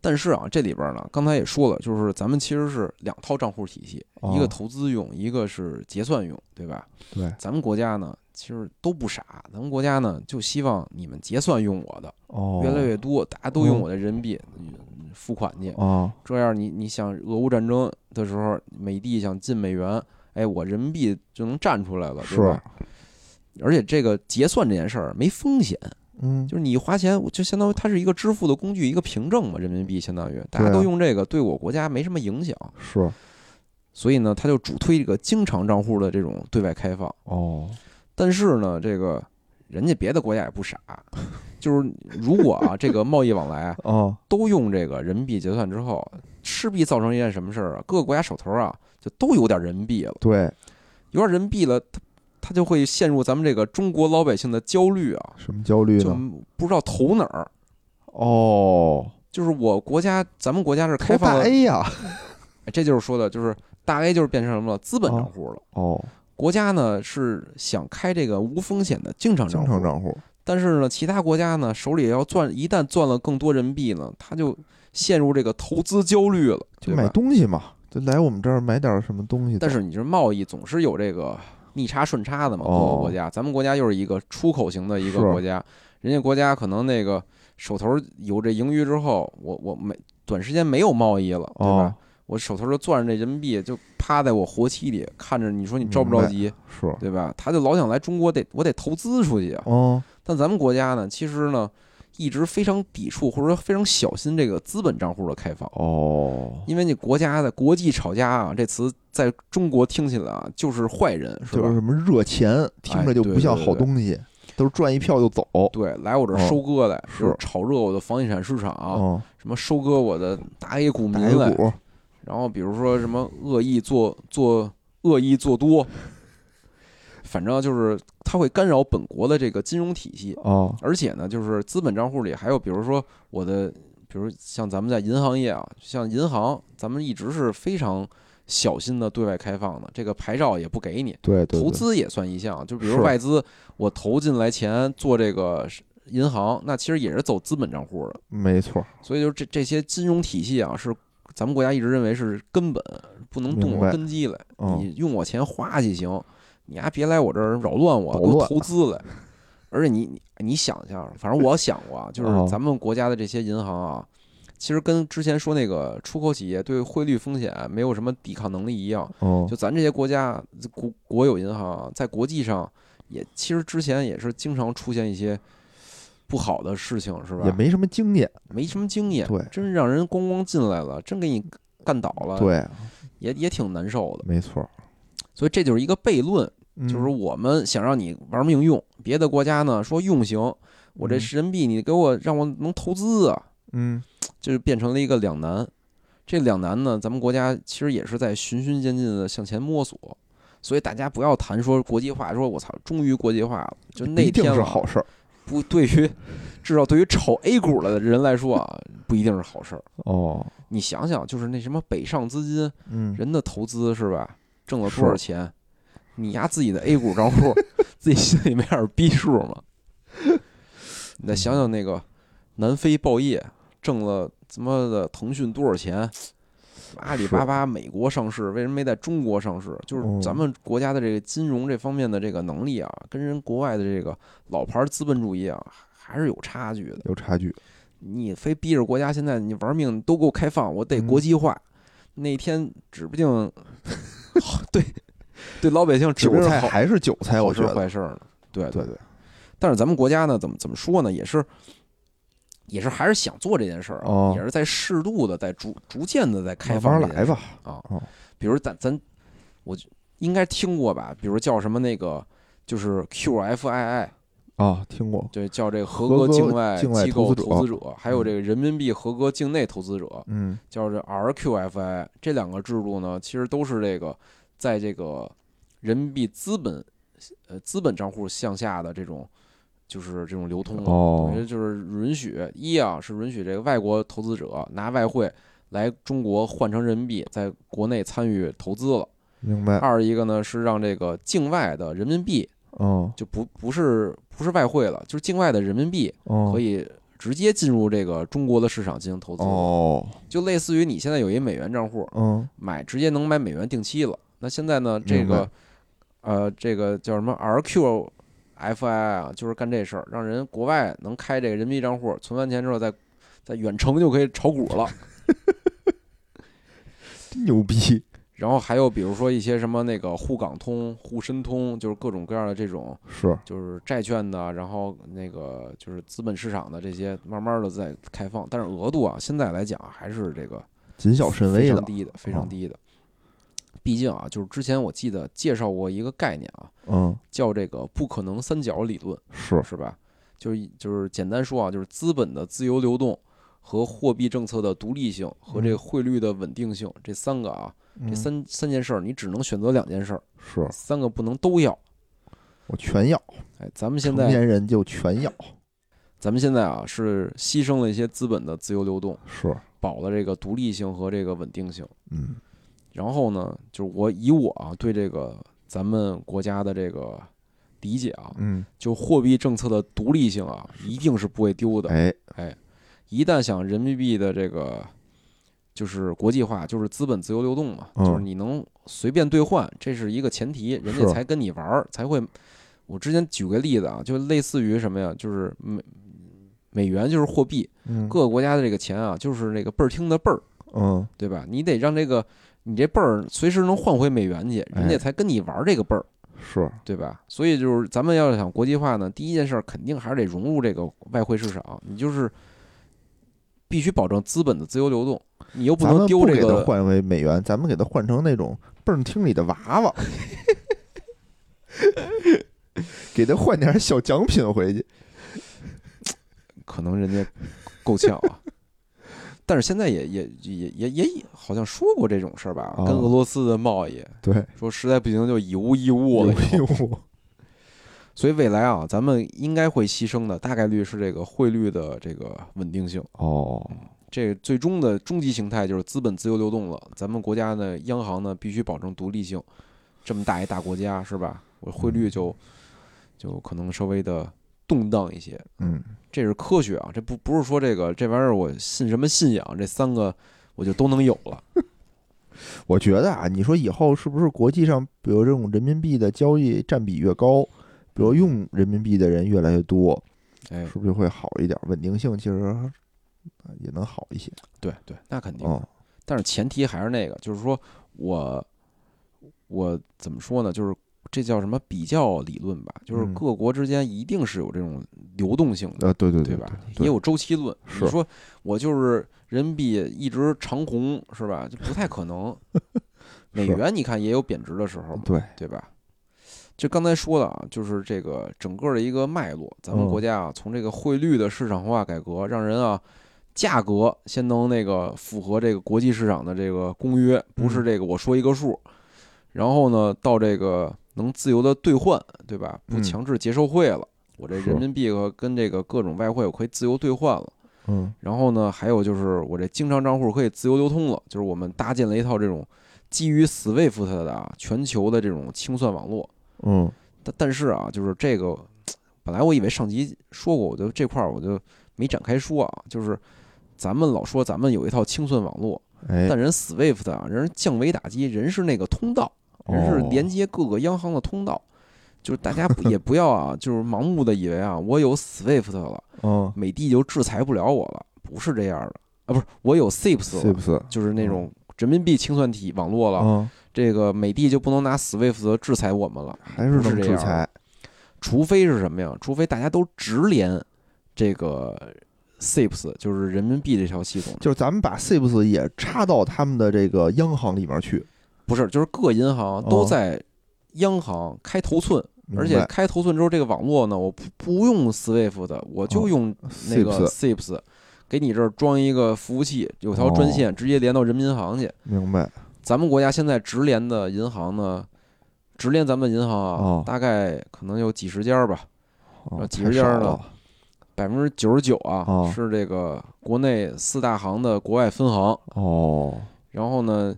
Speaker 2: 但是啊，这里边呢，刚才也说了，就是咱们其实是两套账户体系，
Speaker 1: 哦
Speaker 2: 一个投资用，一个是结算用，对吧？
Speaker 1: 对，
Speaker 2: 咱们国家呢，其实都不傻，咱们国家呢就希望你们结算用我的
Speaker 1: 哦，
Speaker 2: 越来越多，大家都用我的人民币嗯付款去。
Speaker 1: 哦，
Speaker 2: 这样你你想俄乌战争的时候，美帝想进美元，哎，我人民币就能站出来了，对
Speaker 1: 是
Speaker 2: 吧？，而且这个结算这件事儿没风险，
Speaker 1: 嗯，
Speaker 2: 就是你花钱，我就相当于它是一个支付的工具，一个凭证嘛，人民币相当于大家
Speaker 1: 对啊
Speaker 2: 都用这个，对我国家没什么影响。
Speaker 1: 是，
Speaker 2: 所以呢，他就主推这个经常账户的这种对外开放。
Speaker 1: 哦，
Speaker 2: 但是呢，这个人家别的国家也不傻，就是如果啊这个贸易往来啊
Speaker 1: 哦，
Speaker 2: 都用这个人民币结算之后，势必造成一件什么事儿啊？各个国家手头啊就都有点人民币了，
Speaker 1: 对，
Speaker 2: 有点人民币了，他他就会陷入咱们这个中国老百姓的焦虑啊，
Speaker 1: 什么焦虑
Speaker 2: 就
Speaker 1: 呢？
Speaker 2: 不知道投哪儿。
Speaker 1: 哦，
Speaker 2: 就是我国家，咱们国家是开
Speaker 1: 投
Speaker 2: 放
Speaker 1: 大
Speaker 2: 了，
Speaker 1: A 呀，
Speaker 2: 哎这就是说的，就是大 A 就是变成什么了？资本账户了。
Speaker 1: 哦，
Speaker 2: 国家呢是想开这个无风险的经常账
Speaker 1: 经
Speaker 2: 户，
Speaker 1: 常账户，
Speaker 2: 但是呢，其他国家呢手里要攥，一旦攥了更多人民币呢，他就陷入这个投资焦虑了，
Speaker 1: 就
Speaker 2: 对
Speaker 1: 买
Speaker 2: 吧？
Speaker 1: 东西嘛，就来我们这儿买点儿什么东西的，
Speaker 2: 但是你这贸易总是有这个逆差顺差的嘛，各个
Speaker 1: 哦
Speaker 2: 国家，咱们国家又是一个出口型的一
Speaker 1: 是
Speaker 2: 个国家，人家国家可能那个手头有这盈余之后，我我没短时间没有贸易了，对吧？
Speaker 1: 哦，
Speaker 2: 我手头就攥着这人民币，就趴在我活期里看着，你说你着不
Speaker 1: 明
Speaker 2: 着
Speaker 1: 白
Speaker 2: 急，
Speaker 1: 是，
Speaker 2: 对吧？他就老想来中国得我得投资出去啊。
Speaker 1: 哦，
Speaker 2: 但咱们国家呢，其实呢，一直非常抵触或者说非常小心这个资本账户的开放，
Speaker 1: 哦，
Speaker 2: 因为你国家的国际炒家啊这词在中国听起来啊就是坏人，是
Speaker 1: 就是
Speaker 2: 吧？哎
Speaker 1: 什么热钱，听着就
Speaker 2: 对
Speaker 1: 不像
Speaker 2: 对
Speaker 1: 好
Speaker 2: 对
Speaker 1: 东西，都是赚一票就走。
Speaker 2: 对，来我这儿收割来，
Speaker 1: 是
Speaker 2: 哦就是炒热我的房地产市场，啊
Speaker 1: 哦，
Speaker 2: 什么收割我的大 A 股民
Speaker 1: 打一
Speaker 2: 来，
Speaker 1: 鼓，
Speaker 2: 然后比如说什么恶意做做恶意做多， 反正就是它会干扰本国的这个金融体系，
Speaker 1: 哦，
Speaker 2: 而且呢，就是资本账户里还有比如说我的，比如像咱们在银行业啊，像银行，咱们一直是非常小心的对外开放的，这个牌照也不给你，
Speaker 1: 对对，
Speaker 2: 投
Speaker 1: 对
Speaker 2: 资也算一项，就比如
Speaker 1: 是
Speaker 2: 外资我投进来钱做这个银行，那其实也是走资本账户的。
Speaker 1: 没错，
Speaker 2: 所以就是这这些金融体系啊，是咱们国家一直认为是根本不能动
Speaker 1: 明
Speaker 2: 我
Speaker 1: 白
Speaker 2: 根基来，
Speaker 1: 嗯
Speaker 2: 你用我钱花去行，你丫别来我这儿扰乱我，
Speaker 1: 捣
Speaker 2: 给我
Speaker 1: 乱
Speaker 2: 投资来。而且你你你想一下，反正我想过啊，就是
Speaker 1: 哦
Speaker 2: 咱们国家的这些银行啊，其实跟之前说那个出口企业对汇率风险没有什么抵抗能力一样，
Speaker 1: 哦
Speaker 2: 就，咱这些国家国国有银行啊，在国际上也其实之前也是经常出现一些不好的事情，是吧？
Speaker 1: 也没什么经验，
Speaker 2: 没什么经验，
Speaker 1: 对
Speaker 2: 真让人咣咣进来了，真给你干倒了，，
Speaker 1: 对，
Speaker 2: 也也挺难受的。
Speaker 1: 没错，
Speaker 2: 所以这就是一个悖论，
Speaker 1: 嗯
Speaker 2: 就是我们想让你玩命用，别的国家呢说用行，我这
Speaker 1: 嗯
Speaker 2: 人民币你给我让我能投资啊，
Speaker 1: 嗯
Speaker 2: 就是变成了一个两难。这两难呢，咱们国家其实也是在循序渐进的向前摸索，所以大家不要谈说国际化，说我操，终于国际化了，就那
Speaker 1: 一定
Speaker 2: 天
Speaker 1: 是
Speaker 2: 啊
Speaker 1: 好事儿
Speaker 2: 不对于，至少对于炒 A 股了的人来说啊，不一定是好事儿。
Speaker 1: 哦，
Speaker 2: 你想想，就是那什么北上资金，
Speaker 1: 嗯，
Speaker 2: 人的投资是吧？挣了多少钱？你压自己的 A 股账户， 自己心里没点逼数吗？你再想想那个南非报业挣了他妈的腾讯多少钱？阿里巴巴美国上市为什么没在中国上市？就是
Speaker 1: 哦
Speaker 2: 咱们国家的这个金融这方面的这个能力啊，跟人国外的这个老牌资本主义啊，还是有差距的。
Speaker 1: 有差距，
Speaker 2: 你非逼着国家现在你玩命都给我开放，我得
Speaker 1: 嗯
Speaker 2: 国际化，那天指不定 好对对老百姓指
Speaker 1: 韭
Speaker 2: 不定
Speaker 1: 菜
Speaker 2: 好
Speaker 1: 还是韭菜，我
Speaker 2: 好
Speaker 1: 觉
Speaker 2: 事儿
Speaker 1: 得，
Speaker 2: 坏事儿呢。对
Speaker 1: 对，对，
Speaker 2: 但是咱们国家呢，怎么怎么说呢，也是也是还是想做这件事儿啊、
Speaker 1: 哦
Speaker 2: 也是在适度的在逐逐渐的在开
Speaker 1: 慢
Speaker 2: 放
Speaker 1: 慢
Speaker 2: 这件
Speaker 1: 来
Speaker 2: 事儿
Speaker 1: 吧，
Speaker 2: 啊
Speaker 1: 哦。
Speaker 2: 比如咱咱我应该听过吧，比如叫什么那个就是 QFII，
Speaker 1: 啊，听过，
Speaker 2: 对，叫这个合
Speaker 1: 合
Speaker 2: 格
Speaker 1: 格
Speaker 2: 境外
Speaker 1: 境外
Speaker 2: 机
Speaker 1: 投
Speaker 2: 构
Speaker 1: 资者
Speaker 2: 投资者，还有这个人民币合格境内投资者。
Speaker 1: 嗯
Speaker 2: 叫这 RQFI 这两个制度呢，其实都是这个在这个人民币资本呃资本账户向下的这种就是这种流通了。
Speaker 1: 哦
Speaker 2: 嗯我觉，得就是允许一啊是允许这个外国投资者拿外汇来中国换成人民币，在国内参与投资了；
Speaker 1: 明白，
Speaker 2: 二一个呢是让这个境外的人民币
Speaker 1: 哦
Speaker 2: 就不不是不是外汇了，就是境外的人民币
Speaker 1: 哦，
Speaker 2: 可以直接进入这个中国的市场进行投资，
Speaker 1: 哦，
Speaker 2: 就类似于你现在有一美元账户，
Speaker 1: 嗯
Speaker 2: 买直接能买美元定期了。那现在呢，这
Speaker 1: 明白
Speaker 2: 个呃，这个叫什么 RQFI 啊，就是干这事儿，让人国外能开这个人民币账户，存完钱之后在在远程就可以炒股了。
Speaker 1: 真牛逼，
Speaker 2: 然后还有比如说一些什么那个沪港通、沪深通，就是各种各样的这种
Speaker 1: 是，
Speaker 2: 就是债券的，然后那个就是资本市场的这些，慢慢的在开放，但是额度啊，现在来讲还是这个
Speaker 1: 谨小慎微
Speaker 2: 非
Speaker 1: 的啊
Speaker 2: 常，低的，非常低的。毕竟啊，就是之前我记得介绍过一个概念啊，
Speaker 1: 嗯，
Speaker 2: 叫这个不可能三角理论，
Speaker 1: 是，
Speaker 2: 是吧？就是就是简单说啊，就是资本的自由流动和货币政策的独立性和这个汇率的稳定性这三个啊，这
Speaker 1: 嗯
Speaker 2: 三三件事儿你只能选择两件事儿，
Speaker 1: 是
Speaker 2: 三个不能都要。
Speaker 1: 我全要，
Speaker 2: 哎，咱们现
Speaker 1: 成
Speaker 2: 在
Speaker 1: 年人就全要，
Speaker 2: 咱们现在啊是牺牲了一些资本的自由流动，
Speaker 1: 是，
Speaker 2: 保了这个独立性和这个稳定性。
Speaker 1: 嗯
Speaker 2: 然后呢，就是我以我啊对这个咱们国家的这个理解啊，
Speaker 1: 嗯，
Speaker 2: 就货币政策的独立性啊，一定是不会丢的。
Speaker 1: 哎，
Speaker 2: 一旦想人民币的这个就是国际化，就是资本自由流动嘛，
Speaker 1: 嗯
Speaker 2: 就是你能随便兑换，这是一个前提，人家
Speaker 1: 是
Speaker 2: 才跟你玩儿，才会。我之前举个例子啊，就类似于什么呀，就是美美元就是货币，
Speaker 1: 嗯
Speaker 2: 各个国家的这个钱啊，就是那个倍儿听的倍儿，
Speaker 1: 嗯，
Speaker 2: 对吧？你得让这个你这倍儿随时能换回美元去，人家
Speaker 1: 哎
Speaker 2: 才跟你玩儿这个倍儿，
Speaker 1: 是，
Speaker 2: 对吧？所以就是咱们要是想国际化呢，第一件事儿肯定还是得融入这个外汇市场，你就是必须保证资本的自由流动，你又不
Speaker 1: 咱
Speaker 2: 能
Speaker 1: 们
Speaker 2: 丢
Speaker 1: 不
Speaker 2: 这
Speaker 1: 给它
Speaker 2: 个。
Speaker 1: 换回美元，咱们给它换成那种蹦厅里的娃 娃，给它换点小奖品回去。
Speaker 2: 可能人家够呛啊。但是现在也也也也也也好像说过这种事儿吧，
Speaker 1: 啊
Speaker 2: 跟俄罗斯的贸易，
Speaker 1: 对，
Speaker 2: 说实在不行就以物易物了
Speaker 1: 有。
Speaker 2: 哦
Speaker 1: 用，
Speaker 2: 所以未来啊，咱们应该会牺牲的，大概率是这个汇率的这个稳定性。
Speaker 1: 哦，
Speaker 2: 这最终的终极形态就是资本自由流动了。咱们国家呢，央行呢必须保证独立性，这么大一大国家是吧？我汇率
Speaker 1: 嗯
Speaker 2: 就就可能稍微的动荡一些，
Speaker 1: 嗯，
Speaker 2: 这是科学啊，这不不是说这个这玩意儿我信什么信仰，这三个我就都能有了。
Speaker 1: 我觉得啊，你说以后是不是国际上，比如这种人民币的交易占比越高，比如用人民币的人越来越多，
Speaker 2: 哎，
Speaker 1: 是不是会好一点？稳定性其实呃也能好一些。
Speaker 2: 对对，那肯定。
Speaker 1: 哦，
Speaker 2: 但是前提还是那个，就是说我我怎么说呢？就是这叫什么比较理论吧？就是
Speaker 1: 嗯
Speaker 2: 各国之间一定是有这种流动性的。
Speaker 1: 呃，对对
Speaker 2: 对
Speaker 1: 对
Speaker 2: 吧？也有周期论。
Speaker 1: 是
Speaker 2: 你说我就是人民币一直长红是
Speaker 1: 哎
Speaker 2: 吧？就不太可能。美元你看也有贬值的时候嘛，
Speaker 1: 对，
Speaker 2: 对吧？就刚才说的啊，就是这个整个的一个脉络，咱们
Speaker 1: 嗯
Speaker 2: 国家啊，从这个汇率的市场化改革，让人啊价格先能那个符合这个国际市场的这个公约，不是
Speaker 1: 嗯
Speaker 2: 这个我说一个数，然后呢到这个能自由的兑换，对吧？不
Speaker 1: 嗯
Speaker 2: 强制结售汇了，我这
Speaker 1: 是
Speaker 2: 人民币和跟这个各种外汇我可以自由兑换了。
Speaker 1: 嗯
Speaker 2: 然后呢，还有就是我这经常账户可以自由流通了，就是我们搭建了一套这种基于 SWIFT 的啊全球的这种清算网络。
Speaker 1: 嗯
Speaker 2: 但但是啊，就是这个，本来我以为上集说过，我就这块儿我就没展开说啊，就是。咱们老说咱们有一套清算网络，
Speaker 1: 哎
Speaker 2: 但人 SWIFT 啊，人是降维打击，人是那个通道，人是
Speaker 1: 哦
Speaker 2: 连接各个央行的通道。就是大家不也不要啊，就是盲目的以为啊，我有 SWIFT 了，
Speaker 1: 嗯
Speaker 2: 美帝就制裁不了我了，不是这样的啊，不是我有 SIPS，
Speaker 1: 是
Speaker 2: 了
Speaker 1: 不是？
Speaker 2: 就是那种人民币清算体网络了，
Speaker 1: 嗯，
Speaker 2: 这个美帝就不能拿 SWIFT 制裁我们了，
Speaker 1: 还是
Speaker 2: 不
Speaker 1: 能
Speaker 2: 是这
Speaker 1: 制
Speaker 2: 样
Speaker 1: 裁？
Speaker 2: 除非是什么呀？除非大家都直连这个 SIPS，就是人民币这条系统，
Speaker 1: 就是咱们把 SIPS 也插到他们的这个央行里面去，
Speaker 2: 不是，就是各银行都在央行开头寸，
Speaker 1: 哦明
Speaker 2: 而且
Speaker 1: 白
Speaker 2: 开头寸之后，这个网络呢，我不不用 SWIFT 的，我就
Speaker 1: 哦
Speaker 2: 用那个
Speaker 1: SIPS
Speaker 2: SIPS，给你这儿装一个服务器，有条
Speaker 1: 哦
Speaker 2: 专线直接连到人民银行去。
Speaker 1: 明白
Speaker 2: 咱们国家现在直连的银行呢，直连咱们的银行啊
Speaker 1: 哦，
Speaker 2: 大概可能有几十家儿吧，
Speaker 1: 哦，
Speaker 2: 几
Speaker 1: 太
Speaker 2: 十家
Speaker 1: 少
Speaker 2: 呢
Speaker 1: 了
Speaker 2: 百分之九十九啊
Speaker 1: 哦
Speaker 2: 是这个国内四大行的国外分行，
Speaker 1: 哦，
Speaker 2: 然后呢。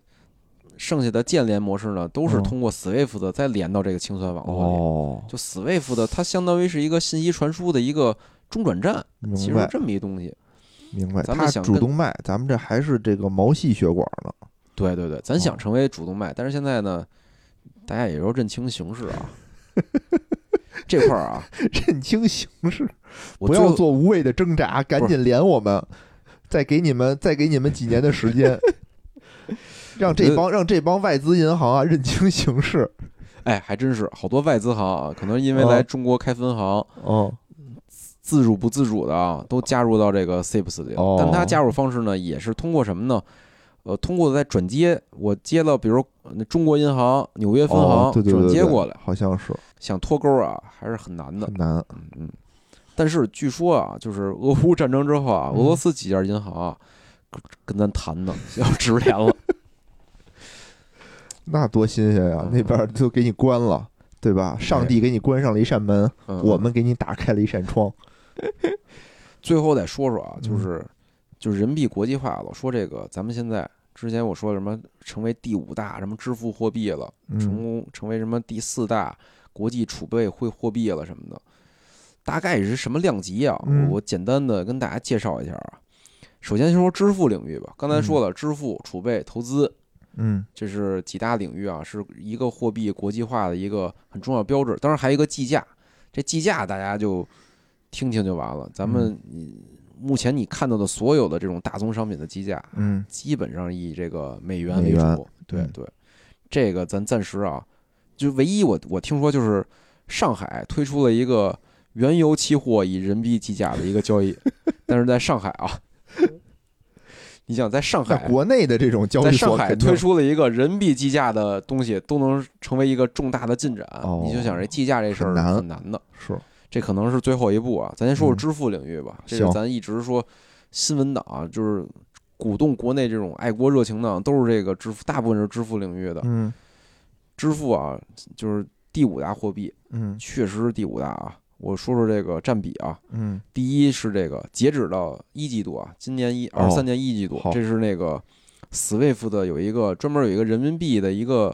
Speaker 2: 剩下的建联模式呢，都是
Speaker 1: 嗯
Speaker 2: 通过 SWIFT 的再连到这个清算网络里。
Speaker 1: 哦，
Speaker 2: 就 SWIFT 的，它相当于是一个信息传输的一个中转站，
Speaker 1: 明
Speaker 2: 其实
Speaker 1: 白
Speaker 2: 这么一东西。
Speaker 1: 明白。
Speaker 2: 咱们
Speaker 1: 他
Speaker 2: 想
Speaker 1: 主
Speaker 2: 跟
Speaker 1: 动脉，咱们这还是这个毛细血管呢。
Speaker 2: 对对对，咱
Speaker 1: 哦
Speaker 2: 想成为主动脉，但是现在呢，大家也要认清形势 啊。这块儿啊，
Speaker 1: 认清形势，
Speaker 2: 我
Speaker 1: 不
Speaker 2: 最
Speaker 1: 要
Speaker 2: 后
Speaker 1: 做无谓的挣扎，赶紧连我们，再给你们再给你们几年的时 间，让
Speaker 2: 我觉
Speaker 1: 这
Speaker 2: 得
Speaker 1: 帮让这帮外资银行啊认清形势。
Speaker 2: 哎，还真是好多外资行啊，可能因为
Speaker 1: 哦
Speaker 2: 来中国开分行，
Speaker 1: 哦，
Speaker 2: 自主不自主的啊，都加入到这个 SIPS 里了。
Speaker 1: 哦
Speaker 2: 但它加入方式呢，也是通过什么呢？呃，通过在转接，我接了，比如呃中国银行、纽约分行、
Speaker 1: 哦对对对
Speaker 2: 转
Speaker 1: 对
Speaker 2: 接过来，
Speaker 1: 好像是
Speaker 2: 想脱钩啊，还是很难的
Speaker 1: 很。难。
Speaker 2: 嗯，嗯，但是据说啊，就是俄乌战争之后啊，
Speaker 1: 嗯
Speaker 2: 俄罗斯几家银行啊，跟跟咱谈呢， 要直连了。
Speaker 1: 那多新鲜呀
Speaker 2: 嗯！
Speaker 1: 那边就给你关了，对吧？上帝给你关上了一扇门，
Speaker 2: 嗯
Speaker 1: 我们给你打开了一扇窗。
Speaker 2: 最后再说说啊，
Speaker 1: 嗯
Speaker 2: 就是就是人民币国际化，老说这个，咱们现在之前我说什么成为第五大什么支付货币了，成
Speaker 1: 嗯，
Speaker 2: 功成为什么第四大国际储备汇货币了什么的，大概是什么量级啊？
Speaker 1: 嗯
Speaker 2: 我我简单的跟大家介绍一下啊。首先先说支付领域吧，刚才说了支付、储备、投资，
Speaker 1: 嗯，
Speaker 2: 这是几大领域啊，是一个货币国际化的一个很重要标志。当然还有一个计价，这计价大家就听听就完了。咱们
Speaker 1: 嗯
Speaker 2: 你目前你看到的所有的这种大宗商品的计价，
Speaker 1: 嗯，
Speaker 2: 基本上以这个美元
Speaker 1: 美
Speaker 2: 为
Speaker 1: 元
Speaker 2: 主。对
Speaker 1: 嗯
Speaker 2: 对，这个咱暂时啊，就唯一我我听说就是上海推出了一个原油期货以人民币计价的一个交易，但是在上海啊，你想在上海
Speaker 1: 在国内的这种交
Speaker 2: 在
Speaker 1: 易
Speaker 2: 上
Speaker 1: 所
Speaker 2: 海
Speaker 1: 肯定
Speaker 2: 推出了一个人民币计价的东西，都能成为一个重大的进展。
Speaker 1: 哦
Speaker 2: 你就想这计价这事儿
Speaker 1: 很难
Speaker 2: 很难的，
Speaker 1: 是
Speaker 2: 这可能是最后一步啊。咱先说说
Speaker 1: 嗯
Speaker 2: 支付领域吧，这个
Speaker 1: 行
Speaker 2: 咱一直说新闻党啊就是鼓动国内这种爱国热情呢，都是这个支付，大部分是支付领域的
Speaker 1: 嗯
Speaker 2: 支付啊，就是第五大货币，
Speaker 1: 嗯
Speaker 2: 确实是第五大啊。我说说这个占比啊，
Speaker 1: 嗯，
Speaker 2: 第一是这个截止到一季度啊，今年一
Speaker 1: 哦
Speaker 2: 二三年一季度，
Speaker 1: 好
Speaker 2: 这是那个 SWIFT 的有一个专门有一个人民币的一个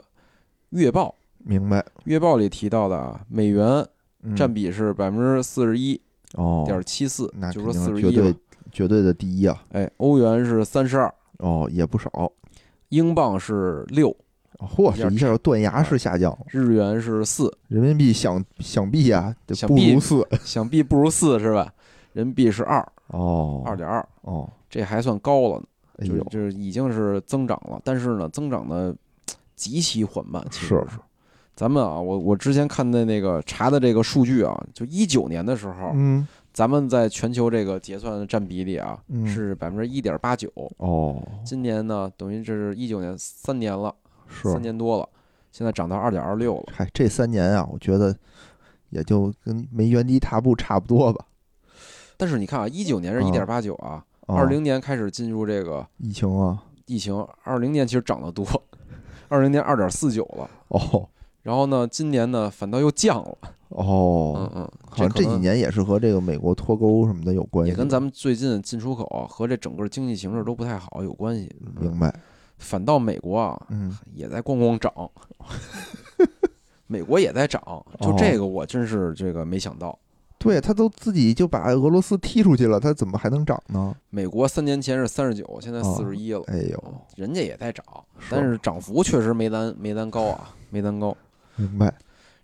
Speaker 2: 月报，
Speaker 1: 明白。
Speaker 2: 月报里提到的啊，美元
Speaker 1: 嗯
Speaker 2: 占比是百分之四十一
Speaker 1: 哦，
Speaker 2: 点七四
Speaker 1: 那，
Speaker 2: 就
Speaker 1: 肯
Speaker 2: 说
Speaker 1: 定
Speaker 2: 四
Speaker 1: 是
Speaker 2: 十
Speaker 1: 绝
Speaker 2: 一
Speaker 1: 对绝对的第一啊！
Speaker 2: 哎，欧元是三十二，
Speaker 1: 哦，也不少。
Speaker 2: 英镑是六，
Speaker 1: 嚯，
Speaker 2: 一下啊
Speaker 1: 这一下就断崖式下降了，
Speaker 2: 日元是四，
Speaker 1: 人民币想想必啊，得
Speaker 2: 想
Speaker 1: 不
Speaker 2: 必
Speaker 1: 如四
Speaker 2: 想必不如四是吧？ 人民币是二，
Speaker 1: 哦，
Speaker 2: 二点二，
Speaker 1: 哦，
Speaker 2: 这还算高了呢，
Speaker 1: 哎
Speaker 2: 就
Speaker 1: 呦，
Speaker 2: 就是已经是增长了，但是呢，增长的极其缓慢，其实
Speaker 1: 是
Speaker 2: 咱们啊，我我之前看的那个查的这个数据啊，就一九年的时候，
Speaker 1: 嗯
Speaker 2: 咱们在全球这个结算的占比里啊
Speaker 1: 嗯
Speaker 2: 是百分之一点八九，
Speaker 1: 哦，
Speaker 2: 今年呢，等于这是一九年三年了，
Speaker 1: 是
Speaker 2: 三年多了，现在涨到二点二六了。
Speaker 1: 嗨，这三年啊，我觉得也就跟没原地踏步差不多吧。
Speaker 2: 但是你看啊，一九年是
Speaker 1: 啊
Speaker 2: 一点八九啊，
Speaker 1: 啊
Speaker 2: 二零年开始进入这个
Speaker 1: 疫情啊，
Speaker 2: 疫情，二零年其实涨得多，二零年二点四九了。
Speaker 1: 哦
Speaker 2: 然后呢，今年呢反倒又降了。嗯
Speaker 1: 哦，
Speaker 2: 嗯，
Speaker 1: 好像
Speaker 2: 可
Speaker 1: 这几
Speaker 2: 能
Speaker 1: 年也是和这个美国脱钩什么的有关系，
Speaker 2: 也跟咱们最近进出口啊和这整个经济形势都不太好有关系。嗯
Speaker 1: 明白，
Speaker 2: 反倒美国啊
Speaker 1: 嗯，
Speaker 2: 也在咣咣涨，美国也在涨，就
Speaker 1: 哦
Speaker 2: 这个我真是这个没想到。
Speaker 1: 对他都自己就把俄罗斯踢出去了，他怎么还能涨呢？
Speaker 2: 美国三年前是三十九，现在
Speaker 1: 哦
Speaker 2: 四十一了，嗯
Speaker 1: 哎呦，
Speaker 2: 人家也在涨，但是涨幅确实没咱没咱高啊，没咱高。
Speaker 1: 明白，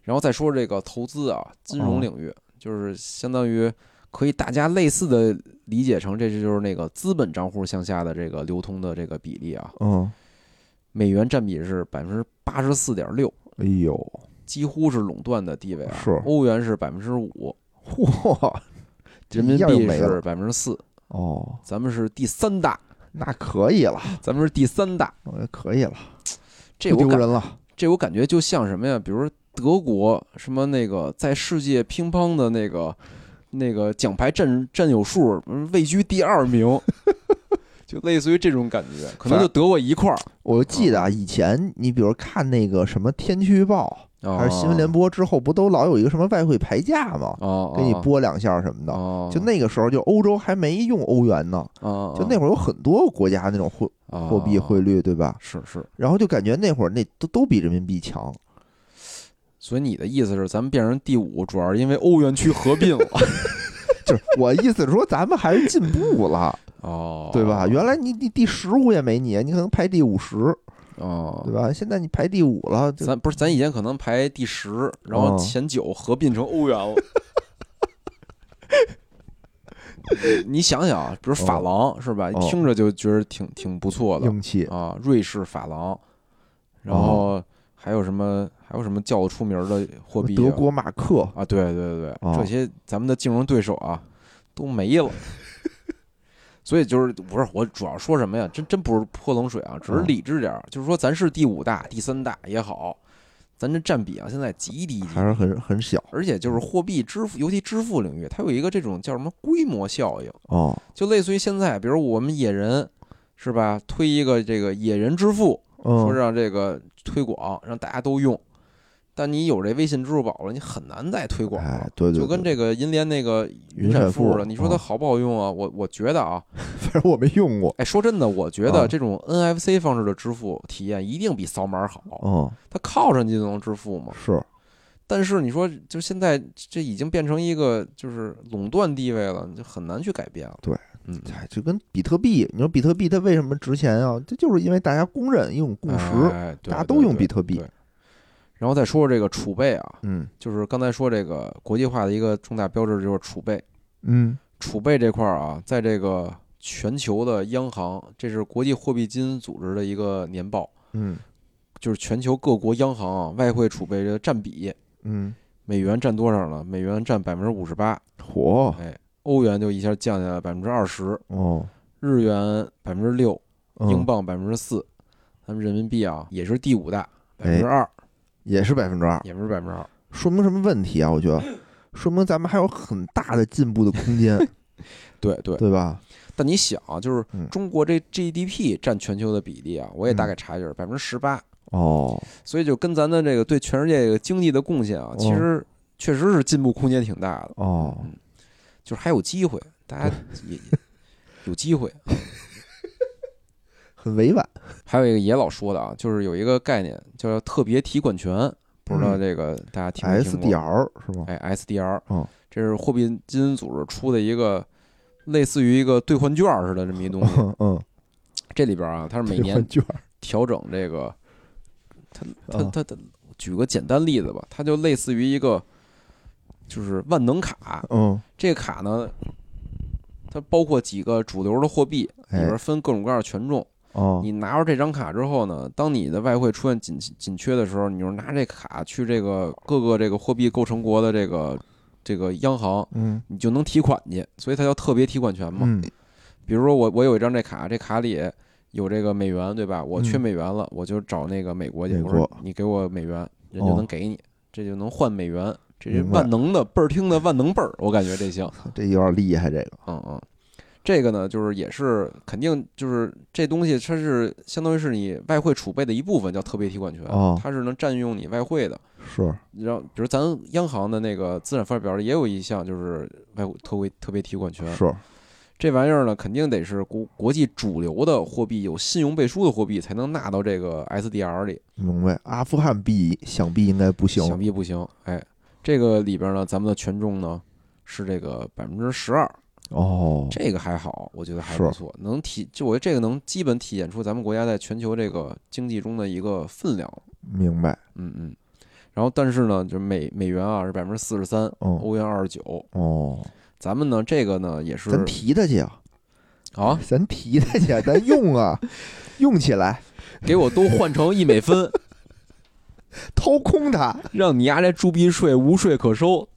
Speaker 2: 然后再说这个投资啊，金融
Speaker 1: 哦
Speaker 2: 领域就是相当于可以大家类似的理解成，这就是那个资本账户向下的这个流通的这个比例啊，
Speaker 1: 嗯，
Speaker 2: 美元占比是百分之八十四点六，
Speaker 1: 哎呦，
Speaker 2: 几乎是垄断的地位啊。
Speaker 1: 是
Speaker 2: 欧元是百分之五，
Speaker 1: 嚯，
Speaker 2: 人民
Speaker 1: 一下就
Speaker 2: 币
Speaker 1: 没
Speaker 2: 是
Speaker 1: 了
Speaker 2: 百分之四，
Speaker 1: 哦，
Speaker 2: 咱们是第三大，
Speaker 1: 那可以了，
Speaker 2: 咱们是第三大。
Speaker 1: 我觉得可以了，
Speaker 2: 这
Speaker 1: 不
Speaker 2: 我
Speaker 1: 丢
Speaker 2: 感
Speaker 1: 人了，
Speaker 2: 这我感觉就像什么呀？比如说德国什么那个在世界乒乓的那个那个奖牌占占有数嗯位居第二 名，就类似于这种感觉，可能就得过一块儿。
Speaker 1: 我记
Speaker 2: 嗯
Speaker 1: 得啊，以前你比如看那个什么《天气预报》
Speaker 2: 哦
Speaker 1: 还是新闻联播之后，不都老有一个什么外汇牌价吗？
Speaker 2: 哦，
Speaker 1: 给你播两下什么的。
Speaker 2: 的
Speaker 1: 就那个时候，就欧洲还没用欧元呢，
Speaker 2: 那
Speaker 1: 就那会儿有很多国家那种汇
Speaker 2: 那
Speaker 1: 货币汇率，对吧？
Speaker 2: 哦是是。
Speaker 1: 然后就感觉那会儿那都都比人民币强，
Speaker 2: 所以你的意思是，咱们变成第五，主要是因为欧元区合并了，
Speaker 1: 就是我意思是说，咱们还是进步了，
Speaker 2: 哦，
Speaker 1: 对吧？原来你你第十我也没你，你可能排第五十，
Speaker 2: 哦，
Speaker 1: 对吧？现在你排第五了，就
Speaker 2: 咱不是咱以前可能排第十，然后
Speaker 1: 哦
Speaker 2: 前九合并成欧元了。 你你想想啊，比如法郎是吧？
Speaker 1: 哦
Speaker 2: 听着就觉得挺挺不错的
Speaker 1: 硬气
Speaker 2: 啊，瑞士法郎，然
Speaker 1: 嗯
Speaker 2: 后还有什么还有什么叫得出名儿的货币啊？
Speaker 1: 德国马克，
Speaker 2: 啊，对对对，
Speaker 1: 哦
Speaker 2: 这些咱们的竞争对手啊都没 了。所以就是不是我主要说什么呀？真真不是泼冷水啊，只是
Speaker 1: 嗯
Speaker 2: 理智点儿。就是说，咱是第五大、第三大也好，咱这占比啊现在极低极低
Speaker 1: 还是很很小
Speaker 2: 而且就是货币支付，尤其支付领域，它有一个这种叫什么规模效应，
Speaker 1: 哦
Speaker 2: 就类似于现在，比如我们野人是吧，推一个这个野人支付，说
Speaker 1: 嗯，
Speaker 2: 让这个推广，让大家都用。但你有这微信、支付宝了，你很难再推广了
Speaker 1: 哎。，对对，
Speaker 2: 就跟
Speaker 1: 对
Speaker 2: 这个银联那个
Speaker 1: 云闪
Speaker 2: 闪付
Speaker 1: 付
Speaker 2: 似的，你说它
Speaker 1: 啊
Speaker 2: 好不好用啊？我我觉得啊，
Speaker 1: 反正我没用过，
Speaker 2: 哎，说真的，我觉得
Speaker 1: 啊
Speaker 2: 这种 NFC 方式的支付体验一定比扫码好，
Speaker 1: 嗯，
Speaker 2: 它靠上去就能支付嘛。
Speaker 1: 是
Speaker 2: 但是你说，就现在这已经变成一个就是垄断地位了，你就很难去改变了。
Speaker 1: 对，
Speaker 2: 嗯，
Speaker 1: 哎，就跟比特币，你说比特币它为什么值钱啊？这就是因为大家公认一种共识，
Speaker 2: 哎对
Speaker 1: 大家
Speaker 2: 对
Speaker 1: 都用
Speaker 2: 对
Speaker 1: 比特币
Speaker 2: 对。然后再说这个储备啊，
Speaker 1: 嗯
Speaker 2: 就是刚才说这个国际化的一个重大标志就是储备，
Speaker 1: 嗯，
Speaker 2: 储备这块儿啊，在这个全球的央行，这是国际货币基金组织的一个年报，
Speaker 1: 嗯
Speaker 2: 就是全球各国央行啊外汇储备的占比，
Speaker 1: 嗯，
Speaker 2: 美元占多少呢？美元占百分之五十八，
Speaker 1: 火
Speaker 2: 哎，欧元就一下降下来百分之二十，
Speaker 1: 哦，
Speaker 2: 日元百分之六，
Speaker 1: 嗯
Speaker 2: 英镑百分之四，咱们人民币啊也是第五大，百分
Speaker 1: 哎
Speaker 2: 之二，
Speaker 1: 也是百分之二，
Speaker 2: 也不是百分之二。
Speaker 1: 说明什么问题啊？我觉得，说明咱们还有很大的进步的空间，
Speaker 2: 对 对，
Speaker 1: 对吧？
Speaker 2: 但你想啊，就是
Speaker 1: 嗯
Speaker 2: 中国这 GDP 占全球的比例啊，我也大概查一下，百分之十八，
Speaker 1: 哦，
Speaker 2: 所以就跟咱的这个对全世界这个经济的贡献啊，
Speaker 1: 哦
Speaker 2: 其实确实是进步空间挺大的，嗯
Speaker 1: 哦，
Speaker 2: 就是还有机会，大家也也有机会。
Speaker 1: 很委婉，
Speaker 2: 还有一个也老说的啊，就是有一个概念叫特别提款权，不知道这个大家听没听过
Speaker 1: SDR 是吗？
Speaker 2: 哎，SDR，
Speaker 1: 哦
Speaker 2: 这是货币基金组织出的一个类似于一个兑换券儿似的这么一东西。
Speaker 1: 嗯嗯，
Speaker 2: 这里边儿啊，它是哎每
Speaker 1: 兑
Speaker 2: 年
Speaker 1: 换券 儿，
Speaker 2: 调整这个，它它
Speaker 1: 啊
Speaker 2: 它它，举个简单例子吧，它就类似于一个就是万能卡，
Speaker 1: 嗯，
Speaker 2: 这个卡呢，它包括几个主流的货币，里
Speaker 1: 哎
Speaker 2: 边儿分各种各样的权重。
Speaker 1: 哦，
Speaker 2: 你拿着这张卡之后呢，当你的外汇出现紧紧缺的时候，你就拿这卡去这个各个这个货币构成国的这个这个央行，
Speaker 1: 嗯
Speaker 2: 你就能提款去，所以它叫特别提款权嘛。
Speaker 1: 嗯
Speaker 2: 比如说我我有一张这卡，这卡里有这个美元，对吧？我缺
Speaker 1: 嗯
Speaker 2: 美元了，我就找那个美国去，
Speaker 1: 美
Speaker 2: 我说
Speaker 1: 国
Speaker 2: 你给我美元，人就
Speaker 1: 哦
Speaker 2: 能给你，这就能换美元，这是
Speaker 1: 明白
Speaker 2: 万能的倍儿听的万能倍儿，我感觉这行。
Speaker 1: 这有点厉害，这个
Speaker 2: 嗯嗯，这个呢，就是也是肯定就是这东西，它是相当于是你外汇储备的一部分，叫特别提款权，
Speaker 1: 哦
Speaker 2: 它是能占用你外汇的。
Speaker 1: 是
Speaker 2: 然后，比如咱央行的那个资产负债表里也有一项就是外汇特别特别提款权，
Speaker 1: 是，
Speaker 2: 这玩意儿呢，肯定得是国国际主流的货币，有信用背书的货币才能纳到这个 SDR 里，
Speaker 1: 明白。阿富汗币想必应该不行，
Speaker 2: 想必不行。哎，这个里边呢，咱们的权重呢是这个百分之十二，
Speaker 1: 哦，
Speaker 2: 这个还好，我觉得还
Speaker 1: 是
Speaker 2: 不错，能体就我觉得这个能基本体现出咱们国家在全球这个经济中的一个分量。
Speaker 1: 明白，
Speaker 2: 嗯嗯。然后，但是呢，就是美美元啊是百分之四十三，
Speaker 1: 嗯，
Speaker 2: 欧元二十九。
Speaker 1: 哦，
Speaker 2: 咱们呢，这个呢也是
Speaker 1: 咱提他去啊，
Speaker 2: 啊，
Speaker 1: 咱提他去，咱用啊， 用起来，
Speaker 2: 给我都换成一美分，
Speaker 1: 掏空它，
Speaker 2: 让你丫这铸币税无税 可收。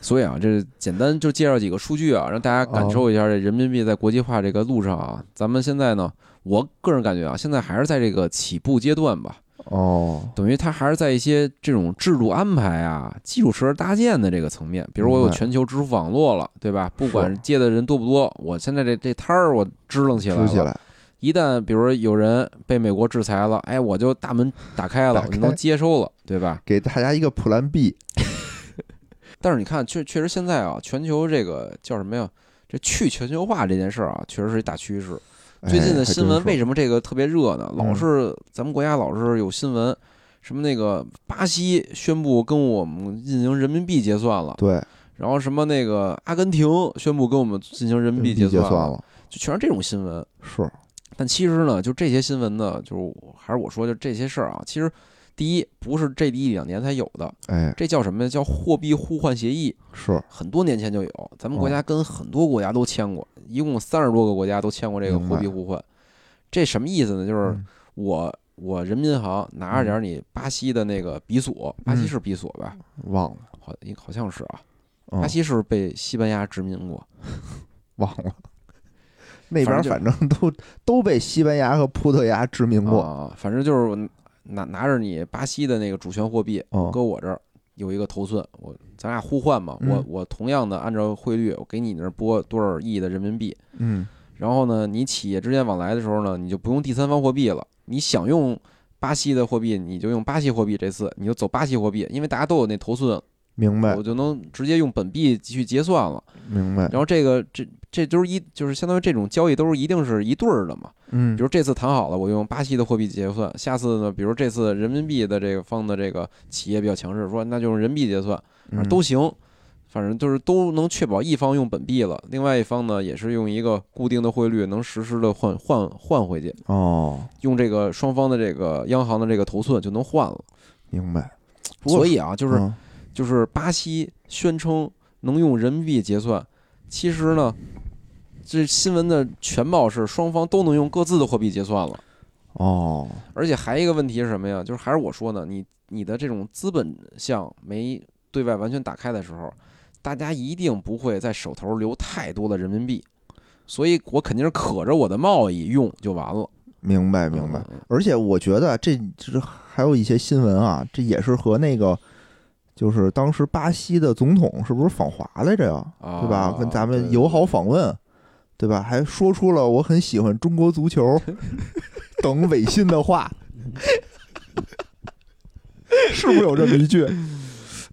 Speaker 2: 所以啊，这简单就介绍几个数据啊，让大家感受一下这人民币在国际化这个路上啊。咱们现在呢，我个人感觉啊，现在还是在这个起步阶段吧，
Speaker 1: 哦，
Speaker 2: 等于它还是在一些这种制度安排啊、基础设施搭建的这个层面。比如我有
Speaker 1: 明白
Speaker 2: 全球支付网络了，对吧？不管
Speaker 1: 是
Speaker 2: 接的人多不多，我现在这这摊儿我支棱起来
Speaker 1: 支起
Speaker 2: 了，
Speaker 1: 来，
Speaker 2: 一旦比如说有人被美国制裁了，哎，我就大门打开了，
Speaker 1: 打开
Speaker 2: 我就能接收了，对吧？
Speaker 1: 给大家一个普兰币，
Speaker 2: 但是你看，确确实现在啊，全球这个叫什么呀？这去全球化这件事儿啊，确实是一大趋势。
Speaker 1: 哎
Speaker 2: 最近的新闻为
Speaker 1: 么？
Speaker 2: 什么这个特别热呢？老
Speaker 1: 嗯
Speaker 2: 是咱们国家老是有新闻，什么那个巴西宣布跟我们进行人民币结算了，
Speaker 1: 对，
Speaker 2: 然后什么那个阿根廷宣布跟我们进行人民币
Speaker 1: 结
Speaker 2: 结算了，
Speaker 1: 了，
Speaker 2: 就全是这种新闻。
Speaker 1: 是，
Speaker 2: 但其实呢，就这些新闻呢，就是我还是我说，就这些事儿啊，其实第一不是这一两年才有的，
Speaker 1: 哎，
Speaker 2: 这叫什么呀？叫货币互换协议，
Speaker 1: 是，
Speaker 2: 很多年前就有，咱
Speaker 1: 哦
Speaker 2: 们国家跟很多国家都签过，一共三十多个国家都签过这个
Speaker 1: 明白
Speaker 2: 货币互换。这什么意思呢？就是
Speaker 1: 嗯
Speaker 2: 我我人民银行拿着点儿你巴西的那个比索，巴西
Speaker 1: 嗯
Speaker 2: 是比索吧？
Speaker 1: 忘了，
Speaker 2: 好，好像是啊，
Speaker 1: 嗯
Speaker 2: 巴西是不是被西班牙殖民过？
Speaker 1: 忘了。 那边儿
Speaker 2: 反正就
Speaker 1: 反正都都被西班牙和葡萄牙殖民过，
Speaker 2: 啊，反正就是我拿拿着你巴西的那个主权货币，
Speaker 1: 嗯
Speaker 2: 搁我这儿有一个头寸，我咱俩互换嘛，我
Speaker 1: 嗯
Speaker 2: 我同样的按照汇率，我给你那儿拨多少亿的人民币，
Speaker 1: 嗯，
Speaker 2: 然后呢，你企业之间往来的时候呢，你就不用第三方货币了，你想用巴西的货币，你就用巴西货币，这次你就走巴西货币，因为大家都有那头寸，
Speaker 1: 明白
Speaker 2: 我就能直接用本币去结算了。
Speaker 1: 明白，
Speaker 2: 然后这个这这都是一就是相当于这种交易都是一定是一对儿的嘛。
Speaker 1: 嗯，
Speaker 2: 比如这次谈好了，我用巴西的货币结算，下次呢，比如这次人民币的这个方的这个企业比较强势，说那就用人民币结算，啊
Speaker 1: 嗯
Speaker 2: 都行，反正就是都能确保一方用本币了，另外一方呢也是用一个固定的汇率能实时的换换换回去，
Speaker 1: 哦，
Speaker 2: 用这个双方的这个央行的这个头寸就能换了。
Speaker 1: 明白，不过
Speaker 2: 所以啊，就是
Speaker 1: 嗯
Speaker 2: 就是巴西宣称能用人民币结算，其实呢。这新闻的全貌是双方都能用各自的货币结算了，
Speaker 1: 哦，
Speaker 2: 而且还一个问题是什么呀？就是还是我说呢，你你的这种资本项没对外完全打开的时候，大家一定不会在手头留太多的人民币，所以我肯定是可着我的贸易用就完了。
Speaker 1: 明白明白。
Speaker 2: 嗯
Speaker 1: 而且我觉得这这还有一些新闻啊，这也是和那个就是当时巴西的总统是不是访华来着呀？
Speaker 2: 啊，
Speaker 1: 对吧？跟咱
Speaker 2: 对
Speaker 1: 们友好，访问，对吧？还说出了我很喜欢中国足 球等违心的话， 是不是有这么一句？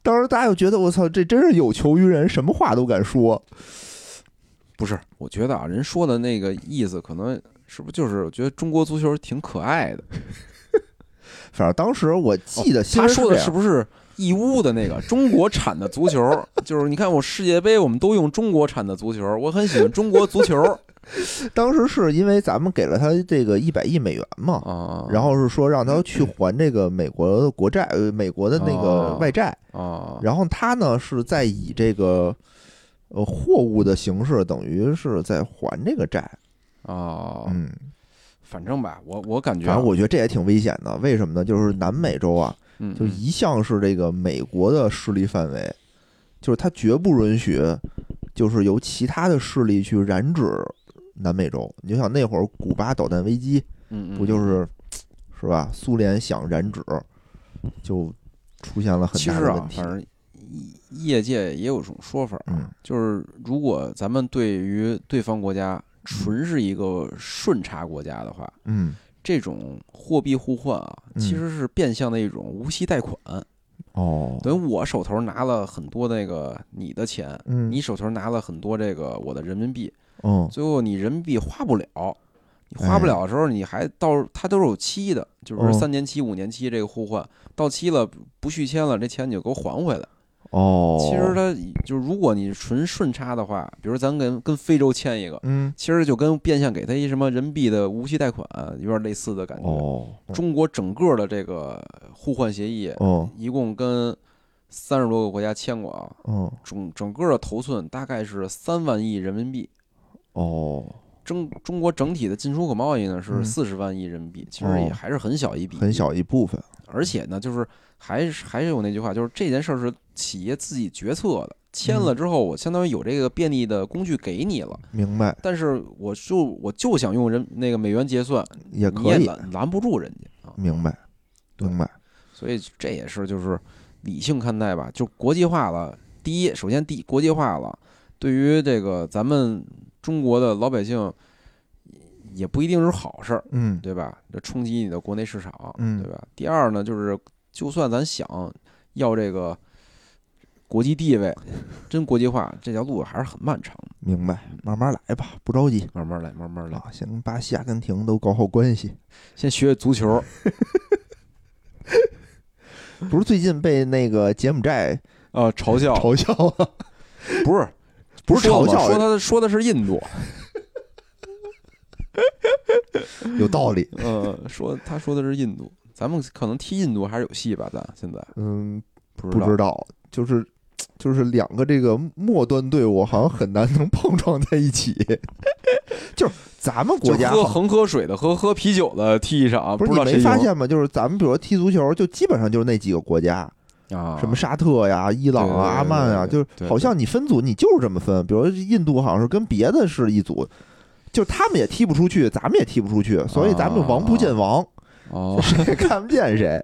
Speaker 1: 当时大家就觉得我操，这真是有求于人，什么话都敢说。
Speaker 2: 不是？我觉得啊，人说的那个意思，可能是不是就是我觉得中国足球挺可爱的？
Speaker 1: 反正当时我记得新
Speaker 2: 哦他
Speaker 1: 闻
Speaker 2: 说
Speaker 1: 这
Speaker 2: 的
Speaker 1: 样
Speaker 2: 是不是义乌的那个中国产的足球？ 就是你看我世界杯，我们都用中国产的足球，我很喜欢中国足 球
Speaker 1: 当时是因为咱们给了他这个一百亿美元嘛，
Speaker 2: 啊。
Speaker 1: 然后是说让他去还这个美国的国债，呃，美国的那个
Speaker 2: 嗯哦
Speaker 1: 外债。
Speaker 2: 啊，
Speaker 1: 然后他呢是在以这个呃货物的形式，等于是在还这个债。
Speaker 2: 哦，
Speaker 1: 嗯，
Speaker 2: 反正吧，我我感觉啊，
Speaker 1: 反正我觉得这也挺危险的。为什么呢？就是南美洲啊，
Speaker 2: 嗯
Speaker 1: 就
Speaker 2: 嗯
Speaker 1: 一向是这个美国的势力范围，就是他绝不允许，就是由其他的势力去染指南美洲。你就想那会儿古巴导弹危机，
Speaker 2: 嗯，
Speaker 1: 不就是是吧？苏联想染指，就出现了很
Speaker 2: 其
Speaker 1: 大
Speaker 2: 实
Speaker 1: 的
Speaker 2: 啊
Speaker 1: 问，题
Speaker 2: 反。正业界也有种说法，
Speaker 1: 嗯
Speaker 2: 就是如果咱们对于对方国家纯是一个顺差国家的话，
Speaker 1: 嗯，
Speaker 2: 这种货币互换啊，
Speaker 1: 嗯
Speaker 2: 其实是变相的一种无息贷款，
Speaker 1: 哦，
Speaker 2: 等于我手头拿了很多那个你的钱，
Speaker 1: 嗯，
Speaker 2: 你手头拿了很多这个我的人民币，
Speaker 1: 嗯
Speaker 2: 最后你人民币花不了，你花不了的时候，你还到它都是有期的，就是
Speaker 1: 哎哦
Speaker 2: 三年期、五年期这个互换，到期了不续签了，这钱你就给我还回来。
Speaker 1: 哦，
Speaker 2: 其实它就是如果你纯顺差的话，比如咱跟跟非洲签一个，
Speaker 1: 嗯
Speaker 2: 其实就跟变相给他一什么人民币的无息贷款有点类似的感觉。
Speaker 1: 哦
Speaker 2: 中国整个的这个互换协议，
Speaker 1: 哦
Speaker 2: 一共跟三十多个国家签过啊，
Speaker 1: 哦
Speaker 2: 整整个的头寸大概是三万亿人民币。
Speaker 1: 哦，
Speaker 2: 中中国整体的进出口贸易呢是
Speaker 1: 嗯
Speaker 2: 四十万亿人民币，其实
Speaker 1: 哦
Speaker 2: 也还是很小一笔，
Speaker 1: 很。小一部分。
Speaker 2: 而且呢，就是还是还是有那句话，就是这件事儿是企业自己决策的，签
Speaker 1: 嗯
Speaker 2: 了之后，我相当于有这个便利的工具给你了，
Speaker 1: 明白，
Speaker 2: 但是我就我就想用人那个美元结算，
Speaker 1: 也
Speaker 2: 你
Speaker 1: 可
Speaker 2: 也
Speaker 1: 以，嗯
Speaker 2: 拦拦不住人家啊，
Speaker 1: 明白，
Speaker 2: 对
Speaker 1: 明白，
Speaker 2: 所以这也是就是理性看待吧，就国际化了。第一，首先第一国际化了，对于这个咱们中国的老百姓也不一定是好事儿。
Speaker 1: 嗯，
Speaker 2: 对吧？这冲击你的国内市场，
Speaker 1: 嗯
Speaker 2: 对吧？第二呢，就是就算咱想要这个国际地位，真国际化，这条路还是很漫长的，
Speaker 1: 明白，慢慢来吧，不着急
Speaker 2: 慢慢来，慢慢来，
Speaker 1: 啊，先跟巴西、阿根廷都搞好关系。
Speaker 2: 先学学足球，
Speaker 1: 不是最近被那个柬埔寨
Speaker 2: 呃，嘲笑，
Speaker 1: 嘲笑吗？
Speaker 2: 不是，
Speaker 1: 不是
Speaker 2: 说
Speaker 1: 嘲
Speaker 2: 的吗
Speaker 1: 笑
Speaker 2: 说，他说的是印度，
Speaker 1: 有道理。
Speaker 2: 呃，说他说的是印度，咱们可能踢印度还是有戏吧？咱现在
Speaker 1: 嗯，
Speaker 2: 不
Speaker 1: 不
Speaker 2: 知道
Speaker 1: 知道，就是就是两个这个末端队伍好像很难能碰撞在一起。 就是咱们国
Speaker 2: 就
Speaker 1: 家
Speaker 2: 喝
Speaker 1: 好
Speaker 2: 横喝水的和喝啤酒的踢一场，
Speaker 1: 不是你
Speaker 2: 知道谁
Speaker 1: 没
Speaker 2: 赢
Speaker 1: 发现吗？就是咱们比如说踢足球，就基本上就是那几个国家，
Speaker 2: 啊？
Speaker 1: 什么沙特呀、伊朗啊、阿
Speaker 2: 对对对对
Speaker 1: 曼啊，
Speaker 2: 对
Speaker 1: 就是
Speaker 2: 对
Speaker 1: 好像你分组你就是这么分，比如印度好像是跟别的是一组，就是他们也踢不出去，咱们也踢不出去，所以咱们就王不见王，
Speaker 2: 哦，
Speaker 1: 谁也看不见 谁。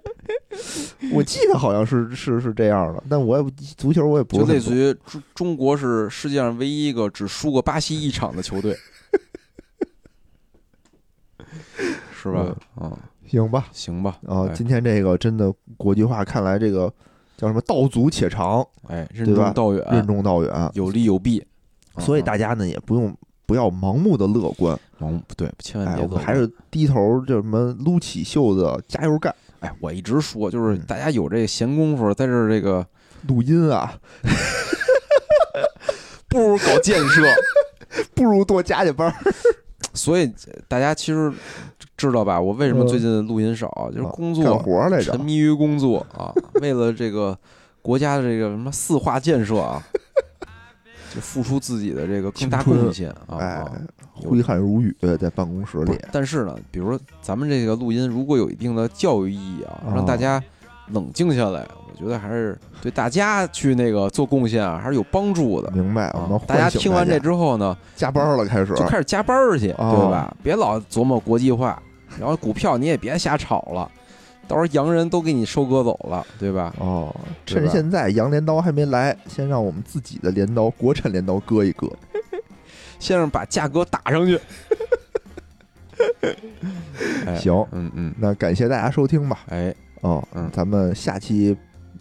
Speaker 1: 我记得好像是是是这样的，但我也不足球我也不
Speaker 2: 就是类
Speaker 1: 很
Speaker 2: 似
Speaker 1: 懂。
Speaker 2: 于中中国是世界上唯一一个只输过巴西一场的球 队，是吧？嗯，
Speaker 1: 行吧，
Speaker 2: 行吧。
Speaker 1: 啊，
Speaker 2: 哎
Speaker 1: 今天这个真的国际化，看来这个叫什么道阻且长，
Speaker 2: 哎，任
Speaker 1: 对吧
Speaker 2: 重道
Speaker 1: 任
Speaker 2: 远，
Speaker 1: 重道远，啊
Speaker 2: 有利有弊。 啊
Speaker 1: 所以大家呢也不用不要盲目的乐观，
Speaker 2: 忙不对，千万
Speaker 1: 哎，
Speaker 2: 别
Speaker 1: 我
Speaker 2: 乐
Speaker 1: 们
Speaker 2: 观。
Speaker 1: 还是低头叫什么撸起袖子加油干。
Speaker 2: 哎，我一直说，就是
Speaker 1: 嗯
Speaker 2: 大家有这个闲工夫，在这儿这个
Speaker 1: 录音啊，
Speaker 2: 不如搞建设。
Speaker 1: 不如多加加班儿。
Speaker 2: 所以大家其实知道吧，我为什么
Speaker 1: 嗯
Speaker 2: 最近录音少，就是工作
Speaker 1: 干活儿来着
Speaker 2: 沉，迷于工作啊，为了这个国家的这个什么四化建设啊，就付出自己的这个更大
Speaker 1: 青春
Speaker 2: 贡献啊。
Speaker 1: 哎
Speaker 2: 啊，有
Speaker 1: 挥汗如雨，在办公室
Speaker 2: 不
Speaker 1: 里
Speaker 2: 是。但是呢，比如说咱们这个录音，如果有一定的教育意义啊，
Speaker 1: 哦
Speaker 2: 让大家冷静下来，我觉得还是对大家去那个做贡献啊，还是有帮助的。
Speaker 1: 明白，哎我
Speaker 2: 啊
Speaker 1: 们，
Speaker 2: 大家
Speaker 1: 唤醒
Speaker 2: 听完这之后呢，
Speaker 1: 加班儿了，开始
Speaker 2: 就开始加班儿去，
Speaker 1: 哦
Speaker 2: 对吧？别老琢磨国际化，然后股票你也别瞎炒了，到时候洋人都给你收割走了，对吧？
Speaker 1: 哦，
Speaker 2: 对吧
Speaker 1: 趁现在洋镰刀还没来，先让我们自己的镰刀，国产镰刀割一割。
Speaker 2: 先生把价格打上 去。哎
Speaker 1: 行，
Speaker 2: 嗯嗯，
Speaker 1: 那感谢大家收听吧。
Speaker 2: 哎，
Speaker 1: 哦
Speaker 2: 嗯，
Speaker 1: 咱们下期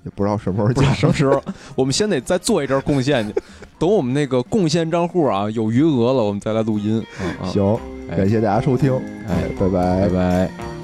Speaker 1: 也不知道什么时候
Speaker 2: 不知道
Speaker 1: 见。
Speaker 2: 什么时候，我们先得再做一阵贡献去，等我们那个贡献账户啊有余额了，我们再来录音。嗯 嗯，
Speaker 1: 行，
Speaker 2: 哎
Speaker 1: 感谢大家收听，
Speaker 2: 哎，
Speaker 1: 拜拜
Speaker 2: 拜。拜。